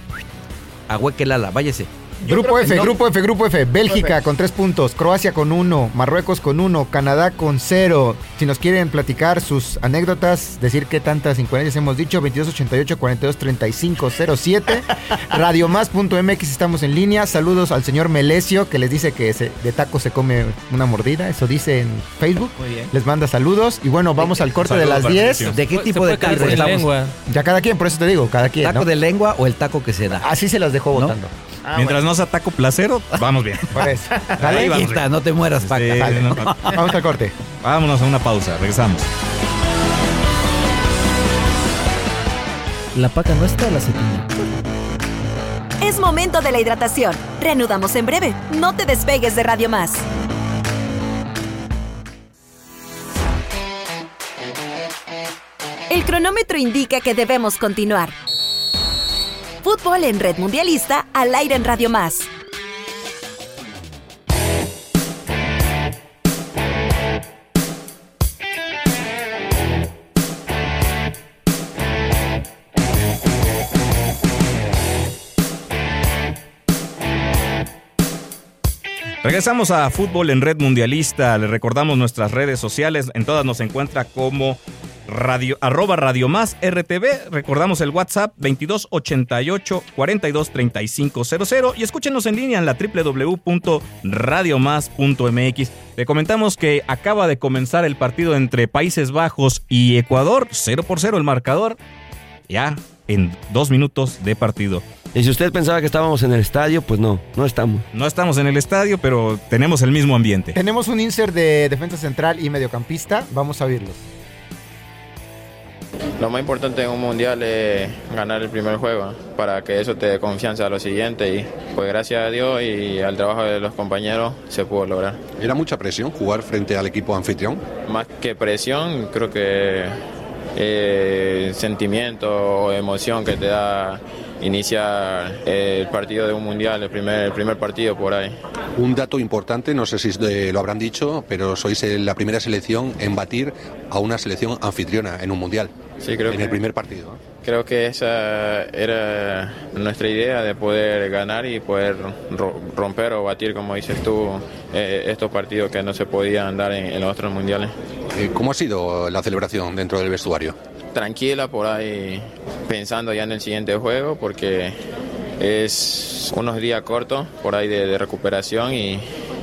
Speaker 3: Ahuéquelala, váyese.
Speaker 4: Grupo F, Grupo F, Grupo F. Bélgica
Speaker 7: Grupo F.
Speaker 4: con tres puntos, Croacia con uno, Marruecos con uno, Canadá con cero. Si nos quieren platicar sus anécdotas, decir qué tantas incoherencias hemos dicho, 2288-423507. Radiomás.mx estamos en línea. Saludos al señor Melesio que les dice que se- de taco se come una mordida. Eso dice en Facebook.
Speaker 7: Muy bien.
Speaker 4: Les manda saludos. Y bueno, vamos al corte de
Speaker 2: Saludos
Speaker 4: las
Speaker 2: para
Speaker 4: 10.
Speaker 2: Melesio.
Speaker 3: ¿De qué
Speaker 5: Se
Speaker 3: tipo
Speaker 5: puede
Speaker 3: de
Speaker 5: quedar
Speaker 3: taco
Speaker 5: sin
Speaker 3: estamos?
Speaker 5: lengua.
Speaker 4: Ya cada quien, por eso te digo, cada quien.
Speaker 3: ¿Taco
Speaker 4: ¿no?
Speaker 3: de lengua o el taco que se da?
Speaker 4: Así se las dejo
Speaker 3: ¿No?
Speaker 4: votando.
Speaker 7: Ah,
Speaker 2: mientras no sea taco placero vamos bien
Speaker 4: Por eso. Dale.
Speaker 2: Ahí vamos.
Speaker 3: Quita, no te mueras, Paca.
Speaker 2: Sí,
Speaker 4: Dale.
Speaker 2: no,
Speaker 4: Vamos al corte.
Speaker 2: vámonos a una pausa regresamos
Speaker 5: ¿La paca nuestra o la cepilla?
Speaker 1: Es momento de la hidratación. Reanudamos en breve. No te despegues de Radio Más. El cronómetro indica que debemos continuar. Fútbol en Red Mundialista al aire en Radio Más.
Speaker 2: Regresamos a Fútbol en Red Mundialista. Les recordamos nuestras redes sociales. En todas nos encuentra como radio, arroba radio más RTV. Recordamos el WhatsApp 2288 423500 y escúchenos en línea en la www.radiomás.mx. Le comentamos que acaba de comenzar el partido entre Países Bajos y Ecuador. 0 por 0 el marcador. Ya en dos minutos de partido.
Speaker 6: Y si usted pensaba que estábamos en el estadio, pues no, no estamos.
Speaker 2: No estamos en el estadio, pero tenemos el mismo ambiente.
Speaker 4: Tenemos un insert de defensa central y mediocampista. Vamos a oírlo.
Speaker 9: Lo más importante en un mundial es ganar el primer juego, ¿no? para que eso te dé confianza a lo siguiente. Y pues gracias a Dios y al trabajo de los compañeros se pudo lograr.
Speaker 10: Era mucha presión jugar frente al equipo anfitrión.
Speaker 9: Más que presión, creo que eh, sentimiento o emoción que te da iniciar eh, el partido de un mundial, el primer, el primer partido por ahí.
Speaker 10: Un dato importante, no sé si eh, lo habrán dicho, pero sois eh, la primera selección en batir a una selección anfitriona en un mundial.
Speaker 9: Sí, creo
Speaker 10: en
Speaker 9: que-
Speaker 10: el primer partido. ¿no?
Speaker 9: Creo que esa era nuestra idea de poder ganar y poder ro- romper o batir, como dices tú, eh, estos partidos que no se podían dar en, en los otros mundiales.
Speaker 10: Eh, ¿Cómo ha sido la celebración dentro del vestuario?
Speaker 9: Tranquila por ahí, pensando ya en el siguiente juego, porque es unos días cortos por ahí de, de recuperación y,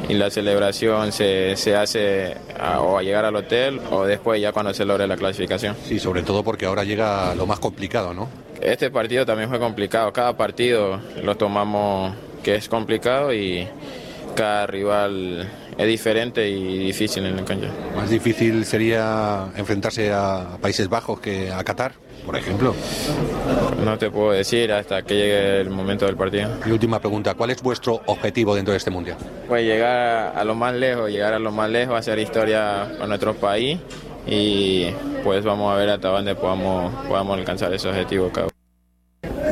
Speaker 9: y la celebración se, se hace a- o a llegar al hotel o después ya cuando se logre la clasificación.
Speaker 10: Sí, sobre todo porque ahora llega lo más complicado, ¿no?
Speaker 9: Este partido también fue complicado. Cada partido lo tomamos que es complicado y cada rival es diferente y difícil en el cancha.
Speaker 10: Más difícil sería enfrentarse a Países Bajos que a Qatar, por ejemplo.
Speaker 9: No te puedo decir hasta que llegue el momento del partido.
Speaker 10: Mi última pregunta, ¿cuál es vuestro objetivo dentro de este mundial?
Speaker 9: Pues llegar a lo más lejos, llegar a lo más lejos, hacer historia con nuestro país y pues vamos a ver hasta dónde podamos, podamos alcanzar ese objetivo. cada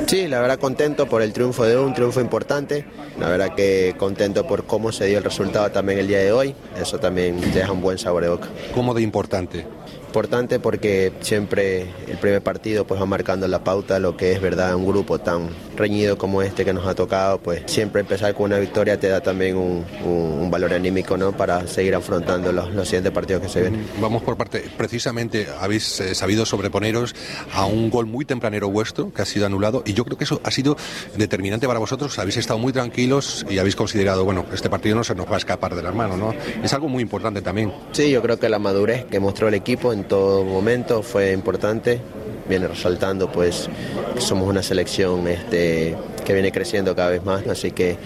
Speaker 11: Sí, la verdad contento por el triunfo de hoy, un triunfo importante. La verdad que contento por cómo se dio el resultado también el día de hoy. Eso también deja un buen sabor de boca.
Speaker 10: ¿Cómo de importante?
Speaker 11: importante porque siempre el primer partido pues va marcando la pauta de lo que es verdad un grupo tan reñido como este que nos ha tocado pues siempre empezar con una victoria te da también un, un- un valor anímico no para seguir afrontando los, los siguientes partidos que se vienen
Speaker 10: Vamos por parte, precisamente habéis eh, sabido sobreponeros a un gol muy tempranero vuestro que ha sido anulado y yo creo que eso ha sido determinante para vosotros. Habéis estado muy tranquilos y habéis considerado, bueno, este partido no se nos va a escapar de las manos, ¿no? Es algo muy importante también.
Speaker 11: Sí, yo creo que la madurez que mostró el equipo en todo momento fue importante. Viene resaltando pues que somos una selección este, que viene creciendo cada vez más, así que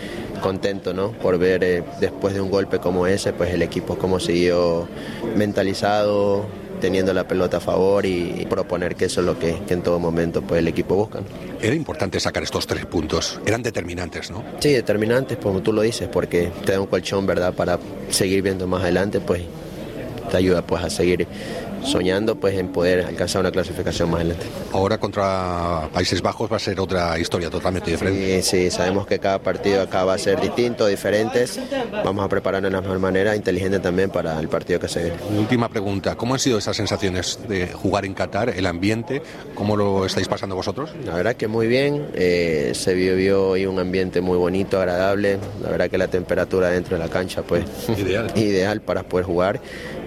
Speaker 11: contento ¿no? por ver eh, después de un golpe como ese, pues el equipo como siguió mentalizado, teniendo la pelota a favor y, y proponer que eso es lo que, que en todo momento pues el equipo busca. ¿no?
Speaker 10: Era importante sacar estos tres puntos, eran determinantes, ¿no?
Speaker 11: Sí, determinantes, como tú lo dices, porque te da un colchón, ¿verdad? Para seguir viendo más adelante, pues te ayuda pues a seguir soñando pues en poder alcanzar una clasificación más adelante.
Speaker 10: Ahora contra Países Bajos va a ser otra historia totalmente diferente.
Speaker 11: Sí, sí, sabemos que cada partido acá va a ser distinto, diferentes. Vamos a prepararnos de la mejor manera, inteligente también para el partido que se viene.
Speaker 10: Última pregunta, ¿cómo han sido esas sensaciones de jugar en Qatar, el ambiente? ¿Cómo lo estáis pasando vosotros?
Speaker 11: La verdad que muy bien, eh, se vivió hoy un ambiente muy bonito, agradable. La verdad que la temperatura dentro de la cancha, pues,
Speaker 10: Ideal.
Speaker 11: ideal para poder jugar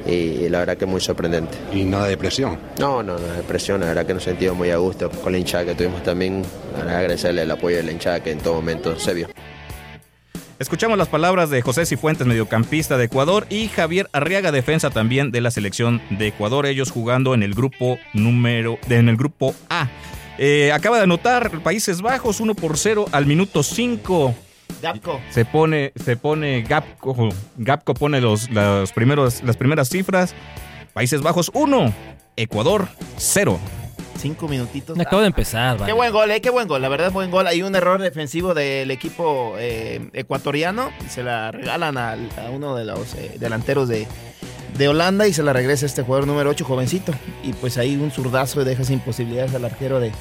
Speaker 11: y, y la verdad que muy sorprendente.
Speaker 10: Y nada de presión.
Speaker 11: No, no, no, depresión, la verdad que nos sentimos muy a gusto con la hinchada que tuvimos también. La verdad, Agradecerle el apoyo de la hinchada que en todo momento se vio.
Speaker 2: Escuchamos las palabras de José Cifuentes, mediocampista de Ecuador, y Javier Arriaga, defensa también de la selección de Ecuador, ellos jugando en el grupo número, en el grupo A. Eh, acaba de anotar Países Bajos 1 por 0 al minuto 5.
Speaker 7: Gapco.
Speaker 2: Se pone, se pone Gapco, Gapco pone los, los primeros, las primeras cifras. Países Bajos 1, Ecuador 0.
Speaker 7: Cinco minutitos.
Speaker 5: Acabo de empezar,
Speaker 7: Qué
Speaker 5: vale.
Speaker 7: buen gol, eh, qué buen gol. La verdad, buen gol. Hay un error defensivo del equipo eh, ecuatoriano. y Se la regalan al- a, uno de los eh, delanteros de, de Holanda y se la regresa este jugador número 8, jovencito. Y pues ahí un zurdazo y deja sin posibilidades al arquero de,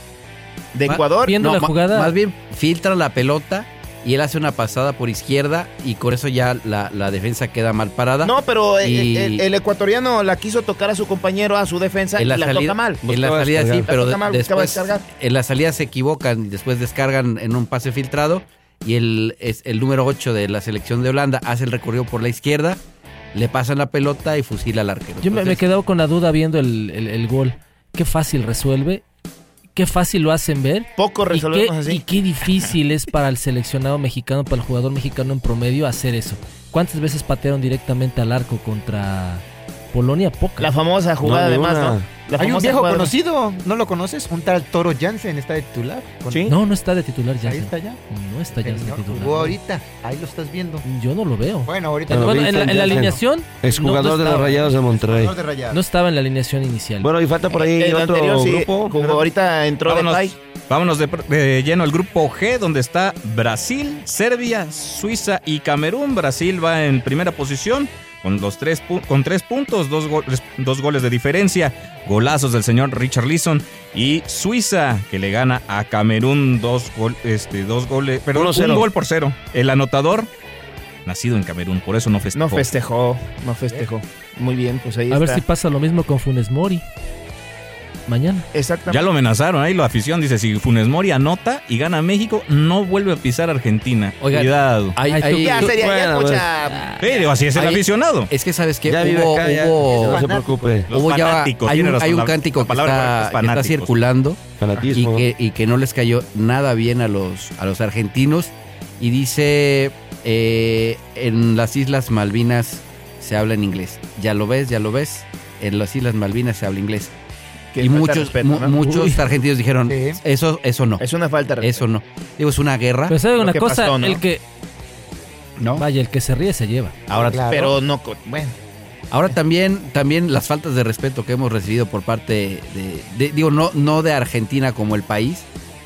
Speaker 7: de
Speaker 3: Ma-
Speaker 7: Ecuador.
Speaker 5: Viendo
Speaker 3: No,
Speaker 5: la
Speaker 3: ma-
Speaker 5: jugada,
Speaker 3: Más bien filtra la pelota y él hace una pasada por izquierda y con eso ya la, la defensa queda mal parada.
Speaker 7: No, pero eh,
Speaker 3: Y-
Speaker 7: el, el ecuatoriano la quiso tocar a su compañero, a su defensa,
Speaker 3: en la,
Speaker 7: y la
Speaker 3: salida,
Speaker 7: toca mal.
Speaker 3: En la
Speaker 2: Buscaba
Speaker 3: salida sí,
Speaker 2: descargar.
Speaker 3: pero
Speaker 7: La toca
Speaker 3: de-
Speaker 7: mal, buscaba
Speaker 3: después
Speaker 7: descargar.
Speaker 3: en la salida se equivocan y después descargan en un pase filtrado y el, es el número 8 de la selección de Holanda hace el recorrido por la izquierda, le pasan la pelota y fusila al arquero.
Speaker 5: yo me, me he
Speaker 3: Entonces,
Speaker 5: quedado con la duda viendo el, el- el gol. Qué fácil resuelve, qué fácil lo hacen ver.
Speaker 7: Poco
Speaker 5: Y qué,
Speaker 7: resolvemos
Speaker 5: y
Speaker 7: así.
Speaker 5: qué difícil es para el seleccionado mexicano, para el jugador mexicano en promedio hacer eso. ¿Cuántas veces patearon directamente al arco contra Polonia? Poca.
Speaker 7: La famosa jugada
Speaker 6: No,
Speaker 7: de
Speaker 6: ni
Speaker 7: más,
Speaker 6: una.
Speaker 7: ¿no? La
Speaker 4: Hay un
Speaker 7: famosa
Speaker 4: viejo
Speaker 7: jugada de-
Speaker 4: conocido, ¿no lo conoces? Un tal Toro Jansen está de titular. Con-
Speaker 7: Sí.
Speaker 5: No, no está de titular ya.
Speaker 4: Ahí está ya.
Speaker 5: No está ya de
Speaker 4: Señor,
Speaker 5: titular.
Speaker 4: jugó ahorita. Ahí lo estás viendo.
Speaker 5: Yo no lo veo.
Speaker 4: Bueno, ahorita
Speaker 6: Bueno,
Speaker 4: lo
Speaker 5: Bueno,
Speaker 4: ves.
Speaker 5: en, la, en la
Speaker 6: Vincent Janssen.
Speaker 5: alineación.
Speaker 6: Exjugador
Speaker 5: no- no
Speaker 6: de los
Speaker 5: estaba.
Speaker 6: Rayados de Monterrey.
Speaker 4: Jugador de Rayados.
Speaker 5: No estaba en la alineación inicial.
Speaker 6: Bueno, y falta por ahí
Speaker 7: Eh, El
Speaker 6: otro
Speaker 7: anterior sí
Speaker 6: grupo.
Speaker 7: jugó, ahorita entró
Speaker 2: Vámonos.
Speaker 7: Depay.
Speaker 2: Vámonos de, de lleno al grupo G, donde está Brasil, Serbia, Suiza y Camerún. Brasil va en primera posición con, los tres, pu- con tres puntos, dos, goles- dos goles de diferencia, golazos del señor Richard Leeson y Suiza que le gana a Camerún dos, gol- este, dos goles, perdón,
Speaker 6: 1-0.
Speaker 2: un gol por cero. El anotador, nacido en Camerún, por eso no festejó.
Speaker 7: No festejó, no festejó. Muy bien, pues ahí
Speaker 5: A ver
Speaker 7: está.
Speaker 5: si pasa lo mismo con Funes Mori. Mañana.
Speaker 7: Exactamente.
Speaker 2: ya lo amenazaron ahí la afición, dice, si Funes Mori anota y gana México, no vuelve a pisar Argentina.
Speaker 3: Oigan,
Speaker 2: Cuidado.
Speaker 3: hay-
Speaker 5: Ay, tú-
Speaker 3: hay-
Speaker 7: Ya sería, ya
Speaker 6: Bueno,
Speaker 7: mucha...
Speaker 2: Sí, pues, eh, digo, así es el
Speaker 3: pues. Ahí-
Speaker 2: aficionado.
Speaker 3: es que sabes que
Speaker 6: Ya vive
Speaker 3: hubo,
Speaker 6: acá, ya.
Speaker 3: hubo-
Speaker 6: No se preocupe.
Speaker 2: Los
Speaker 3: hubo ya-
Speaker 2: fanáticos,
Speaker 3: hay,
Speaker 2: tiene
Speaker 3: un,
Speaker 2: razón,
Speaker 3: hay un
Speaker 2: la-
Speaker 3: cántico
Speaker 2: la
Speaker 3: que
Speaker 2: palabra correcta
Speaker 3: está,
Speaker 2: es
Speaker 3: que está
Speaker 2: fanáticos.
Speaker 3: circulando y
Speaker 6: Fanatismo.
Speaker 3: que, y que no les cayó nada bien a los, a los argentinos. Y dice, eh, en las Islas Malvinas se habla en inglés. Ya lo ves, ya lo ves. En las Islas Malvinas se habla inglés.
Speaker 7: que
Speaker 3: Y
Speaker 7: falta de
Speaker 3: muchos,
Speaker 7: respeto,
Speaker 3: mu-
Speaker 7: ¿no?
Speaker 3: muchos argentinos dijeron,
Speaker 4: Sí.
Speaker 3: eso, eso no,
Speaker 7: Es una falta de respeto.
Speaker 3: eso no. Digo, es una guerra.
Speaker 5: Pero sabe
Speaker 7: Lo
Speaker 5: una
Speaker 7: que
Speaker 5: cosa,
Speaker 7: pasó, ¿no?
Speaker 5: el que
Speaker 3: ¿no?
Speaker 5: vaya, el que se ríe se lleva.
Speaker 3: Ahora,
Speaker 4: Claro.
Speaker 7: Pero no... co- Bueno,
Speaker 3: ahora también, también las faltas de respeto que hemos recibido por parte de, de- digo, no, no de Argentina como el país,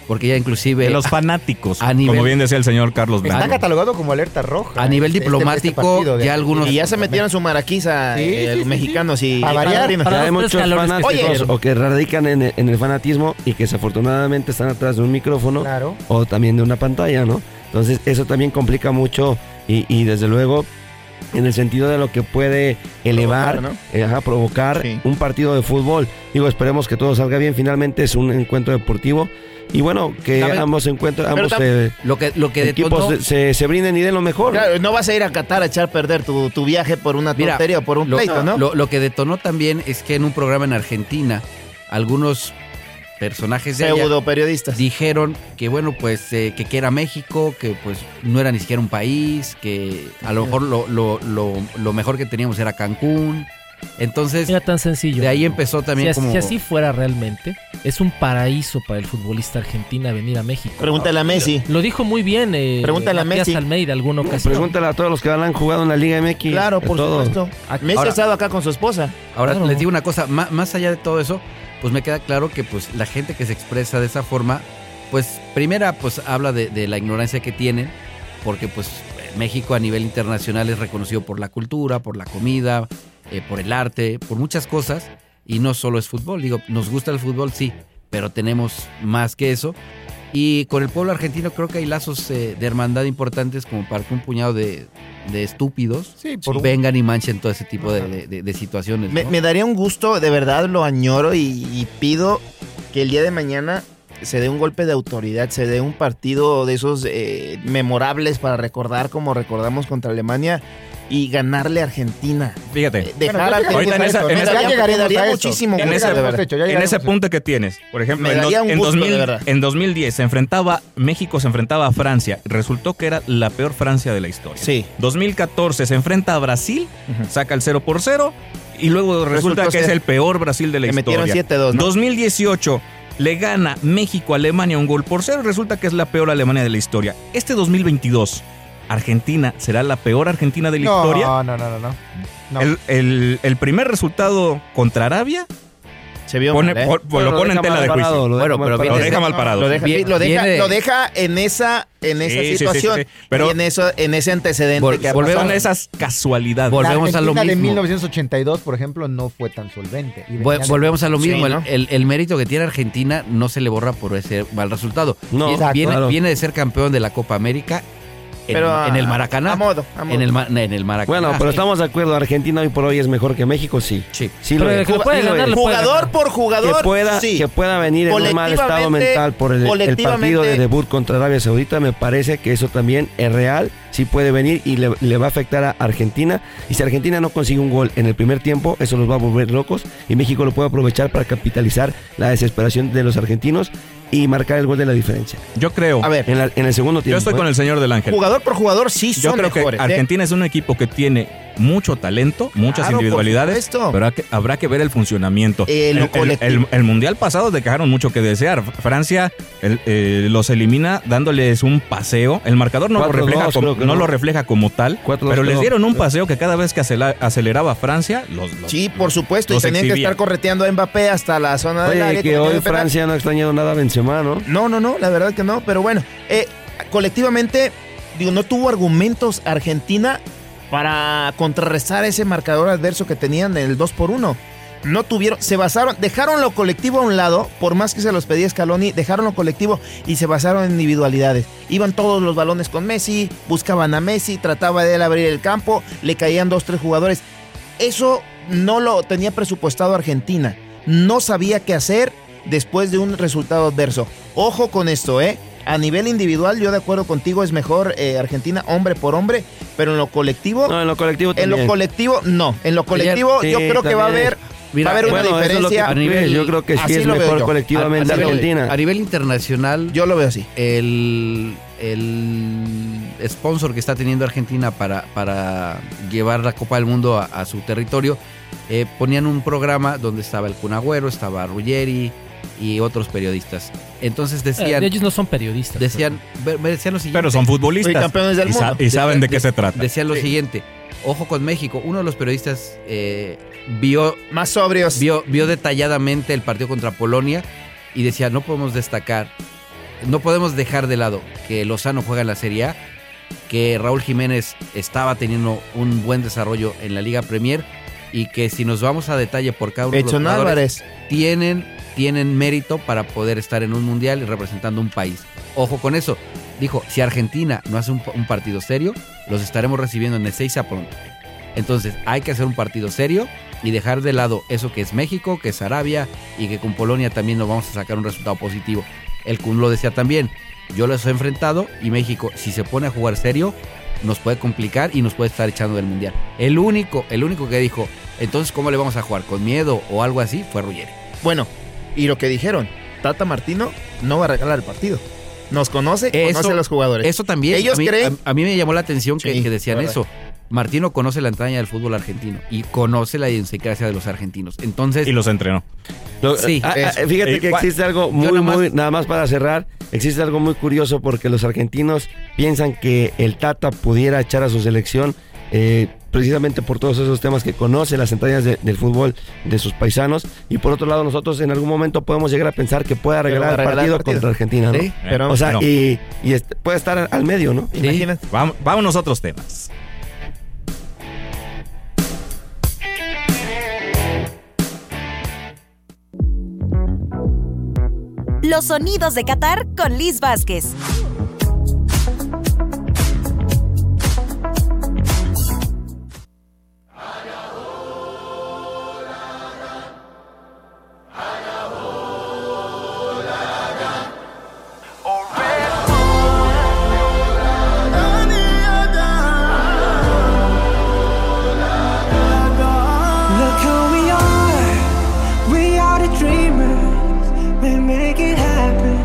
Speaker 3: porque ya inclusive...
Speaker 2: De los fanáticos,
Speaker 3: a nivel-
Speaker 2: como bien decía el señor Carlos
Speaker 4: Está
Speaker 2: Blanco.
Speaker 4: catalogado como alerta roja.
Speaker 3: A nivel
Speaker 4: este- este- este
Speaker 3: diplomático,
Speaker 4: partido de-
Speaker 3: ya algunos
Speaker 7: y ya se metieron su maraquiza
Speaker 4: Sí,
Speaker 7: eh,
Speaker 4: sí, sí,
Speaker 7: los mexicanos y...
Speaker 4: A variar.
Speaker 7: argentinos.
Speaker 5: Para
Speaker 6: Ya hay
Speaker 5: los
Speaker 6: muchos
Speaker 5: tres calores que
Speaker 6: fanáticos
Speaker 7: tenemos.
Speaker 6: o que radican en, el- en el fanatismo y que desafortunadamente están atrás de un micrófono
Speaker 4: Claro.
Speaker 6: o también de una pantalla, ¿no? Entonces eso también complica mucho y, y desde luego en el sentido de lo que puede elevar,
Speaker 7: Provocar,
Speaker 6: eh, ajá, provocar
Speaker 7: Sí.
Speaker 6: un partido de fútbol. Digo, esperemos que todo salga bien. Finalmente es un encuentro deportivo. Y bueno, que
Speaker 3: También-
Speaker 6: ambos encuentros, ambos
Speaker 7: tam-
Speaker 6: eh,
Speaker 3: Lo que, lo que
Speaker 6: equipos
Speaker 3: detonó-
Speaker 6: de- se, se brinden y den lo mejor.
Speaker 7: Claro, no vas a ir a Qatar a echar a perder tu, tu viaje por una
Speaker 3: Mira,
Speaker 7: tontería o por un
Speaker 3: lo,
Speaker 7: pleito, ¿no?
Speaker 3: lo- lo que detonó también es que en un programa en Argentina, algunos personajes de allá
Speaker 7: Pseudo periodistas.
Speaker 3: dijeron que bueno, pues eh, que, que era México, que pues no era ni siquiera un país, que a lo mejor lo, lo- lo- lo mejor que teníamos era Cancún. Entonces,
Speaker 5: Era tan sencillo.
Speaker 3: de ahí empezó también
Speaker 5: si, as-
Speaker 3: como...
Speaker 5: si así fuera realmente, es un paraíso para el futbolista argentino venir a México.
Speaker 7: Pregúntale a Messi.
Speaker 5: Lo dijo muy bien eh,
Speaker 7: Pregúntale a
Speaker 5: Matías
Speaker 7: Messi.
Speaker 5: Almeida alguna ocasión.
Speaker 6: Pregúntale a todos los que han jugado en la Liga MX.
Speaker 7: Claro,
Speaker 6: de
Speaker 7: por
Speaker 6: todo.
Speaker 7: supuesto. Messi
Speaker 3: Ahora-
Speaker 7: ha estado acá con su esposa.
Speaker 3: Ahora
Speaker 5: Claro.
Speaker 3: les digo una cosa, má- más allá de todo eso, pues me queda claro que pues la gente que se expresa de esa forma, pues primera pues habla de, de la ignorancia que tienen, porque pues eh, México a nivel internacional es reconocido por la cultura, por la comida, eh, por el arte, por muchas cosas, y no solo es fútbol, digo, nos gusta el fútbol, sí, pero tenemos más que eso. Y con el pueblo argentino creo que hay lazos eh, de hermandad importantes como para que un puñado de, de estúpidos pues
Speaker 4: Sí, por un-
Speaker 3: vengan y manchen todo ese tipo de, de- de- de situaciones.
Speaker 7: Me,
Speaker 3: ¿no?
Speaker 7: me daría un gusto, de verdad lo añoro y, y pido que el día de mañana se dé un golpe de autoridad, se dé un partido de esos eh, memorables para recordar como recordamos contra Alemania y ganarle a Argentina.
Speaker 2: Fíjate,
Speaker 7: Eh, Dejar a
Speaker 4: Bueno,
Speaker 2: Ahorita
Speaker 7: Argentina.
Speaker 2: en esa- en
Speaker 7: me
Speaker 2: esa-
Speaker 7: daría-
Speaker 4: ya llegaremos
Speaker 7: me daría
Speaker 4: a eso.
Speaker 7: muchísimo
Speaker 2: En
Speaker 7: gusto,
Speaker 2: ese-
Speaker 7: de verdad.
Speaker 4: hecho, ya
Speaker 2: en
Speaker 4: llegamos
Speaker 2: ese
Speaker 4: a-
Speaker 2: punto que tienes, por ejemplo,
Speaker 7: Me
Speaker 2: en, dos-
Speaker 7: daría un
Speaker 2: en
Speaker 7: gusto,
Speaker 2: 2000
Speaker 7: de verdad.
Speaker 2: en 2010 se enfrentaba, México se enfrentaba a Francia. Resultó que era la peor Francia de la historia.
Speaker 7: Sí.
Speaker 2: 2014 se enfrenta a Brasil, saca el 0 por 0 y luego
Speaker 7: Resultó
Speaker 2: resulta que es
Speaker 7: ser-
Speaker 2: el peor Brasil de la
Speaker 7: Le
Speaker 2: historia.
Speaker 7: metieron 7-2, ¿no?
Speaker 2: 2018 le gana México a Alemania un gol por cero, resulta que es la peor Alemania de la historia. Este 2022, Argentina será la peor Argentina de la
Speaker 4: No,
Speaker 2: historia.
Speaker 4: no, no, no, no. no.
Speaker 2: El, el- el primer resultado contra Arabia
Speaker 7: Se vio
Speaker 2: pone-
Speaker 7: mal, ¿eh?
Speaker 2: pon- lo pone en tela de juicio.
Speaker 6: Parado, lo deja
Speaker 3: Bueno,
Speaker 6: mal
Speaker 3: pero
Speaker 6: parado.
Speaker 2: Lo
Speaker 3: viene-
Speaker 2: deja mal parado.
Speaker 7: Lo deja,
Speaker 3: Bien-
Speaker 7: lo deja-
Speaker 3: viene-
Speaker 7: lo deja en esa, en esa
Speaker 2: Sí, sí, sí,
Speaker 7: situación
Speaker 2: sí, sí. Pero-
Speaker 7: y en, eso, en ese antecedente
Speaker 3: Vol-
Speaker 7: que ha
Speaker 3: volvemos-
Speaker 2: Son
Speaker 7: pasado.
Speaker 2: esas casualidades.
Speaker 3: Vol- volvemos
Speaker 4: la
Speaker 3: a lo
Speaker 4: Argentina de
Speaker 3: mismo.
Speaker 4: 1982, por ejemplo, no fue tan solvente. Y
Speaker 3: Vol-
Speaker 4: venían-
Speaker 3: volvemos a lo
Speaker 7: Sí,
Speaker 3: mismo, el-
Speaker 7: ¿no?
Speaker 3: el, el mérito que tiene Argentina no se le borra por ese mal resultado.
Speaker 6: No,
Speaker 3: Vie-
Speaker 6: exacto.
Speaker 3: viene,
Speaker 6: Claro.
Speaker 3: viene de ser campeón de la Copa América en,
Speaker 7: Pero,
Speaker 3: en el
Speaker 7: a-
Speaker 3: Maracaná.
Speaker 7: a modo, a modo.
Speaker 3: En, el, ma- en el Maracaná.
Speaker 5: Ah,
Speaker 6: Bueno, pero estamos de acuerdo. Argentina hoy por hoy es mejor que México, sí.
Speaker 3: Sí.
Speaker 6: Sí,
Speaker 5: Pero
Speaker 6: lo
Speaker 5: de
Speaker 6: es.
Speaker 5: que lo puede
Speaker 6: Sí lo
Speaker 5: ganar,
Speaker 6: es.
Speaker 5: lo puede
Speaker 7: Jugador
Speaker 5: ganar.
Speaker 7: por jugador,
Speaker 6: que pueda,
Speaker 7: sí.
Speaker 6: que pueda venir en un mal estado
Speaker 7: Colectivamente-
Speaker 6: mental por el, el partido de
Speaker 7: colectivamente-
Speaker 6: debut contra Arabia Saudita, me parece que eso también es real, sí puede venir y le, le va a afectar a Argentina. Y si Argentina no consigue un gol en el primer tiempo, eso los va a volver locos y México lo puede aprovechar para capitalizar la desesperación de los argentinos y marcar el gol de la diferencia.
Speaker 2: Yo creo.
Speaker 7: A ver,
Speaker 6: En, la- en el segundo tiempo. ¿eh?
Speaker 2: yo estoy con el señor del Ángel.
Speaker 7: jugador por jugador sí
Speaker 2: Yo
Speaker 7: son
Speaker 2: creo que
Speaker 7: mejores. ¿eh?
Speaker 2: Argentina es un equipo que tiene mucho talento, muchas
Speaker 7: Claro, por
Speaker 2: individualidades,
Speaker 7: supuesto.
Speaker 2: pero ha que- habrá que ver el funcionamiento.
Speaker 7: Eh, lo colectivo.
Speaker 2: el mundial pasado dejaron mucho que desear. Francia el- eh, los elimina dándoles un paseo. El marcador no, lo
Speaker 6: 4-2
Speaker 2: refleja, como,
Speaker 6: creo que
Speaker 2: no
Speaker 6: no.
Speaker 2: lo refleja como tal,
Speaker 6: 4-2
Speaker 2: pero les
Speaker 6: creo.
Speaker 2: dieron un paseo que cada vez que acela- aceleraba Francia, los, los-
Speaker 7: Sí, por supuesto, y
Speaker 2: los
Speaker 7: tenían que
Speaker 2: exhibía.
Speaker 7: estar correteando a Mbappé hasta la zona del área.
Speaker 6: Oye, que
Speaker 7: cometiendo
Speaker 6: hoy
Speaker 7: el penal.
Speaker 6: Francia no ha extrañado nada a Benzema, ¿no?
Speaker 7: No, no, no, la verdad que no, pero bueno, eh, colectivamente, digo, no tuvo argumentos Argentina para contrarrestar ese marcador adverso que tenían del 2 por 1. No tuvieron, se basaron, dejaron lo colectivo a un lado, por más que se los pedía Scaloni, dejaron lo colectivo y se basaron en individualidades. Iban todos los balones con Messi, buscaban a Messi, trataba de él abrir el campo, le caían dos, tres jugadores. Eso no lo tenía presupuestado Argentina. No sabía qué hacer después de un resultado adverso. Ojo con esto, ¿eh? A nivel individual, yo de acuerdo contigo, es mejor eh, Argentina hombre por hombre, pero en lo colectivo,
Speaker 6: No, en lo colectivo
Speaker 7: en
Speaker 6: también.
Speaker 7: lo colectivo, no. En lo colectivo,
Speaker 6: Sí,
Speaker 7: yo creo que va a
Speaker 6: también.
Speaker 7: haber
Speaker 3: Mira,
Speaker 7: va a haber una
Speaker 6: bueno, eso es lo que
Speaker 7: diferencia.
Speaker 6: tú crees,
Speaker 3: nivel-
Speaker 6: yo creo que sí
Speaker 7: así
Speaker 6: es
Speaker 7: lo veo
Speaker 6: mejor
Speaker 7: yo.
Speaker 6: colectivamente
Speaker 3: a, a nivel-
Speaker 6: Argentina.
Speaker 3: a nivel internacional,
Speaker 7: yo lo veo así.
Speaker 3: el, el sponsor que está teniendo Argentina para, para llevar la Copa del Mundo a, a su territorio, eh, ponían un programa donde estaba el Cunagüero, estaba Ruggeri y otros periodistas. Entonces
Speaker 5: Eh,
Speaker 3: decían,
Speaker 5: ellos no son periodistas.
Speaker 3: decían, ve- ve- decían lo siguiente.
Speaker 2: pero son futbolistas.
Speaker 7: Y campeones del
Speaker 2: y sa-
Speaker 7: mundo.
Speaker 2: y saben de qué
Speaker 3: De-
Speaker 2: se trata.
Speaker 3: Decían lo
Speaker 7: Sí.
Speaker 3: siguiente. Ojo con México. Uno de los periodistas eh, vio
Speaker 7: Más sobrios.
Speaker 3: vio, vio detalladamente el partido contra Polonia y decía, no podemos destacar, no podemos dejar de lado que Lozano juega en la Serie A, que Raúl Jiménez estaba teniendo un buen desarrollo en la Liga Premier y que si nos vamos a detalle por cada uno de los
Speaker 7: Edson
Speaker 3: jugadores,
Speaker 7: Álvarez.
Speaker 3: tienen, tienen mérito para poder estar en un mundial y representando un país. Ojo con eso. dijo, si Argentina no hace un, un partido serio, los estaremos recibiendo en Ezeiza pronto. Entonces hay que hacer un partido serio y dejar de lado eso que es México, que es Arabia y que con Polonia también nos vamos a sacar un resultado positivo. El Kun lo decía también, yo los he enfrentado y México si se pone a jugar serio nos puede complicar y nos puede estar echando del mundial. El único, el único que dijo, entonces ¿cómo le vamos a jugar? ¿Con miedo o algo así? Fue Ruggeri.
Speaker 7: Bueno, y lo que dijeron, Tata Martino no va a regalar el partido. Nos conoce, conoce a los jugadores.
Speaker 3: Eso también.
Speaker 7: Ellos
Speaker 3: a mí,
Speaker 7: creen-
Speaker 3: a- a mí me llamó la atención que,
Speaker 7: Sí,
Speaker 3: que decían
Speaker 7: la verdad.
Speaker 3: eso. Martino conoce la entraña del fútbol argentino y conoce la idiosincrasia de los argentinos. Entonces,
Speaker 2: Y los entrenó.
Speaker 6: Lo-
Speaker 3: Sí,
Speaker 6: ah, ah,
Speaker 7: eso.
Speaker 6: fíjate
Speaker 2: Eh,
Speaker 6: que
Speaker 2: cua-
Speaker 6: existe algo
Speaker 3: Yo
Speaker 6: muy,
Speaker 3: nomás-
Speaker 6: muy, nada más para cerrar, existe algo muy curioso porque los argentinos piensan que el Tata pudiera echar a su selección eh, precisamente por todos esos temas que conoce, las entrañas de- del fútbol de sus paisanos. Y por otro lado, nosotros en algún momento podemos llegar a pensar que puede
Speaker 7: Pero va a
Speaker 6: arreglar el
Speaker 7: regalar
Speaker 6: partido,
Speaker 7: el partido.
Speaker 6: contra Argentina, ¿no?
Speaker 7: Sí, pero
Speaker 6: o sea,
Speaker 2: no.
Speaker 6: y, y est- puede estar al medio, ¿no?
Speaker 7: imagínate.
Speaker 2: Vam- Vámonos a otros temas.
Speaker 1: Los sonidos de Qatar con Liz Vázquez.
Speaker 12: Look who we are. We are the dreamers. We make it happen.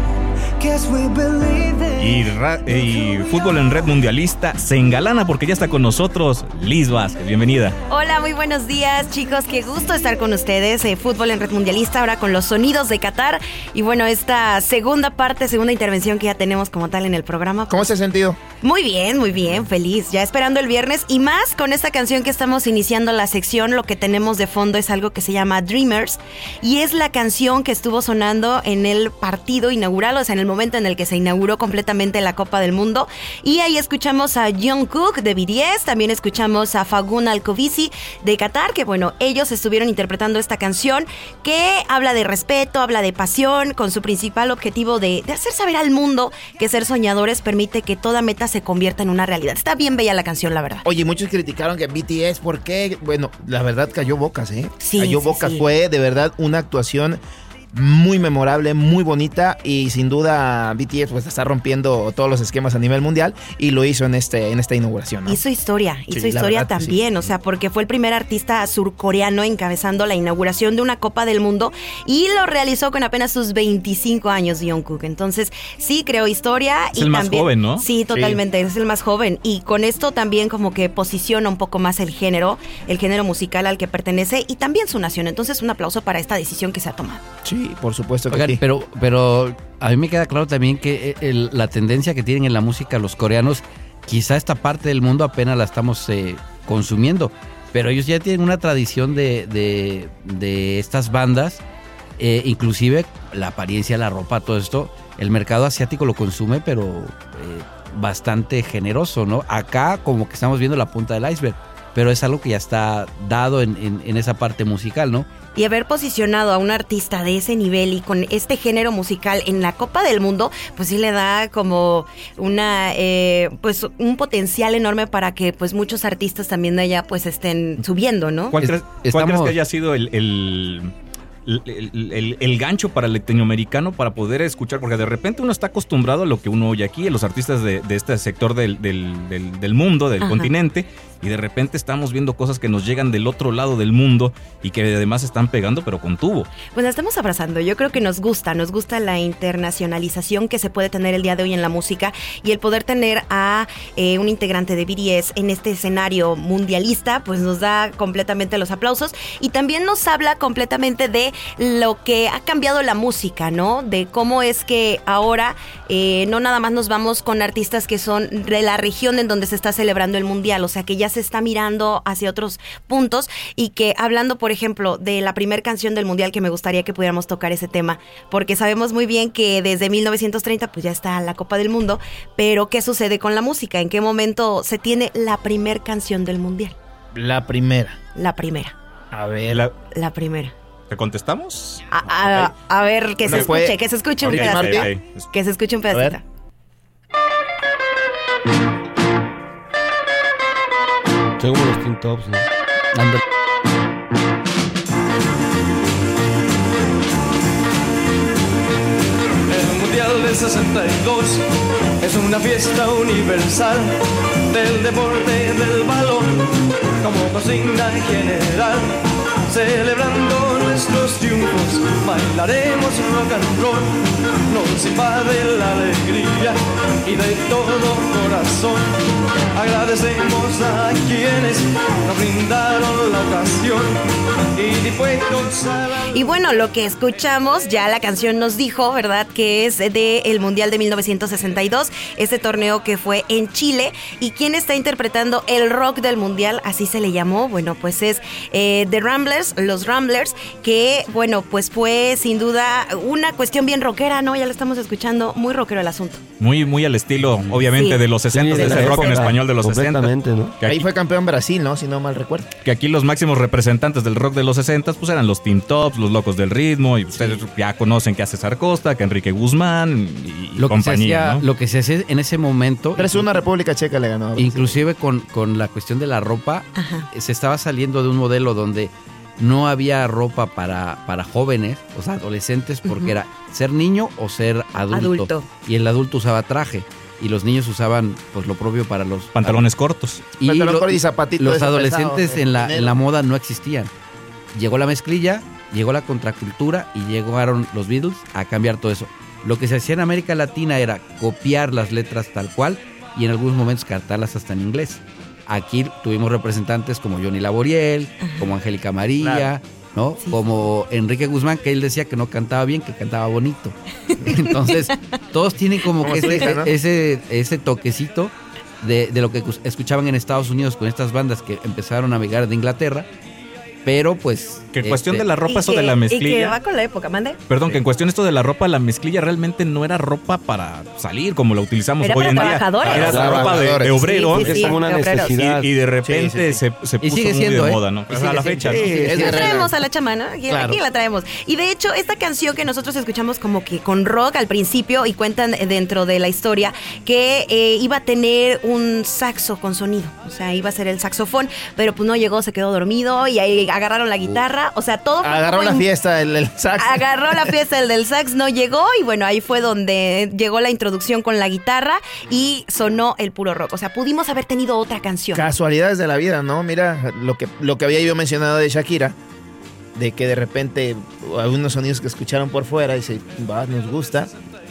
Speaker 12: Guess we believe
Speaker 2: Y,
Speaker 12: it.
Speaker 2: ra- y fútbol en red mundialista se engalana porque ya está con nosotros Liz Vázquez. Bienvenida.
Speaker 1: Hola, muy buenos días, chicos. Qué gusto estar con ustedes. eh, Fútbol en Red Mundialista, ahora con los sonidos de Qatar. Y bueno, esta segunda parte, segunda intervención que ya tenemos como tal en el programa. pues
Speaker 7: ¿Cómo se ha sentido?
Speaker 1: Muy bien, muy bien, feliz. Ya esperando el viernes y más con esta canción que estamos iniciando la sección. Lo que tenemos de fondo es algo que se llama Dreamers y es la canción que estuvo sonando en el partido inaugural, o sea, en el momento en el que se inauguró completamente la Copa del Mundo. Y ahí escuchamos a John Cook de BDS, también escuchamos a Fagun Alcovici de Qatar, que bueno, ellos estuvieron interpretando esta canción que habla de respeto, habla de pasión, con su principal objetivo de, de hacer saber al mundo que ser soñadores permite que toda meta se convierta en una realidad. Está bien bella la canción, la verdad.
Speaker 7: Oye, muchos criticaron que BTS, ¿por qué? Bueno, la verdad cayó bocas, ¿eh?
Speaker 1: Sí,
Speaker 7: cayó
Speaker 1: sí,
Speaker 7: bocas.
Speaker 1: sí.
Speaker 7: Fue de verdad una actuación muy memorable, muy bonita y sin duda BTS pues está rompiendo todos los esquemas a nivel mundial y lo hizo en este en esta inauguración. ¿no?
Speaker 1: Hizo historia, hizo
Speaker 7: la
Speaker 1: historia
Speaker 7: verdad que sí.
Speaker 1: también, o sea, porque fue el primer artista surcoreano encabezando la inauguración de una Copa del Mundo y lo realizó con apenas sus 25 años Jungkook. Entonces, sí creó historia
Speaker 2: Es
Speaker 1: y
Speaker 2: el más
Speaker 1: también-
Speaker 2: joven, ¿no?
Speaker 1: Sí, totalmente, es el más joven y con esto también como que posiciona un poco más el género, el género musical al que pertenece y también su nación. Entonces, un aplauso para esta decisión que se ha tomado.
Speaker 7: Sí, por supuesto que
Speaker 3: Oigan,
Speaker 7: sí.
Speaker 3: pero, pero a mí me queda claro también que eh, el- la tendencia que tienen en la música los coreanos, quizá esta parte del mundo apenas la estamos eh, consumiendo, pero ellos ya tienen una tradición de, de- de estas bandas, eh, inclusive la apariencia, la ropa, todo esto, el mercado asiático lo consume, pero eh, bastante generoso, ¿no? Acá como que estamos viendo la punta del iceberg, pero es algo que ya está dado en- en- en esa parte musical, ¿no?
Speaker 1: Y haber posicionado a un artista de ese nivel y con este género musical en la Copa del Mundo, pues sí le da como una, eh, pues un potencial enorme para que pues muchos artistas también de allá pues estén subiendo, ¿no?
Speaker 2: ¿Cuál,
Speaker 3: Es-
Speaker 2: crees, cuál
Speaker 3: estamos-
Speaker 2: crees que haya sido el, el- el- el- el gancho para el latinoamericano para poder escuchar? Porque de repente uno está acostumbrado a lo que uno oye aquí, a los artistas de, de este sector del, del- del- del mundo, del
Speaker 1: Ajá.
Speaker 2: continente, y de repente estamos viendo cosas que nos llegan del otro lado del mundo y que además están pegando, pero con tubo.
Speaker 1: Pues la estamos abrazando. Yo creo que nos gusta, nos gusta la internacionalización que se puede tener el día de hoy en la música y el poder tener a eh, un integrante de BDS en este escenario mundialista, pues nos da completamente los aplausos y también nos habla completamente de lo que ha cambiado la música, ¿no? De cómo es que ahora eh, no nada más nos vamos con artistas que son de la región en donde se está celebrando el mundial, o sea que ya se está mirando hacia otros puntos y que hablando, por ejemplo, de la primera canción del mundial que me gustaría que pudiéramos tocar ese tema, porque sabemos muy bien que desde 1930 pues ya está la Copa del Mundo, pero ¿qué sucede con la música? ¿En qué momento se tiene la primera canción del mundial?
Speaker 7: La primera.
Speaker 1: La primera,
Speaker 7: A ver,
Speaker 1: la primera. Ah,
Speaker 2: ¿Te contestamos?
Speaker 1: A, a- a ver, que se
Speaker 7: Bueno, fue-
Speaker 1: escuche, que se escuche un
Speaker 2: Ok,
Speaker 1: pedacito.
Speaker 2: ok, ok.
Speaker 1: Que se escuche un
Speaker 7: ver.
Speaker 1: pedacito.
Speaker 6: Soy como los Teen Tops, ¿no?
Speaker 13: El Mundial del 62 es una fiesta universal del deporte del balón como consigna general. Celebrando nuestros triunfos, bailaremos rock and roll, nos invade la alegría y de todo corazón agradecemos a quienes nos brindaron la ocasión y dispuestos a la
Speaker 1: Y bueno, lo que escuchamos, ya la canción nos dijo, ¿verdad? Que es de el Mundial de 1962, este torneo que fue en Chile. ¿Y quién está interpretando el rock del Mundial? Así se le llamó. Bueno, pues es eh, The Ramblers, los Ramblers, que bueno, pues fue sin duda una cuestión bien rockera, ¿no? Ya lo estamos escuchando, muy rockero el asunto.
Speaker 2: Muy, muy al estilo, obviamente,
Speaker 1: Sí.
Speaker 2: de los 60,
Speaker 6: Sí,
Speaker 2: de
Speaker 6: de
Speaker 2: ese
Speaker 6: la
Speaker 2: rock en
Speaker 6: época.
Speaker 2: español de los 60.
Speaker 6: Completamente, ¿no?
Speaker 2: Que
Speaker 7: Ahí
Speaker 2: aquí,
Speaker 7: fue campeón Brasil, ¿no? Si no mal recuerdo.
Speaker 2: que aquí los máximos representantes del rock de los 60 pues eran los Team Tops, los Locos del Ritmo, y ustedes ya conocen que a César Costa, que a Enrique Guzmán y, y
Speaker 3: Lo que, se
Speaker 2: compañía,
Speaker 3: hacía,
Speaker 2: ¿no?
Speaker 3: lo que se hacía en ese momento,
Speaker 7: 3-1 a República Checa le ganó. a Brasil.
Speaker 3: inclusive con, con la cuestión de la ropa,
Speaker 1: Ajá.
Speaker 3: se estaba saliendo de un modelo donde no había ropa para, para jóvenes, o sea, adolescentes, porque
Speaker 1: Ujú.
Speaker 3: era ser niño o ser adulto.
Speaker 1: Adulto.
Speaker 3: Y el adulto usaba traje y los niños usaban pues lo propio para los
Speaker 2: Pantalones cortos.
Speaker 3: Y,
Speaker 7: Pantalón
Speaker 3: lo-
Speaker 7: corto y zapatito
Speaker 3: los
Speaker 7: desapretado,
Speaker 3: adolescentes
Speaker 7: eh,
Speaker 3: en la,
Speaker 7: negro.
Speaker 3: en la moda no existían. Llegó la mezclilla, llegó la contracultura y llegaron los Beatles a cambiar todo eso. Lo que se hacía en América Latina era copiar las letras tal cual y en algunos momentos cantarlas hasta en inglés. Aquí tuvimos representantes como Johnny Laboriel, como Angélica María, ¿no?
Speaker 1: Sí.
Speaker 3: Como Enrique Guzmán, que él decía que no cantaba bien, que cantaba bonito. Entonces, todos tienen como
Speaker 7: Como
Speaker 3: que
Speaker 7: su
Speaker 3: ese,
Speaker 7: hija, ¿no?
Speaker 3: ese, ese toquecito de, de lo que cus- escuchaban en Estados Unidos con estas bandas que empezaron a migrar de Inglaterra. Pero pues.
Speaker 2: Que cuestión
Speaker 3: este,
Speaker 2: de la ropa,
Speaker 1: Y
Speaker 2: eso
Speaker 1: que-
Speaker 2: de la
Speaker 1: Y que
Speaker 2: mezclilla.
Speaker 1: va con la época, mande.
Speaker 2: Perdón, que en cuestión esto de la ropa, la mezclilla realmente no era ropa para salir como la utilizamos
Speaker 1: Era
Speaker 2: hoy
Speaker 1: para
Speaker 2: en día.
Speaker 1: trabajadores.
Speaker 6: Para
Speaker 2: Era ropa de,
Speaker 7: trabajadores.
Speaker 2: de obrero.
Speaker 1: Sí, sí,
Speaker 6: Es
Speaker 1: sí,
Speaker 6: como una
Speaker 1: obreros.
Speaker 6: necesidad.
Speaker 2: Y, y de repente se, se
Speaker 3: Y
Speaker 2: puso
Speaker 3: sigue
Speaker 2: muy
Speaker 3: siendo,
Speaker 2: de
Speaker 3: ¿eh?
Speaker 2: moda, ¿no?
Speaker 3: Y
Speaker 2: O sea,
Speaker 3: sigue
Speaker 2: a la
Speaker 3: siendo.
Speaker 2: fecha. ¿no?
Speaker 3: Sí,
Speaker 7: Sí,
Speaker 3: es
Speaker 7: sí,
Speaker 1: Aquí
Speaker 7: arregla.
Speaker 1: traemos a la chama, ¿no? Aquí,
Speaker 7: Claro.
Speaker 1: aquí la traemos. Y de hecho, esta canción que nosotros escuchamos como que con rock al principio y cuentan dentro de la historia que eh, iba a tener un saxo con sonido. O sea, iba a ser el saxofón, pero pues no llegó, se quedó dormido y ahí agarraron la guitarra. O sea, todo. fue
Speaker 7: Agarró
Speaker 1: como
Speaker 7: la
Speaker 1: en-
Speaker 7: fiesta el, el sax.
Speaker 1: Agarró la fiesta el del sax, no llegó y bueno, ahí fue donde llegó la introducción con la guitarra y sonó el puro rock. O sea, pudimos haber tenido otra canción.
Speaker 7: Casualidades de la vida, ¿no? Mira, lo que, lo que había yo mencionado de Shakira, de que de repente algunos sonidos que escucharon por fuera y se va, nos gusta.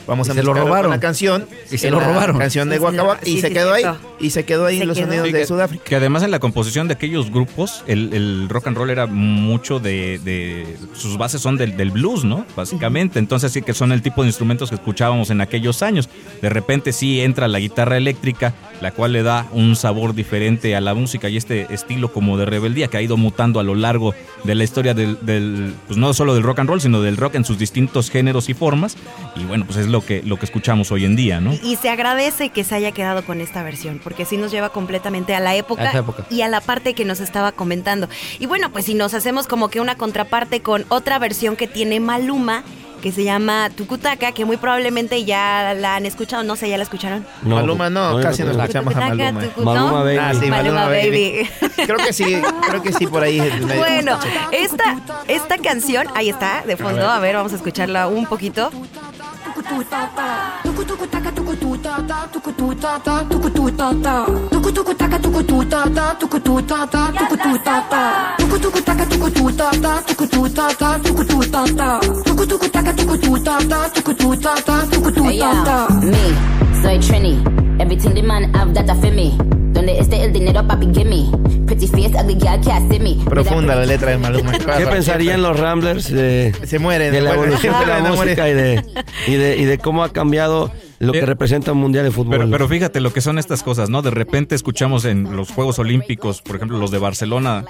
Speaker 7: Vamos
Speaker 3: Y
Speaker 7: a
Speaker 3: se lo
Speaker 7: mezclarlo con
Speaker 3: robaron.
Speaker 7: la canción.
Speaker 3: Y se
Speaker 7: en
Speaker 3: lo
Speaker 7: la
Speaker 3: robaron.
Speaker 7: Canción de
Speaker 1: Sí, se lo-
Speaker 7: Guacabá.
Speaker 1: sí,
Speaker 7: y se
Speaker 1: sí,
Speaker 7: quedó ahí.
Speaker 1: cierto.
Speaker 7: Y se quedó ahí
Speaker 1: Se
Speaker 7: en los
Speaker 1: quedó.
Speaker 7: sonidos
Speaker 2: Sí,
Speaker 7: de
Speaker 2: que-
Speaker 7: Sudáfrica.
Speaker 2: Que además en la composición de aquellos grupos, el, el rock and roll era mucho de. de- sus bases son del, del blues, ¿no? Básicamente. Entonces, sí que son el tipo de instrumentos que escuchábamos en aquellos años. De repente, sí entra la guitarra eléctrica, la cual le da un sabor diferente a la música y este estilo como de rebeldía que ha ido mutando a lo largo de la historia del. del, pues no solo del rock and roll, sino del rock en sus distintos géneros y formas. Y bueno, pues es lo que, lo que escuchamos hoy en día, ¿no?
Speaker 1: Y, y se agradece que se haya quedado con esta versión, porque sí nos lleva completamente a la época,
Speaker 3: A esa época.
Speaker 1: y a la parte que nos estaba comentando. Y bueno, pues si nos hacemos como que una contraparte con otra versión que tiene Maluma, que se llama Tucutaca, que muy probablemente ya la han escuchado, no sé, ya la escucharon.
Speaker 6: No,
Speaker 7: Maluma no,
Speaker 6: yo
Speaker 7: casi
Speaker 6: creo
Speaker 7: no
Speaker 6: que-
Speaker 7: la escuchamos a
Speaker 1: Tucutaca,
Speaker 7: Maluma.
Speaker 1: tucu-
Speaker 6: Maluma
Speaker 1: ¿no?
Speaker 6: Baby.
Speaker 7: Ah, sí,
Speaker 1: Maluma
Speaker 7: Maluma
Speaker 1: Baby.
Speaker 7: Baby. Creo que sí, creo que sí, por ahí. me-
Speaker 1: Bueno, esta, esta canción, ahí está, de fondo, a ver, vamos a escucharla un poquito.
Speaker 14: Me, soy Trini. Everything the man have that I feel me. Donde esté el dinero, papi, gimme. Pretty face, ugly girl, can't see me.
Speaker 7: Profunda la letra de Maluma.
Speaker 6: ¿Qué pensarían los Ramblers de,
Speaker 7: Se mueren.
Speaker 6: de la
Speaker 7: bueno,
Speaker 6: evolución de la
Speaker 7: no mueren.
Speaker 6: música y de, y, de, y de cómo ha cambiado lo que
Speaker 2: Eh,
Speaker 6: representa un mundial de fútbol?
Speaker 2: Pero, pero fíjate lo que son estas cosas, ¿no? De repente escuchamos en los Juegos Olímpicos, por ejemplo, los de Barcelona,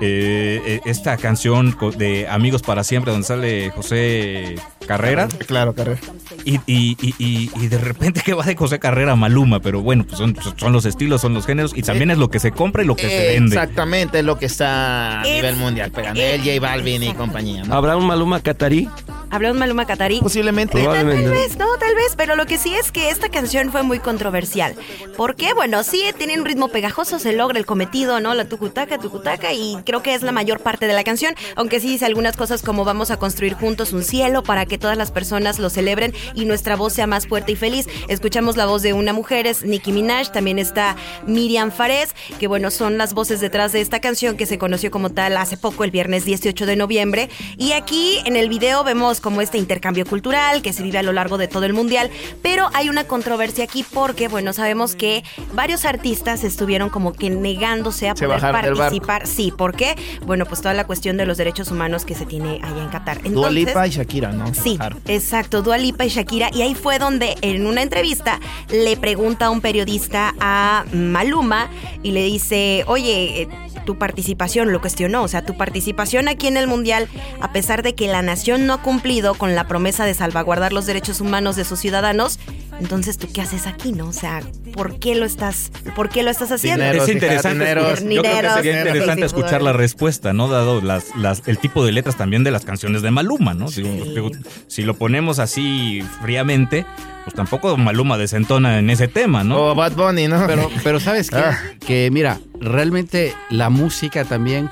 Speaker 2: eh, eh, esta canción co- de Amigos para Siempre, donde sale José Carrera.
Speaker 7: Claro, Carrera.
Speaker 2: Y, y- y- y- y de repente que va de José Carrera a Maluma, pero bueno, pues son, son los estilos, son los géneros, y también es lo que se compra y lo que
Speaker 7: Eh,
Speaker 2: se vende.
Speaker 7: Exactamente, es lo que está a
Speaker 1: Es-
Speaker 7: nivel mundial pegando.
Speaker 1: es-
Speaker 7: El J Balvin y compañía. ¿no?
Speaker 6: ¿Habrá un Maluma catarí?
Speaker 1: Hablamos Maluma Catarí.
Speaker 7: Pues Posiblemente.
Speaker 1: Tal
Speaker 7: Probablemente.
Speaker 1: vez, no, tal vez, pero lo que sí es que esta canción fue muy controversial. Porque, bueno, sí, tiene un ritmo pegajoso, se logra el cometido, ¿no? La tucutaca, tucutaca, y creo que es la mayor parte de la canción, aunque sí dice algunas cosas como vamos a construir juntos un cielo para que todas las personas lo celebren y nuestra voz sea más fuerte y feliz. Escuchamos la voz de una mujer, es Nicki Minaj, también está Miriam Fares, que bueno, son las voces detrás de esta canción que se conoció como tal hace poco, el viernes 18 de noviembre. Y aquí en el video vemos como este intercambio cultural que se vive a lo largo de todo el mundial, pero hay una controversia aquí porque, bueno, sabemos que varios artistas estuvieron como que negándose a
Speaker 7: Se
Speaker 1: poder
Speaker 7: bajaron del barco.
Speaker 1: participar. Sí, ¿por qué? Bueno, pues toda la cuestión de los derechos humanos que se tiene allá en Qatar. Entonces,
Speaker 7: Dua Lipa y Shakira, ¿no?
Speaker 1: Sí, exacto, Dua Lipa y Shakira. Y ahí fue donde en una entrevista le pregunta a un periodista a Maluma y le dice, oye, eh, tu participación, lo cuestionó, o sea, tu participación aquí en el Mundial, a pesar de que la nación no ha cumplido con la promesa de salvaguardar los derechos humanos de sus ciudadanos, entonces tú qué haces aquí, ¿no? O sea, ¿por qué lo estás, por qué lo estás haciendo?
Speaker 2: es interesante. escuchar- yo creo que sería interesante escuchar la respuesta, ¿no? Dado las, las, el tipo de letras también de las canciones de Maluma, ¿no? Digo, digo, si lo ponemos así fríamente, pues tampoco Maluma desentona en ese tema, ¿no?
Speaker 7: O Bad Bunny, ¿no?
Speaker 3: Pero, pero sabes qué?
Speaker 7: Ah.
Speaker 3: que, mira, realmente la música también,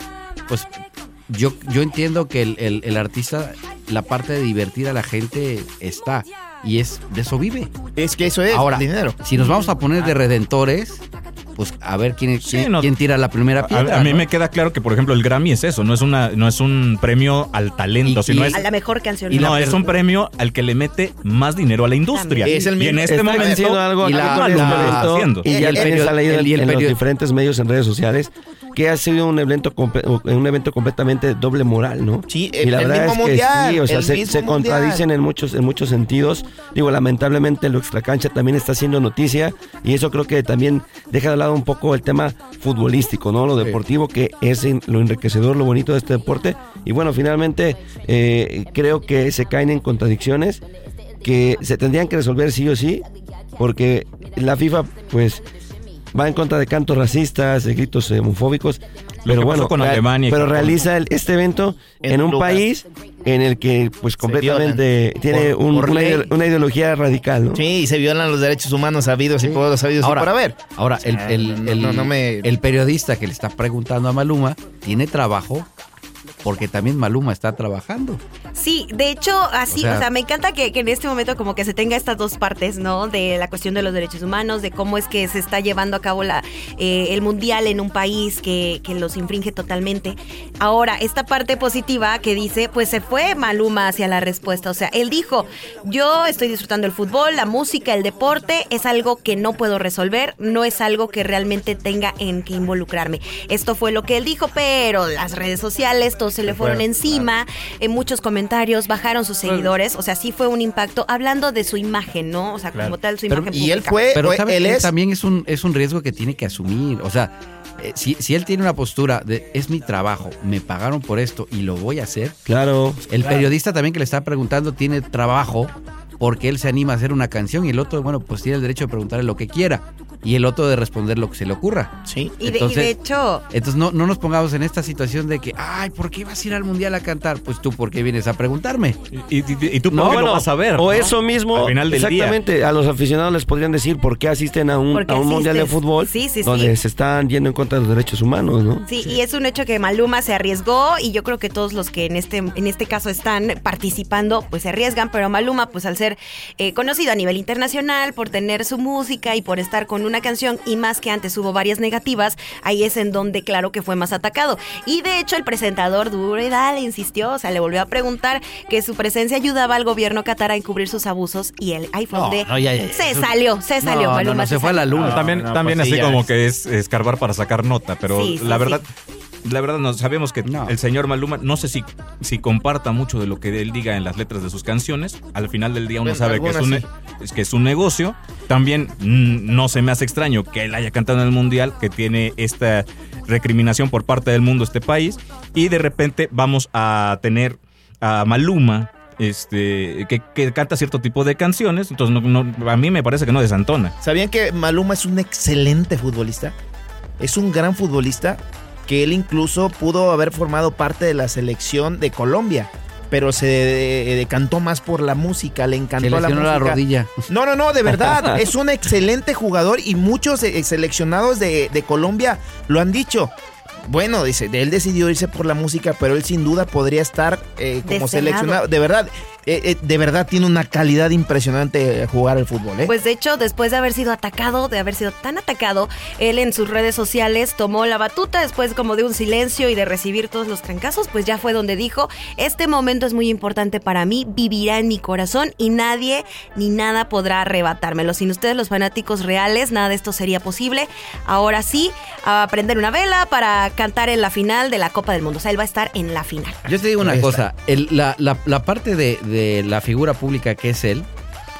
Speaker 3: pues yo, yo entiendo que el, el- el artista, la parte de divertir a la gente está. Y es de eso vive.
Speaker 7: Es que eso es
Speaker 3: Ahora,
Speaker 7: dinero. Ah.
Speaker 3: si nos vamos a poner de redentores, pues a ver quién, quién,
Speaker 2: no.
Speaker 3: quién tira la primera
Speaker 2: A,
Speaker 3: piedra.
Speaker 2: a mí
Speaker 3: ¿no?
Speaker 2: me queda claro que, por ejemplo, el Grammy es eso, no es una, no es un premio al talento,
Speaker 3: Y-
Speaker 2: sino
Speaker 3: y-
Speaker 2: es
Speaker 1: A la mejor canción.
Speaker 2: Y
Speaker 1: ¿no?
Speaker 2: no, es un premio al que le mete más dinero a la industria.
Speaker 7: También. Es el
Speaker 2: y en
Speaker 7: mismo-
Speaker 2: este
Speaker 7: está
Speaker 2: momento,
Speaker 7: venciendo
Speaker 6: algo
Speaker 3: y
Speaker 6: acá
Speaker 3: la-
Speaker 6: con el
Speaker 2: la-
Speaker 6: evento,
Speaker 2: haciendo.
Speaker 6: y ya
Speaker 3: El
Speaker 6: el, periodista
Speaker 3: period-
Speaker 6: leído
Speaker 3: el- y el
Speaker 6: en los
Speaker 3: period-
Speaker 6: diferentes medios en redes sociales que ha sido un evento comple- un evento completamente doble moral, ¿no?
Speaker 7: Sí,
Speaker 6: y la
Speaker 7: el
Speaker 6: verdad
Speaker 7: mismo
Speaker 6: es que
Speaker 7: mundial,
Speaker 6: sí, o sea,
Speaker 7: el
Speaker 6: se,
Speaker 7: mismo
Speaker 6: se
Speaker 7: mundial.
Speaker 6: contradicen en muchos en muchos sentidos. Digo, lamentablemente lo extracancha también está haciendo noticia y eso creo que también deja de lado un poco el tema futbolístico, ¿no? Lo deportivo que es en- lo enriquecedor, lo bonito de este deporte y bueno, finalmente eh, creo que se caen en contradicciones que se tendrían que resolver sí o sí, porque la FIFA, pues, va en contra de cantos racistas, de gritos eh, homofóbicos. pero
Speaker 2: que pasó
Speaker 6: bueno,
Speaker 2: con
Speaker 6: real-
Speaker 2: Alemania y
Speaker 6: pero
Speaker 2: con-
Speaker 6: realiza el- este evento
Speaker 7: En
Speaker 6: en, un
Speaker 7: lugar.
Speaker 6: país en el que, pues, completamente
Speaker 7: violan.
Speaker 6: tiene
Speaker 7: Por-
Speaker 6: un-
Speaker 7: por
Speaker 6: una,
Speaker 7: ley.
Speaker 6: ide- una ideología radical, ¿no?
Speaker 7: Sí, y se violan los derechos humanos sabidos y por sabidos
Speaker 3: Ahora,
Speaker 7: y por haber.
Speaker 3: Ahora, el,
Speaker 7: sea,
Speaker 3: el-
Speaker 7: Ah, no-
Speaker 3: el-
Speaker 7: no- no me-
Speaker 3: el periodista que le está preguntando a Maluma tiene trabajo porque también Maluma está trabajando.
Speaker 1: Sí, de hecho, así, o
Speaker 3: O
Speaker 1: sea,
Speaker 3: sea-
Speaker 1: me encanta que, que en este momento como que se tenga estas dos partes, ¿no? De la cuestión de los derechos humanos, de cómo es que se está llevando a cabo la, eh, el mundial en un país que, que los infringe totalmente. Ahora, esta parte positiva que dice, pues se fue Maluma hacia la respuesta. O sea, él dijo, yo estoy disfrutando el fútbol, la música, el deporte, es algo que no puedo resolver, no es algo que realmente tenga en que involucrarme. Esto fue lo que él dijo, pero las redes sociales, todos se le fueron encima, en muchos comentarios bajaron sus seguidores, o sea, sí fue un impacto, hablando de su imagen, ¿no? O sea, como tal, su
Speaker 3: Pero-
Speaker 1: imagen
Speaker 7: Y él
Speaker 1: pública.
Speaker 7: fue,
Speaker 3: Pero
Speaker 7: o
Speaker 3: ¿sabes
Speaker 7: él
Speaker 3: qué?
Speaker 7: es.
Speaker 3: también es un, es un riesgo que tiene que asumir. O sea, eh, si, si él tiene una postura de es mi trabajo, me pagaron por esto y lo voy a hacer,
Speaker 6: Claro.
Speaker 3: el periodista también que le está preguntando tiene trabajo porque él se anima a hacer una canción y el otro, bueno, pues tiene el derecho de preguntarle lo que quiera y el otro de responder lo que se le ocurra.
Speaker 7: Sí.
Speaker 1: Y de- y de
Speaker 3: Entonces-
Speaker 1: hecho...
Speaker 3: Entonces no, no nos pongamos en esta situación de que, ay, ¿por qué vas a ir al mundial a cantar? Pues tú, ¿por qué vienes a preguntarme?
Speaker 2: Y, y- y tú por
Speaker 6: No,
Speaker 2: qué lo
Speaker 6: bueno,
Speaker 2: vas a ver.
Speaker 6: O
Speaker 2: ¿no?
Speaker 6: eso mismo,
Speaker 2: Al final del día.
Speaker 6: exactamente, a los aficionados les podrían decir por qué asisten a un,
Speaker 1: ¿Por qué
Speaker 6: a un mundial de
Speaker 1: asistes?
Speaker 6: fútbol
Speaker 1: Sí, sí, sí.
Speaker 6: donde se están yendo en contra de los derechos humanos, ¿no?
Speaker 1: Sí, y es un hecho que Maluma se arriesgó y yo creo que todos los que en este en este caso están participando pues se arriesgan, pero Maluma pues al ser eh, conocido a nivel internacional por tener su música y por estar con una canción y más que antes hubo varias negativas, ahí es en donde claro que fue más atacado. Y de hecho el presentador duro y dale insistió, o sea, le volvió a preguntar que su presencia ayudaba al gobierno catar a encubrir sus abusos y él ahí fue
Speaker 3: No,
Speaker 1: donde
Speaker 3: no, ya, ya, ya.
Speaker 1: se salió, se salió
Speaker 3: no, no,
Speaker 1: Maluma.
Speaker 3: no, se fue a la
Speaker 2: Bueno,
Speaker 3: luna.
Speaker 2: también
Speaker 7: no,
Speaker 2: también
Speaker 7: pues sí,
Speaker 2: así
Speaker 7: ya
Speaker 2: como
Speaker 7: es.
Speaker 2: que es escarbar para sacar nota, pero
Speaker 1: Sí, sí,
Speaker 2: la
Speaker 1: sí.
Speaker 2: verdad la verdad no sabemos que
Speaker 3: No.
Speaker 2: el señor Maluma no sé si si comparta mucho de lo que él diga en las letras de sus canciones, al final del día uno
Speaker 7: Bueno,
Speaker 2: sabe que es un
Speaker 7: algunas
Speaker 2: ne- es que es un negocio. También mm, no se me hace extraño que él haya cantado en el mundial, que tiene esta recriminación por parte del mundo este país y de repente vamos a tener a Maluma este que, que canta cierto tipo de canciones, entonces no- no- a mí me parece que no desantona.
Speaker 7: ¿Sabían que Maluma es un excelente futbolista? Es un gran futbolista que él incluso pudo haber formado parte de la selección de Colombia. pero se eh, decantó más por la música, le encantó la
Speaker 3: lesionó
Speaker 7: música.
Speaker 3: la rodilla.
Speaker 7: No, no, no, de verdad, es un excelente jugador y muchos eh, seleccionados de, de Colombia lo han dicho. Bueno, dice, él decidió irse por la música, pero él sin duda podría estar eh, como
Speaker 1: Desenado.
Speaker 7: seleccionado. De verdad, eh, eh, de verdad tiene una calidad impresionante eh, jugar al fútbol, ¿eh?
Speaker 1: Pues de hecho, después de haber sido atacado, de haber sido tan atacado, él en sus redes sociales tomó la batuta después como de un silencio y de recibir todos los trancazos, pues ya fue donde dijo, este momento es muy importante para mí, vivirá en mi corazón y nadie ni nada podrá arrebatármelo. Sin ustedes los fanáticos reales, nada de esto sería posible. Ahora sí, a prender una vela para cantar en la final de la Copa del Mundo. O sea, él va a estar en la final.
Speaker 3: Yo te digo una
Speaker 1: Ahí
Speaker 3: cosa, el- la, la- la parte de, de la figura pública que es él,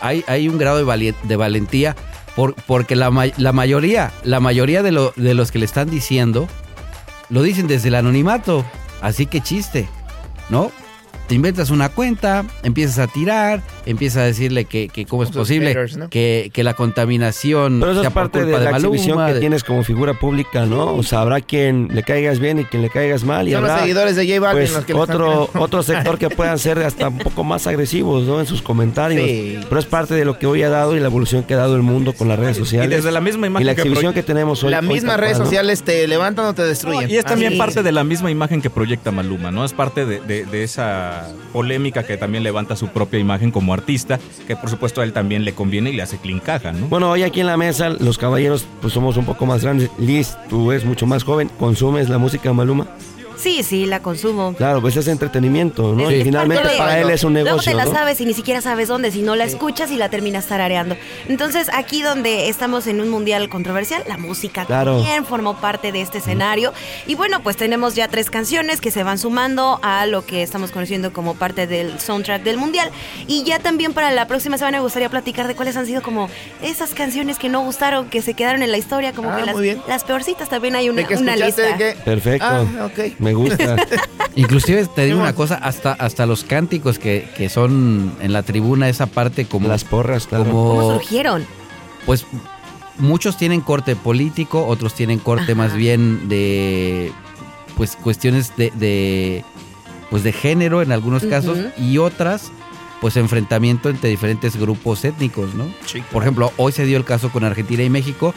Speaker 3: hay, hay un grado de, vali- de valentía por- porque la, ma- la mayoría, la mayoría de, lo- de los que le están diciendo, lo dicen desde el anonimato, así que chiste, ¿no? Te inventas una cuenta, empiezas a tirar, empiezas a decirle que, que cómo es
Speaker 7: Los
Speaker 3: posible
Speaker 7: haters, ¿no?
Speaker 3: que, que la contaminación
Speaker 6: Pero esa
Speaker 3: Mm, sea
Speaker 6: es
Speaker 3: por
Speaker 6: parte de
Speaker 3: culpa
Speaker 6: la exhibición
Speaker 3: Maluma,
Speaker 6: que
Speaker 3: de-
Speaker 6: tienes como figura pública, ¿no? O sea, habrá quien le caigas bien y quien le caigas mal. Y
Speaker 7: Son los
Speaker 6: habrá,
Speaker 7: seguidores de J Balvin
Speaker 6: pues,
Speaker 7: los que le están
Speaker 6: otro,
Speaker 7: tirando.
Speaker 6: otro sector que puedan ser hasta un poco más agresivos, ¿no? En sus comentarios.
Speaker 7: Sí.
Speaker 6: Pero es parte de lo que hoy ha dado y la evolución que ha dado el mundo con las redes sociales.
Speaker 2: Y desde la misma imagen
Speaker 6: Y la
Speaker 2: que
Speaker 6: exhibición que,
Speaker 2: proye-
Speaker 6: tenemos hoy.
Speaker 7: Las
Speaker 6: hoy
Speaker 7: mismas
Speaker 6: tal
Speaker 7: redes
Speaker 6: cual, ¿no?
Speaker 7: sociales te este, levantan o te destruyen.
Speaker 2: Y es también
Speaker 7: Así
Speaker 2: parte de la misma imagen que proyecta Maluma, ¿no? Es parte de, de- de esa polémica que también levanta su propia imagen como artista, que por supuesto a él también le conviene y le hace clean caja, ¿no?
Speaker 6: Bueno, hoy aquí en la mesa los caballeros pues somos un poco más grandes. Liz, tú eres mucho más joven, consumes la música de Maluma.
Speaker 1: Sí, sí, la consumo.
Speaker 6: Claro, pues es entretenimiento, ¿no?
Speaker 1: Es-
Speaker 6: Y
Speaker 1: es
Speaker 6: finalmente
Speaker 1: parte de-
Speaker 6: para él es un
Speaker 1: Luego te
Speaker 6: negocio,
Speaker 1: la
Speaker 6: ¿no?
Speaker 1: sabes y ni siquiera sabes dónde, si no la escuchas y la terminas tarareando. Entonces, aquí donde estamos en un mundial controversial, la música
Speaker 6: Claro.
Speaker 1: también formó parte de este escenario. Y bueno, pues tenemos ya tres canciones que se van sumando a lo que estamos conociendo como parte del soundtrack del mundial. Y ya también para la próxima semana me gustaría platicar de cuáles han sido como esas canciones que no gustaron, que se quedaron en la historia, como
Speaker 7: Ah,
Speaker 1: que las,
Speaker 7: muy bien.
Speaker 1: las peorcitas también hay una,
Speaker 7: ¿De qué
Speaker 1: una
Speaker 7: escuchaste?
Speaker 1: lista.
Speaker 7: ¿De qué?
Speaker 6: Perfecto.
Speaker 7: Ah, ok.
Speaker 6: Me gusta.
Speaker 3: Inclusive te digo
Speaker 7: Simón.
Speaker 3: una cosa, hasta, hasta los cánticos que, que son en la tribuna, esa parte como...
Speaker 6: Las porras, claro.
Speaker 1: ¿Cómo
Speaker 3: como
Speaker 1: surgieron?
Speaker 3: pues muchos tienen corte político, otros tienen corte
Speaker 1: Ajá.
Speaker 3: más bien de pues cuestiones de, de, pues de género en algunos casos
Speaker 1: Ujú.
Speaker 3: y otras pues enfrentamiento entre diferentes grupos étnicos, ¿no? Por ejemplo, hoy se dio el caso con Argentina y México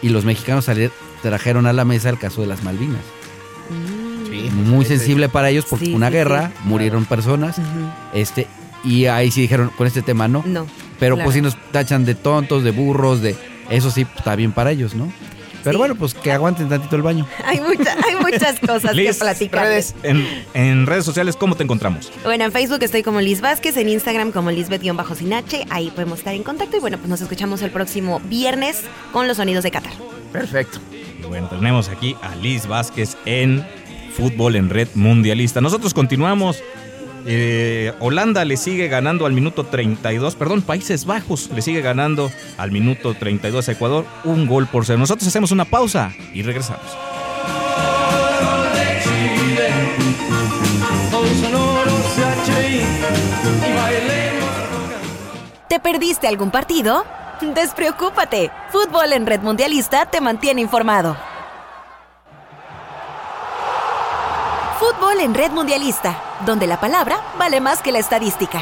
Speaker 3: y los mexicanos sali- trajeron a la mesa el caso de las Malvinas.
Speaker 1: Mm.
Speaker 3: Muy sensible para ellos porque
Speaker 1: Sí,
Speaker 3: fue una
Speaker 1: sí,
Speaker 3: guerra, murieron personas,
Speaker 1: Ujú.
Speaker 3: este y ahí sí dijeron con este tema no.
Speaker 1: No.
Speaker 3: Pero
Speaker 1: Claro.
Speaker 3: pues si nos tachan de tontos, de burros, de... Eso sí, pues, está bien para ellos, ¿no? Pero
Speaker 1: Sí.
Speaker 3: bueno, pues que aguanten tantito el baño.
Speaker 1: Hay, mucha- hay muchas cosas que
Speaker 2: Liz,
Speaker 1: platicar.
Speaker 2: redes- en, en redes sociales, ¿cómo te encontramos?
Speaker 1: Bueno, en Facebook estoy como Liz Vázquez, en Instagram como Lisbeth-Sinache. Ahí podemos estar en contacto. Y bueno, pues nos escuchamos el próximo viernes con los sonidos de Qatar.
Speaker 7: Perfecto.
Speaker 2: Y bueno, tenemos aquí a Liz Vázquez en Fútbol en Red Mundialista. Nosotros continuamos. Eh, Holanda le sigue ganando al minuto 32, perdón, Países Bajos le sigue ganando al minuto 32 a Ecuador, un gol por cero. Nosotros hacemos una pausa y regresamos.
Speaker 13: Con sonoro CHI y bailemos.
Speaker 1: ¿Te perdiste algún partido? Despreocúpate. Fútbol en Red Mundialista te mantiene informado. Fútbol en Red Mundialista, donde la palabra vale más que la estadística.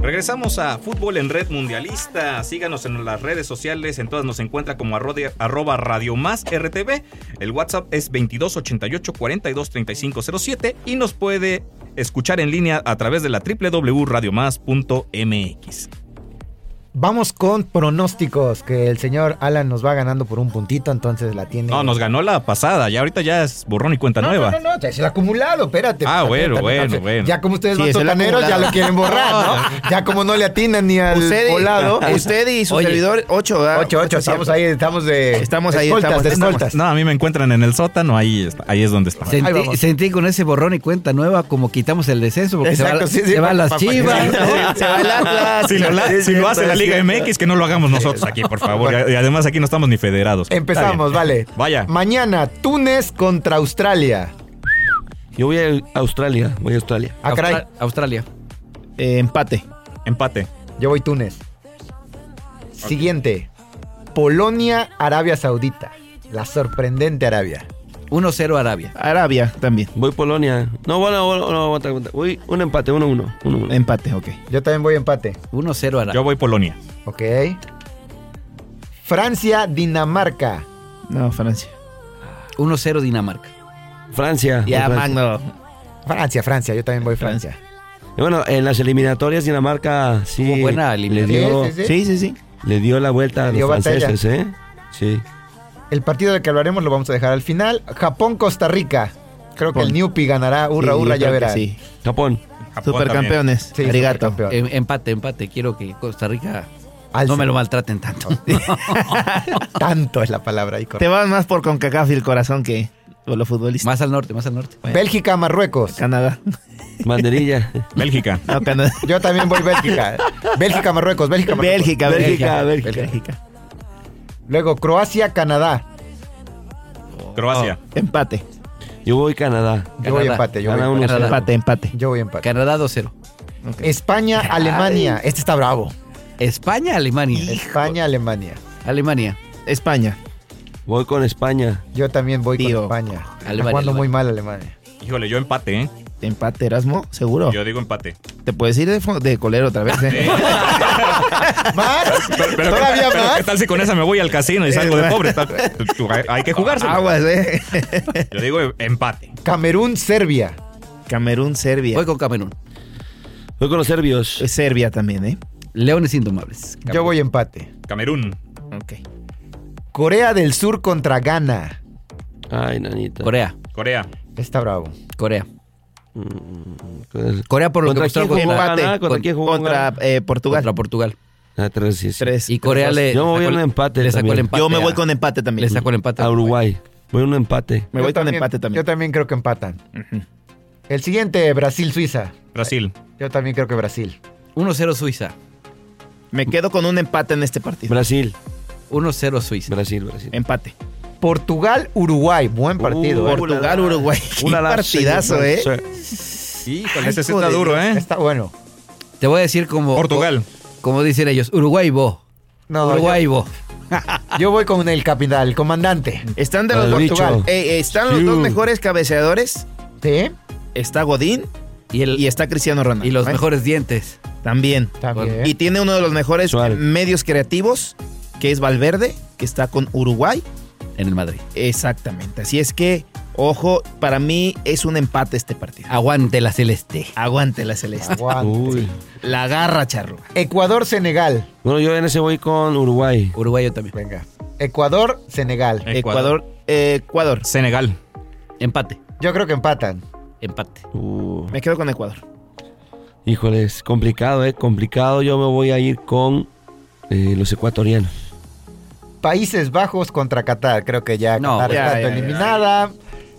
Speaker 2: Regresamos a Fútbol en Red Mundialista. Síganos en las redes sociales. En todas nos encuentra como arrode- arroba Radio Más RTV. El WhatsApp es 2288 423507 y nos puede escuchar en línea a través de la www.radiomás.mx.
Speaker 4: Vamos con pronósticos, que el señor Alan nos va ganando por un puntito, entonces la tiene.
Speaker 2: No, nos ganó la pasada. Ya ahorita ya es borrón y cuenta
Speaker 4: No,
Speaker 2: nueva.
Speaker 4: No, no, no, es el acumulado, espérate.
Speaker 2: Ah, bueno,
Speaker 4: Espérate,
Speaker 2: bueno,
Speaker 4: entonces,
Speaker 2: bueno.
Speaker 4: Ya como ustedes
Speaker 7: Sí,
Speaker 4: van
Speaker 7: es el
Speaker 4: sotaneros, ya
Speaker 7: acumulado.
Speaker 4: lo quieren borrar, ¿no? Ya como no le atinan ni al
Speaker 7: Usted y,
Speaker 4: volado.
Speaker 7: usted y su
Speaker 3: Oye.
Speaker 7: servidor, 8, ¿verdad?
Speaker 4: 8, 8, estamos ahí, estamos de.
Speaker 7: Estamos ahí,
Speaker 4: escoltas,
Speaker 7: estamos,
Speaker 4: de
Speaker 7: estamos.
Speaker 4: escoltas.
Speaker 2: No, a mí me encuentran en el sótano. Ahí, está- ahí es donde está.
Speaker 4: Ahí
Speaker 3: Sentí,
Speaker 4: vamos.
Speaker 3: sentí con ese borrón y cuenta nueva como quitamos el descenso porque se va-
Speaker 4: Exacto, sí, sí,
Speaker 3: se van
Speaker 4: pa-
Speaker 3: las
Speaker 4: pa-
Speaker 3: chivas.
Speaker 4: sí,
Speaker 3: ¿no?
Speaker 7: Se va el Atlas.
Speaker 2: Si lo, la-
Speaker 4: Sí, es
Speaker 2: si lo
Speaker 4: cierto,
Speaker 2: hace la
Speaker 4: es
Speaker 2: Liga
Speaker 4: cierto.
Speaker 2: MX, que no lo hagamos nosotros aquí, por favor. Y además aquí no estamos ni federados. Está bien.
Speaker 4: Empezamos, vale.
Speaker 2: Vaya.
Speaker 4: Mañana, Túnez contra Australia.
Speaker 6: Yo voy a Australia, voy a Australia.
Speaker 4: Ah, caray.
Speaker 3: Austra- Australia.
Speaker 7: Eh, empate.
Speaker 2: Empate.
Speaker 4: Yo voy Túnez. Siguiente. Polonia, Arabia Saudita. La sorprendente Arabia.
Speaker 3: 1-0 Arabia.
Speaker 7: Arabia también.
Speaker 6: Voy Polonia. No, bueno, bueno, no, aguanta, aguanta. Voy un empate, 1-1. Uno, uno, uno, uno.
Speaker 7: Empate, ok.
Speaker 4: Yo también voy empate.
Speaker 3: 1-0 Arabia.
Speaker 2: Yo voy Polonia.
Speaker 4: Ok. Francia, Dinamarca.
Speaker 7: No, Francia.
Speaker 3: 1-0 Dinamarca.
Speaker 6: Francia.
Speaker 7: Ya,
Speaker 6: Ah, Francia.
Speaker 7: Magno.
Speaker 4: Francia, Francia. Yo también voy Francia.
Speaker 6: Y Bueno, en las eliminatorias Dinamarca sí
Speaker 3: Hubo buena
Speaker 6: le
Speaker 3: eliminatoria.
Speaker 6: dio,
Speaker 4: Sí, sí,
Speaker 7: Sí, sí, sí.
Speaker 6: le dio la vuelta a
Speaker 4: Le dio
Speaker 6: los
Speaker 4: batalla.
Speaker 6: franceses, ¿eh? Sí.
Speaker 4: El partido del que hablaremos lo vamos a dejar al final. Japón, Costa Rica. Creo que el Newpi ganará. Hurra,
Speaker 7: Sí, yo
Speaker 4: hurra, ya
Speaker 7: creo que
Speaker 4: verá.
Speaker 7: Sí.
Speaker 6: Japón.
Speaker 2: Japón
Speaker 7: Supercampeones.
Speaker 4: Sí,
Speaker 7: Arigato.
Speaker 4: supercampeón.
Speaker 3: Em- empate, empate. Quiero que Costa Rica
Speaker 4: Alce.
Speaker 3: no me lo maltraten tanto.
Speaker 4: Tanto es la palabra ahí
Speaker 7: Te
Speaker 4: correcta.
Speaker 7: vas más por CONCACAF y el corazón que por los futbolistas.
Speaker 3: más al norte, más al norte.
Speaker 4: Bélgica, Marruecos.
Speaker 7: Canadá.
Speaker 6: Banderilla.
Speaker 2: también. Bélgica.
Speaker 7: No, Canadá.
Speaker 4: Yo también voy Bélgica. Bélgica, Marruecos. Bélgica, Marruecos.
Speaker 7: Bélgica, Bélgica,
Speaker 6: Bélgica,
Speaker 7: Bélgica.
Speaker 4: Luego, Croacia, Canadá.
Speaker 2: Croacia.
Speaker 7: Empate.
Speaker 6: Yo voy Canadá.
Speaker 4: Yo voy
Speaker 3: Canadá.
Speaker 4: empate. Yo voy
Speaker 6: Gana
Speaker 4: empate.
Speaker 6: uno,
Speaker 3: Canadá.
Speaker 6: cero.
Speaker 7: Empate, empate.
Speaker 4: Yo voy empate.
Speaker 3: Canadá 2-0.
Speaker 4: España, Alemania. Este está bravo.
Speaker 3: España, Alemania.
Speaker 4: España, Alemania.
Speaker 3: Alemania.
Speaker 7: España.
Speaker 6: Voy con España.
Speaker 4: Yo también voy
Speaker 7: Tío.
Speaker 4: con España. Está
Speaker 3: Alemania,
Speaker 4: jugando
Speaker 3: Alemania.
Speaker 4: muy mal Alemania.
Speaker 2: Híjole, yo empate, ¿eh?
Speaker 7: Empate, Erasmo, seguro.
Speaker 2: Yo digo empate.
Speaker 7: Te puedes ir de, fo- de colero otra vez, ¿eh?
Speaker 4: ¿Más?
Speaker 2: Pero,
Speaker 4: ¿Todavía
Speaker 2: pero
Speaker 4: más?
Speaker 2: ¿Qué tal si con esa me voy al casino y salgo de pobre? Está- hay- hay que jugarse.
Speaker 7: Aguas, ¿eh?
Speaker 2: Yo digo empate.
Speaker 4: Camerún, Serbia.
Speaker 7: Camerún, Serbia.
Speaker 3: Voy con Camerún.
Speaker 6: Voy con los serbios.
Speaker 7: Serbia también, ¿eh?
Speaker 3: Leones indomables.
Speaker 4: Yo voy empate.
Speaker 2: Camerún.
Speaker 7: Ok.
Speaker 4: Corea del Sur contra Ghana.
Speaker 6: Ay, nanita.
Speaker 3: Corea.
Speaker 2: Corea.
Speaker 4: Está bravo.
Speaker 3: Corea.
Speaker 6: Corea.
Speaker 3: Corea por lo que
Speaker 6: ¿Contra
Speaker 3: mostró
Speaker 6: quién jugó
Speaker 3: contra,
Speaker 6: Ghana? ¿Contra
Speaker 3: con-
Speaker 6: quién jugó
Speaker 7: Contra
Speaker 6: Ghana?
Speaker 7: eh, Portugal.
Speaker 3: contra Portugal.
Speaker 6: Ah, tres, sí, sí.
Speaker 7: Tres.
Speaker 3: Y Corea le,
Speaker 6: Yo me voy
Speaker 3: le
Speaker 6: a un
Speaker 3: el-
Speaker 6: empate
Speaker 3: le sacó
Speaker 6: también.
Speaker 3: el empate.
Speaker 7: Yo me voy
Speaker 3: a-
Speaker 7: con empate también.
Speaker 3: Le sacó el empate
Speaker 6: A Uruguay. Voy a un empate.
Speaker 7: Me
Speaker 4: Yo
Speaker 7: voy con
Speaker 4: también-
Speaker 7: empate también.
Speaker 4: Yo también creo que empatan. El siguiente, Brasil, Suiza.
Speaker 2: Brasil.
Speaker 4: Yo también creo que Brasil.
Speaker 3: 1-0 Suiza.
Speaker 7: Me quedo con un empate en este partido.
Speaker 6: Brasil.
Speaker 3: 1-0 Suiza.
Speaker 6: Brasil, Brasil. Uh,
Speaker 7: Empate.
Speaker 4: Portugal, Uruguay. Buen partido. ¿eh?
Speaker 7: Portugal, Uruguay. Qué partidazo, ¿eh?
Speaker 2: Híjole, ese sí
Speaker 7: Hijo
Speaker 2: está
Speaker 7: de-
Speaker 2: duro, ¿eh?
Speaker 4: Está bueno.
Speaker 3: Te voy a decir como...
Speaker 2: Portugal.
Speaker 3: Como dicen ellos, Uruguay bo.
Speaker 4: No,
Speaker 3: Uruguay bo.
Speaker 4: Yo, yo voy con el capital, el comandante.
Speaker 7: Están de
Speaker 6: Ah, Lo
Speaker 7: los
Speaker 6: del
Speaker 7: Portugal.
Speaker 6: bicho.
Speaker 7: Eh, eh, están los
Speaker 6: Sí.
Speaker 7: dos mejores cabeceadores.
Speaker 4: ¿Sí?
Speaker 7: Está Godín
Speaker 3: Y, el,
Speaker 7: y está Cristiano Ronaldo.
Speaker 3: y los
Speaker 7: ¿eh?
Speaker 3: mejores dientes.
Speaker 7: También.
Speaker 4: También.
Speaker 7: Y tiene uno de los mejores
Speaker 6: Suárez.
Speaker 7: medios creativos, que es Valverde, que está con Uruguay.
Speaker 3: En el Madrid.
Speaker 7: Exactamente. Así es que, ojo, para mí es un empate este partido.
Speaker 3: Aguante la celeste.
Speaker 7: Aguante la celeste.
Speaker 4: Aguante.
Speaker 6: Uy.
Speaker 7: La agarra, Charlo.
Speaker 4: Ecuador, Senegal.
Speaker 6: Bueno, yo en ese voy con Uruguay.
Speaker 3: Uruguay yo también.
Speaker 4: Venga. Ecuador, Senegal.
Speaker 7: Ecuador. Ecuador.
Speaker 2: Senegal.
Speaker 3: Empate.
Speaker 4: Yo creo que empatan.
Speaker 3: Empate.
Speaker 6: Uh,
Speaker 7: Me quedo con Ecuador.
Speaker 6: híjole, es complicado, ¿eh? Complicado. Yo me voy a ir con eh, los ecuatorianos.
Speaker 4: Países Bajos contra Qatar. Creo que ya
Speaker 3: No,
Speaker 4: Qatar
Speaker 7: ya,
Speaker 4: está
Speaker 7: ya, ya.
Speaker 4: eliminada.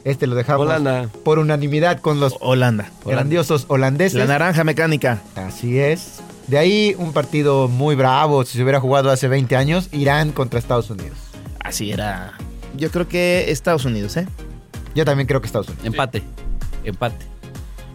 Speaker 4: Este lo dejamos
Speaker 6: Holanda.
Speaker 4: por unanimidad con los
Speaker 7: Holanda.
Speaker 4: grandiosos holandeses.
Speaker 7: La naranja mecánica.
Speaker 4: Así es. De ahí un partido muy bravo. Si se hubiera jugado hace 20 años, Irán contra Estados Unidos.
Speaker 7: Así era. Yo creo que Estados Unidos, ¿eh?
Speaker 4: Yo también creo que Estados Unidos.
Speaker 3: Empate. Empate.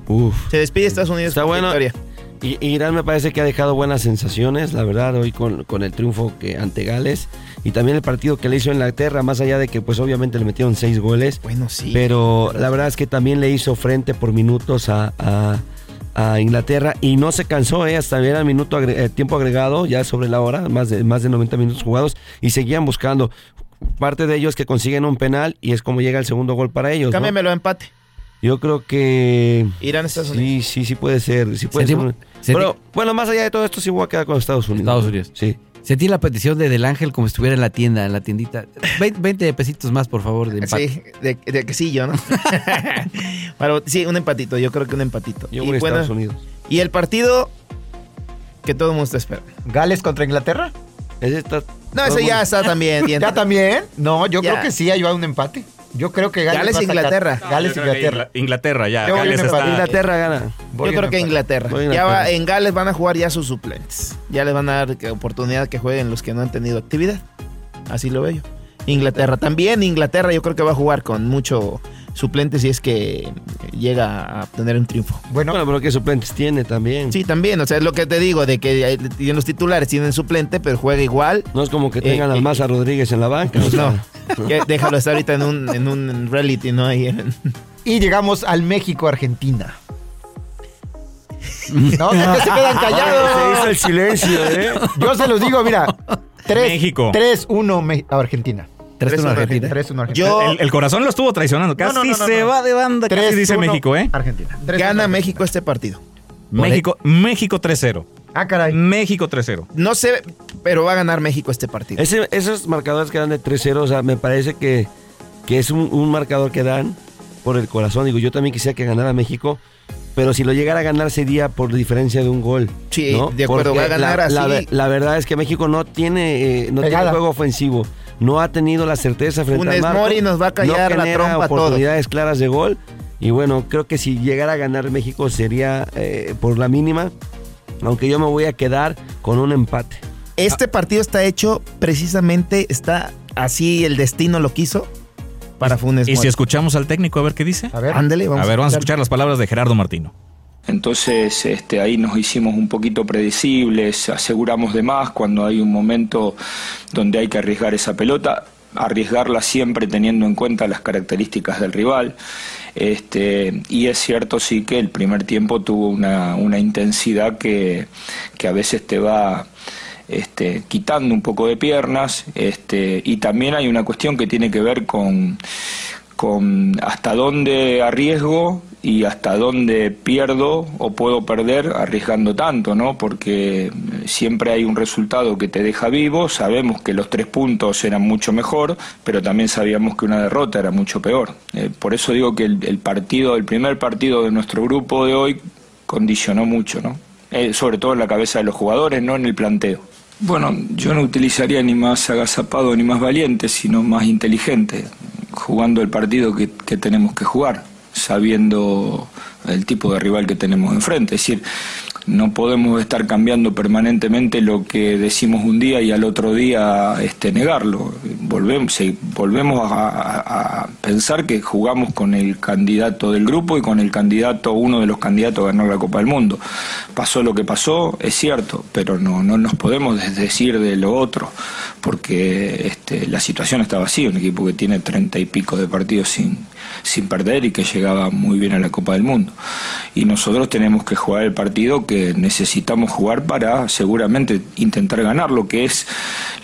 Speaker 6: Uf.
Speaker 7: Se despide Estados Unidos
Speaker 6: Está
Speaker 7: con
Speaker 6: bueno.
Speaker 7: victoria.
Speaker 6: Y- Irán me parece que ha dejado buenas sensaciones, la verdad, hoy con, con el triunfo que, ante Gales y también el partido que le hizo Inglaterra, más allá de que pues obviamente le metieron seis goles,
Speaker 7: Bueno, sí.
Speaker 6: pero la verdad es que también le hizo frente por minutos a, a- a Inglaterra y no se cansó, ¿eh? hasta era minuto agre- eh, tiempo agregado, ya sobre la hora, más de, más de 90 minutos jugados y seguían buscando. Parte de ellos que consiguen un penal y es como llega el segundo gol para ellos. ¿no?
Speaker 7: Cámbiamelo a empate.
Speaker 6: Yo creo que
Speaker 7: Irán, Estados Unidos.
Speaker 6: Sí, sí, sí puede ser. Sí puede
Speaker 3: Sentimos-
Speaker 6: ser.
Speaker 3: senti-
Speaker 6: Pero, bueno, más allá de todo esto, sí voy a quedar con Estados Unidos.
Speaker 3: Estados Unidos.
Speaker 6: Sí.
Speaker 3: Sentí la petición de Del Ángel como si estuviera en la tienda, en la tiendita. Ve- 20 pesitos más, por favor, de empate.
Speaker 7: Sí, de, de quesillo, ¿no? Bueno, sí, un empatito. Yo creo que un empatito.
Speaker 6: Yo
Speaker 7: y,
Speaker 6: voy a
Speaker 7: bueno,
Speaker 6: Estados Unidos.
Speaker 7: y el partido que todo el mundo está esperando.
Speaker 4: ¿Gales contra Inglaterra?
Speaker 6: Ese está- todo
Speaker 7: No, ese
Speaker 6: el
Speaker 7: ya
Speaker 6: mundo-
Speaker 7: está también. bien.
Speaker 4: ¿Ya también? No, yo
Speaker 7: Ya.
Speaker 4: creo que sí, ahí va un empate. Yo creo que Gales.
Speaker 7: Gales,
Speaker 4: va a sacar-
Speaker 7: Inglaterra.
Speaker 4: Gales,
Speaker 2: Yo creo que
Speaker 4: Inglaterra.
Speaker 2: Ingla- Inglaterra, ya.
Speaker 4: Yo voy
Speaker 2: Gales
Speaker 4: en
Speaker 2: está-
Speaker 4: empate.
Speaker 6: Inglaterra gana.
Speaker 4: Voy
Speaker 7: Yo creo que
Speaker 4: empate.
Speaker 7: Inglaterra.
Speaker 6: Voy a
Speaker 7: Ya
Speaker 6: Inglaterra.
Speaker 7: va- en Gales van a jugar ya sus suplentes. Ya les van a dar que- oportunidad que jueguen los que no han tenido actividad. Así lo veo yo. Inglaterra también. Inglaterra yo creo que va a jugar con mucho suplente si es que llega a obtener un triunfo.
Speaker 6: Bueno, pero que suplentes tiene también.
Speaker 7: Sí, también, o sea, es lo que te digo, de que hay- tienen los titulares tienen suplente, pero juega igual.
Speaker 6: No es como que tengan
Speaker 7: Eh,
Speaker 6: al
Speaker 7: eh,
Speaker 6: Maza Rodríguez en la banca. o sea.
Speaker 7: Ya déjalo estar ahorita en un, en un reality, ¿no? Ahí en-
Speaker 4: Y llegamos al México-Argentina. No, ¿por qué se quedan callados?
Speaker 6: Se hizo el silencio, ¿eh?
Speaker 4: Yo se los digo, mira. 3,
Speaker 2: México.
Speaker 4: 3-1 Me- a Argentina.
Speaker 3: 3-1 Argentina.
Speaker 4: 3-1 Argentina.
Speaker 2: el, el corazón lo estuvo traicionando. Casi
Speaker 7: no, no, no,
Speaker 2: se
Speaker 7: no.
Speaker 2: va de banda. Casi
Speaker 4: 3-1
Speaker 2: dice México, ¿eh?
Speaker 4: Argentina. 3-1
Speaker 7: Gana
Speaker 4: Argentina.
Speaker 7: México este partido.
Speaker 2: México, México 3-0.
Speaker 4: Ah, caray.
Speaker 2: México 3-0.
Speaker 7: No sé, pero va a ganar México este partido.
Speaker 6: Ese- esos marcadores que dan de 3-0, o sea, me parece que, que es un, un marcador que dan por el corazón. Digo, yo también quisiera que ganara México, pero si lo llegara a ganar sería por diferencia de un gol.
Speaker 7: Sí,
Speaker 6: ¿no?
Speaker 7: de acuerdo,
Speaker 6: Porque
Speaker 7: va a ganar
Speaker 6: la,
Speaker 7: así.
Speaker 6: La, ve- la verdad es que México no tiene, eh, no tiene
Speaker 4: Pegada.
Speaker 6: juego ofensivo. No ha tenido la certeza frente
Speaker 7: Funes
Speaker 6: al marco.
Speaker 7: Mori nos va a callar
Speaker 6: no
Speaker 7: la
Speaker 6: genera
Speaker 7: trompa a todos.
Speaker 6: oportunidades claras de gol. Y bueno, creo que si llegara a ganar México sería eh, por la mínima. Aunque yo me voy a quedar con un empate.
Speaker 7: Este
Speaker 2: Ah.
Speaker 7: partido está hecho precisamente, está así, el destino lo quiso para Funes
Speaker 2: Y si
Speaker 7: Mori.
Speaker 2: escuchamos al técnico a ver qué dice.
Speaker 4: A ver.
Speaker 7: Ándale, vamos
Speaker 2: a ver, vamos a escuchar las palabras de Gerardo Martino.
Speaker 13: Entonces este, ahí nos hicimos un poquito predecibles, aseguramos de más cuando hay un momento donde hay que arriesgar esa pelota, arriesgarla siempre teniendo en cuenta las características del rival. Este, y es cierto sí que el primer tiempo tuvo una, una intensidad que, que a veces te va este, quitando un poco de piernas este, y también hay una cuestión que tiene que ver con, con hasta dónde arriesgo y hasta dónde pierdo o puedo perder arriesgando tanto, ¿no? Porque eh, siempre hay un resultado que te deja vivo, sabemos que los tres puntos eran mucho mejor, pero también sabíamos que una derrota era mucho peor. Eh, por eso digo que el, el partido, el primer partido de nuestro grupo de hoy condicionó mucho, ¿no? Eh, sobre todo en la cabeza de los jugadores, no en el planteo. Bueno, yo no utilizaría ni más agazapado ni más valiente, sino más inteligente, jugando el partido que, que tenemos que jugar, sabiendo el tipo de rival que tenemos enfrente. Es decir, no podemos estar cambiando permanentemente lo que decimos un día y al otro día este, negarlo. Volvemos, sí, volvemos a, a- a pensar que jugamos con el candidato del grupo y con el candidato, uno de los candidatos a ganar la Copa del Mundo. Pasó lo que pasó, es cierto, pero no, no nos podemos desdecir de lo otro, porque este, la situación estaba así, un equipo que tiene treinta y pico de partidos sin, sin perder y que llegaba muy bien a la Copa del Mundo. Y nosotros tenemos que jugar el partido que necesitamos jugar para seguramente intentar ganar, lo que es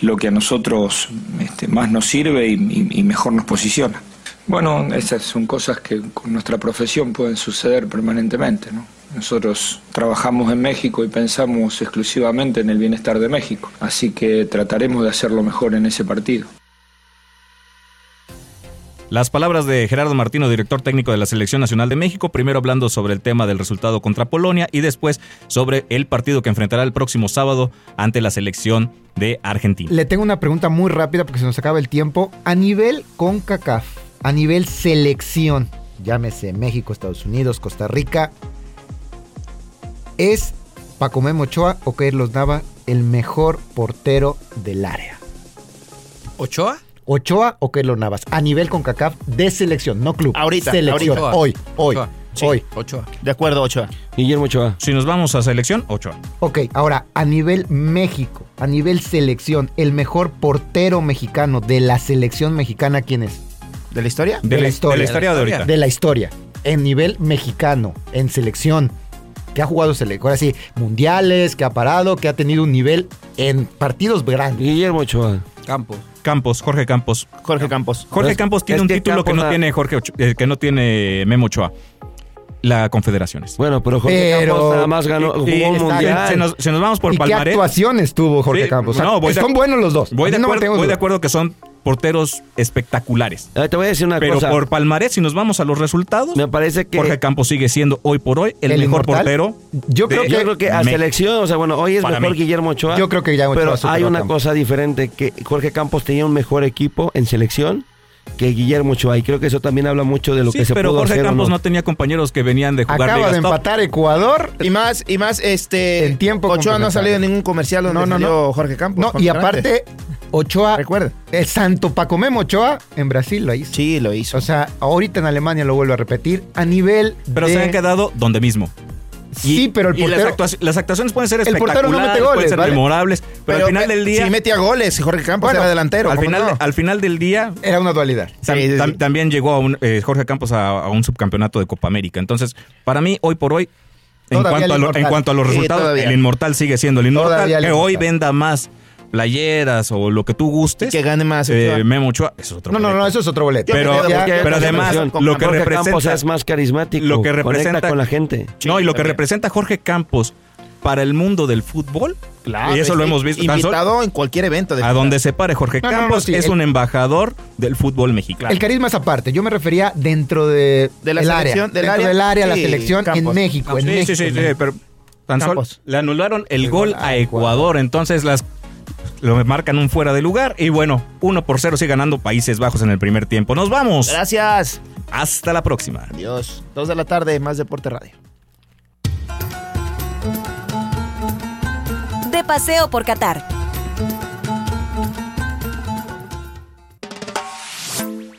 Speaker 13: lo que a nosotros este, más nos sirve y- y- y mejor nos posiciona. Bueno, esas son cosas que con nuestra profesión pueden suceder permanentemente, ¿no? Nosotros trabajamos en México y pensamos exclusivamente en el bienestar de México, así que trataremos de hacerlo mejor en ese partido.
Speaker 2: Las palabras de Gerardo Martino, director técnico de la Selección Nacional de México, primero hablando sobre el tema del resultado contra Polonia y después sobre el partido que enfrentará el próximo sábado ante la selección de Argentina.
Speaker 4: Le tengo una pregunta muy rápida porque se nos acaba el tiempo. A nivel CONCACAF, a nivel selección, llámese México, Estados Unidos, Costa Rica, ¿es Paco Memochoa o Carlos Nava el mejor portero del área?
Speaker 3: ¿Ochoa?
Speaker 4: ¿Ochoa o Carlos Navas? A nivel CONCACAF de selección, no club.
Speaker 7: Ahorita,
Speaker 4: Selección.
Speaker 3: ahorita.
Speaker 4: Hoy, hoy,
Speaker 3: Ochoa.
Speaker 7: Sí.
Speaker 4: hoy.
Speaker 3: Ochoa.
Speaker 7: De acuerdo, Ochoa.
Speaker 6: Guillermo Ochoa.
Speaker 2: Si nos vamos a selección, 8.
Speaker 4: Ok, ahora, a nivel México, a nivel selección, el mejor portero mexicano de la selección mexicana, ¿quién es?
Speaker 7: ¿De la historia?
Speaker 2: De,
Speaker 4: la
Speaker 2: la,
Speaker 4: historia.
Speaker 2: de la historia de ahorita.
Speaker 4: de la historia en nivel mexicano, en selección, que ha jugado sele- ahora sí, mundiales, que ha parado, que ha tenido un nivel en partidos grandes.
Speaker 6: Guillermo Ochoa.
Speaker 3: Campos.
Speaker 2: Campos, Jorge Campos.
Speaker 7: Jorge Campos.
Speaker 2: Jorge
Speaker 6: Es-
Speaker 2: Campos tiene
Speaker 6: es
Speaker 2: un
Speaker 6: que
Speaker 2: título que
Speaker 6: Campos
Speaker 2: no
Speaker 6: la-
Speaker 2: tiene Jorge Ocho- eh, que no tiene Memo Ochoa. La Confederaciones.
Speaker 6: Bueno, pero Jorge
Speaker 4: Pero-
Speaker 6: Campos nada más ganó, jugó
Speaker 2: Y- y-
Speaker 6: un
Speaker 2: está-
Speaker 6: mundial.
Speaker 2: Se nos, se nos vamos por
Speaker 4: ¿Y qué
Speaker 2: Palmarés.
Speaker 4: actuaciones tuvo Jorge
Speaker 2: Sí,
Speaker 4: Campos? O sea,
Speaker 2: no, voy de
Speaker 4: son
Speaker 2: ac-
Speaker 4: buenos los dos.
Speaker 2: Voy, de
Speaker 4: A mí no me
Speaker 2: acuerdo,
Speaker 4: tengo
Speaker 2: voy de
Speaker 4: duda.
Speaker 2: acuerdo que son porteros espectaculares.
Speaker 6: Ah, te voy a decir una
Speaker 2: Pero
Speaker 6: cosa.
Speaker 2: por palmarés, si nos vamos a los resultados,
Speaker 6: Me parece que.
Speaker 2: Jorge Campos sigue siendo hoy por hoy el,
Speaker 4: ¿El
Speaker 2: mejor
Speaker 4: inmortal?
Speaker 2: portero.
Speaker 4: Yo creo
Speaker 2: de-
Speaker 6: yo creo que a
Speaker 2: Me-
Speaker 6: selección, o sea, bueno, hoy es
Speaker 2: Para
Speaker 6: mejor
Speaker 2: mí.
Speaker 6: Guillermo Ochoa.
Speaker 4: Yo creo que Guillermo
Speaker 6: Pero
Speaker 4: Ochoa superó
Speaker 6: hay
Speaker 4: a
Speaker 6: una
Speaker 4: Campos.
Speaker 6: cosa diferente, que Jorge Campos tenía un mejor equipo en selección que Guillermo Ochoa. Y creo que eso también habla mucho de lo
Speaker 2: Sí,
Speaker 6: que se
Speaker 2: pero
Speaker 6: pudo
Speaker 2: Jorge
Speaker 6: hacer o
Speaker 2: Campos
Speaker 6: no.
Speaker 2: no tenía compañeros que venían de jugar
Speaker 4: Acaba
Speaker 2: ligas
Speaker 4: de
Speaker 2: top.
Speaker 4: empatar Ecuador.
Speaker 7: Y más, y más, este.
Speaker 4: En tiempo
Speaker 7: Ochoa no ha
Speaker 4: complementario.
Speaker 7: salido en ningún comercial donde
Speaker 4: No, no,
Speaker 7: salió Jorge Campos.
Speaker 4: No, y
Speaker 7: Contrate.
Speaker 4: aparte, Ochoa. Recuerda. El santo Paco Memo Ochoa en Brasil lo hizo.
Speaker 7: Sí, lo hizo.
Speaker 4: O sea, ahorita en Alemania lo vuelvo a repetir. A nivel.
Speaker 2: Pero se
Speaker 4: de-
Speaker 2: han quedado donde mismo.
Speaker 4: Sí, pero el
Speaker 2: y las,
Speaker 4: portero-
Speaker 2: actuaci- las actuaciones pueden ser
Speaker 4: El portero no
Speaker 2: espectaculares,
Speaker 4: mete goles,
Speaker 7: Eh,
Speaker 2: pueden ser
Speaker 4: ¿vale?
Speaker 2: memorables, pero, al final del día...
Speaker 7: Si metía goles, Jorge Campos
Speaker 4: Bueno,
Speaker 7: era delantero.
Speaker 2: al
Speaker 7: ¿cómo
Speaker 2: final, ah,
Speaker 7: no?
Speaker 2: al final del día,
Speaker 4: Era una dualidad.
Speaker 2: tam-
Speaker 7: Sí, sí,
Speaker 2: tam-
Speaker 7: sí.
Speaker 2: también llegó a un, eh, Jorge Campos a, a un subcampeonato de Copa América. Entonces, para mí, hoy por hoy, en,
Speaker 4: Todavía
Speaker 2: cuanto
Speaker 4: el
Speaker 2: a, lo- en
Speaker 4: inmortal.
Speaker 2: cuanto a los
Speaker 7: Sí,
Speaker 2: resultados,
Speaker 7: todavía.
Speaker 2: el inmortal sigue siendo el inmortal.
Speaker 4: Todavía el
Speaker 2: que hoy
Speaker 4: inmortal.
Speaker 2: venda más playeras o lo que tú gustes.
Speaker 7: que gane más.
Speaker 2: eh,
Speaker 7: Ochoa.
Speaker 2: Memo Ochoa, eso es otro
Speaker 4: No, no,
Speaker 2: boleto.
Speaker 4: no, eso es otro boleto.
Speaker 2: Pero-
Speaker 4: Ya- ya-
Speaker 2: pero
Speaker 4: ya-
Speaker 2: además,
Speaker 6: Con
Speaker 2: lo que
Speaker 6: Jorge
Speaker 2: representa-
Speaker 6: Campos es más carismático.
Speaker 2: lo que
Speaker 6: conecta
Speaker 2: representa-
Speaker 6: con la gente.
Speaker 2: no, y lo que
Speaker 7: también.
Speaker 2: representa Jorge Campos para el mundo del fútbol,
Speaker 7: Claro,
Speaker 2: y eso lo
Speaker 7: es
Speaker 2: hemos visto tan solo,
Speaker 7: Ah, Invitado en cualquier evento. de-
Speaker 2: a donde se pare Jorge
Speaker 4: No, no, no,
Speaker 2: Campos,
Speaker 4: sí,
Speaker 2: es
Speaker 4: el-
Speaker 2: un embajador del fútbol mexicano.
Speaker 4: El carisma es aparte. Yo me refería dentro de,
Speaker 7: De la
Speaker 4: el área.
Speaker 7: selección, del
Speaker 4: dentro
Speaker 7: área,
Speaker 4: del área, la
Speaker 7: sí,
Speaker 4: selección
Speaker 7: Campos.
Speaker 4: en México. en
Speaker 2: Ah, sí,
Speaker 4: México,
Speaker 2: sí, sí,
Speaker 4: en
Speaker 2: sí,
Speaker 4: México.
Speaker 2: pero tan solo
Speaker 7: Campos.
Speaker 2: le anularon el gol a Ecuador, entonces las lo marcan un fuera de lugar y bueno, 1 por 0 sigue ganando Países Bajos en el primer tiempo. Nos vamos.
Speaker 7: Gracias.
Speaker 2: Hasta la próxima.
Speaker 7: Adiós. Dos de la tarde, más Deporte Radio.
Speaker 15: De paseo por Qatar.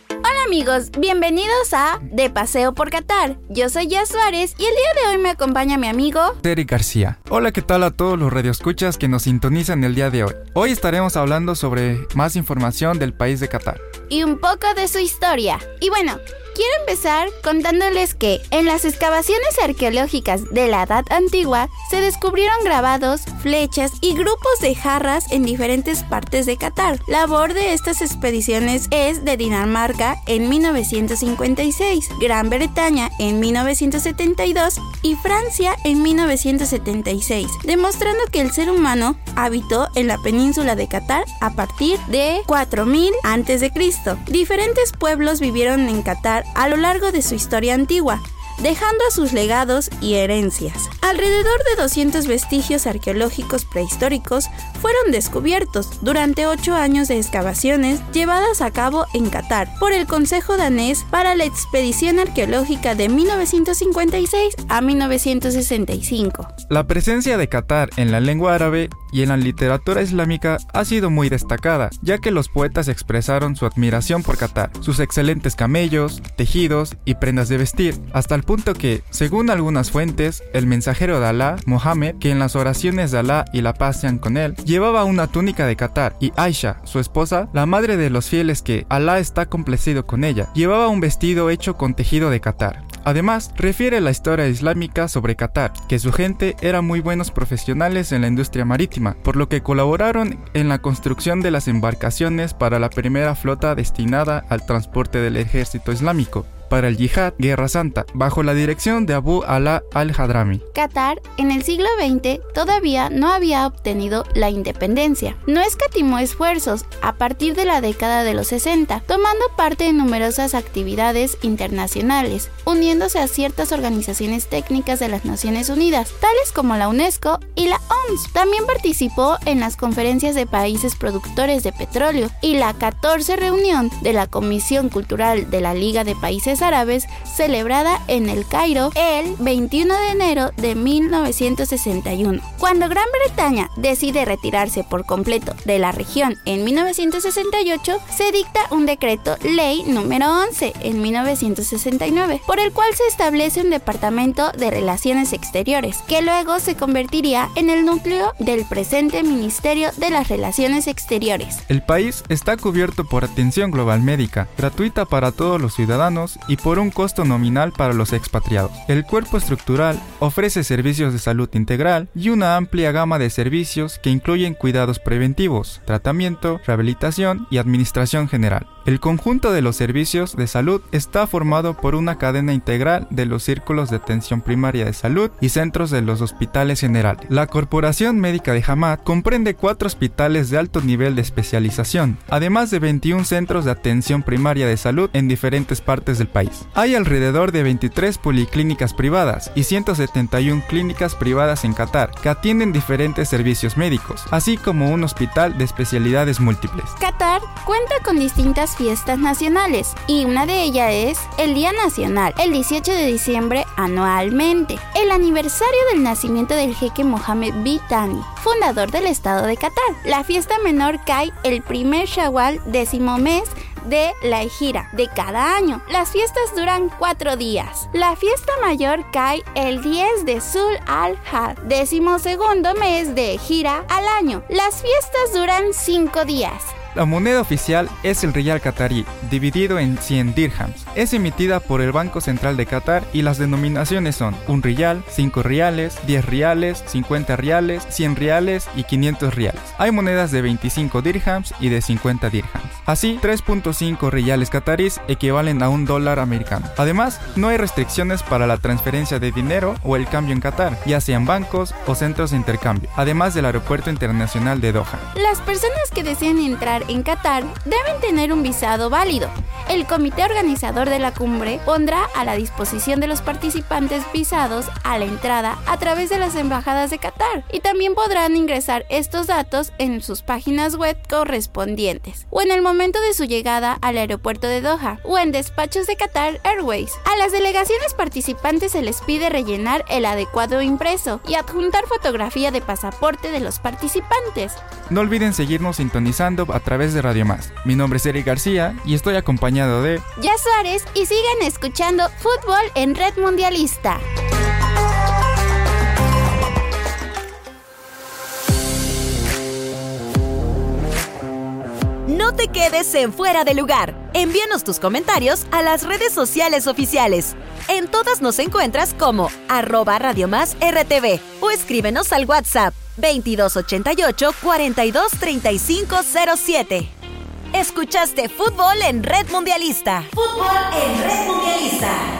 Speaker 14: Hola amigos, bienvenidos a De Paseo por Qatar. Yo soy Jess Suárez y el día de hoy me acompaña mi amigo
Speaker 16: Terry García. Hola, ¿qué tal a todos los radioescuchas que nos sintonizan el día de hoy? Hoy estaremos hablando sobre más información del país de Qatar.
Speaker 14: y un poco de su historia. Y bueno, quiero empezar contándoles que en las excavaciones arqueológicas de la Edad Antigua se descubrieron grabados, flechas y grupos de jarras en diferentes partes de Qatar. Labor de estas expediciones es de Dinamarca en 1956, Gran Bretaña en 1972 y Francia en 1976, demostrando que el ser humano habitó en la península de Qatar a partir de 4000 antes de Cristo. Diferentes pueblos vivieron en Qatar a lo largo de su historia antigua dejando a sus legados y herencias. Alrededor de 200 vestigios arqueológicos prehistóricos fueron descubiertos durante ocho años de excavaciones llevadas a cabo en Qatar por el Consejo Danés para la Expedición Arqueológica de 1956 a 1965.
Speaker 16: La presencia de Qatar en la lengua árabe y en la literatura islámica ha sido muy destacada, ya que los poetas expresaron su admiración por Qatar, sus excelentes camellos, tejidos y prendas de vestir, hasta el punto que, según algunas fuentes, el mensajero de Alá, Mohammed, que en las oraciones de Alá y la paz sean con él, llevaba una túnica de Qatar y Aisha, su esposa, la madre de los fieles que Alá está complacido con ella, llevaba un vestido hecho con tejido de Qatar. Además, refiere la historia islámica sobre Qatar, que su gente era muy buenos profesionales en la industria marítima, por lo que colaboraron en la construcción de las embarcaciones para la primera flota destinada al transporte del ejército islámico, para el yihad Guerra Santa, bajo la dirección de Abu Alá al-Hadrami.
Speaker 14: Qatar en el siglo XX todavía no había obtenido la independencia. No escatimó esfuerzos a partir de la década de los 60, tomando parte en numerosas actividades internacionales, uniéndose a ciertas organizaciones técnicas de las Naciones Unidas, tales como la UNESCO y la OMS. También participó en las conferencias de países productores de petróleo y la 14 reunión de la Comisión Cultural de la Liga de Países Árabes celebrada en el Cairo el 21 de enero de 1961. Cuando Gran Bretaña decide retirarse por completo de la región en 1968, se dicta un decreto ley número 11 en 1969, por el cual se establece un departamento de Relaciones Exteriores, que luego se convertiría en el núcleo del presente Ministerio de las Relaciones Exteriores.
Speaker 16: El país está cubierto por atención global médica, gratuita para todos los ciudadanos y por un costo nominal para los expatriados. El cuerpo estructural ofrece servicios de salud integral y una amplia gama de servicios que incluyen cuidados preventivos, tratamiento, rehabilitación y administración general. El conjunto de los servicios de salud está formado por una cadena integral de los círculos de atención primaria de salud y centros de los hospitales generales. La Corporación Médica de Hamad comprende cuatro hospitales de alto nivel de especialización, además de 21 centros de atención primaria de salud en diferentes partes del país. Hay alrededor de 23 policlínicas privadas y 171 clínicas privadas en Qatar que atienden diferentes servicios médicos, así como un hospital de especialidades múltiples.
Speaker 14: Qatar cuenta con distintas fiestas nacionales y una de ellas es el Día Nacional, el 18 de diciembre anualmente, el aniversario del nacimiento del jeque Mohammed bin Thani, fundador del Estado de Qatar. La fiesta menor cae el primer Shawwal décimo mes de la gira de cada año. Las fiestas duran cuatro días. La fiesta mayor cae el 10 de Sul al-Had, décimo segundo mes de gira al año. Las fiestas duran cinco días.
Speaker 16: La moneda oficial es el riyal qatarí, dividido en 100 dirhams. Es emitida por el Banco Central de Qatar y las denominaciones son 1 riyal, 5 reales, 10 reales, 50 reales, 100 reales y 500 reales. Hay monedas de 25 dirhams y de 50 dirhams. Así, 3.5 riyales qatarís equivalen a un dólar americano. Además, no hay restricciones para la transferencia de dinero o el cambio en Qatar, ya sean bancos o centros de intercambio, además del aeropuerto internacional de Doha.
Speaker 14: Las personas que deseen entrar en Qatar deben tener un visado válido. El comité organizador de la cumbre pondrá a la disposición de los participantes visados a la entrada a través de las embajadas de Qatar y también podrán ingresar estos datos en sus páginas web correspondientes o en el momento de su llegada al aeropuerto de Doha o en despachos de Qatar Airways. A las delegaciones participantes se les pide rellenar el adecuado impreso y adjuntar fotografía de pasaporte de los participantes.
Speaker 16: No olviden seguirnos sintonizando a través de Radio Más. Mi nombre es Eric García y estoy acompañado de...
Speaker 14: Ya Suárez y sigan escuchando Fútbol en Red Mundialista.
Speaker 15: No te quedes en fuera de lugar. Envíanos tus comentarios a las redes sociales oficiales. En todas nos encuentras como arroba Radio Más RTV o escríbenos al WhatsApp 2288 423507. Escuchaste Fútbol en Red Mundialista.
Speaker 12: Fútbol en Red Mundialista.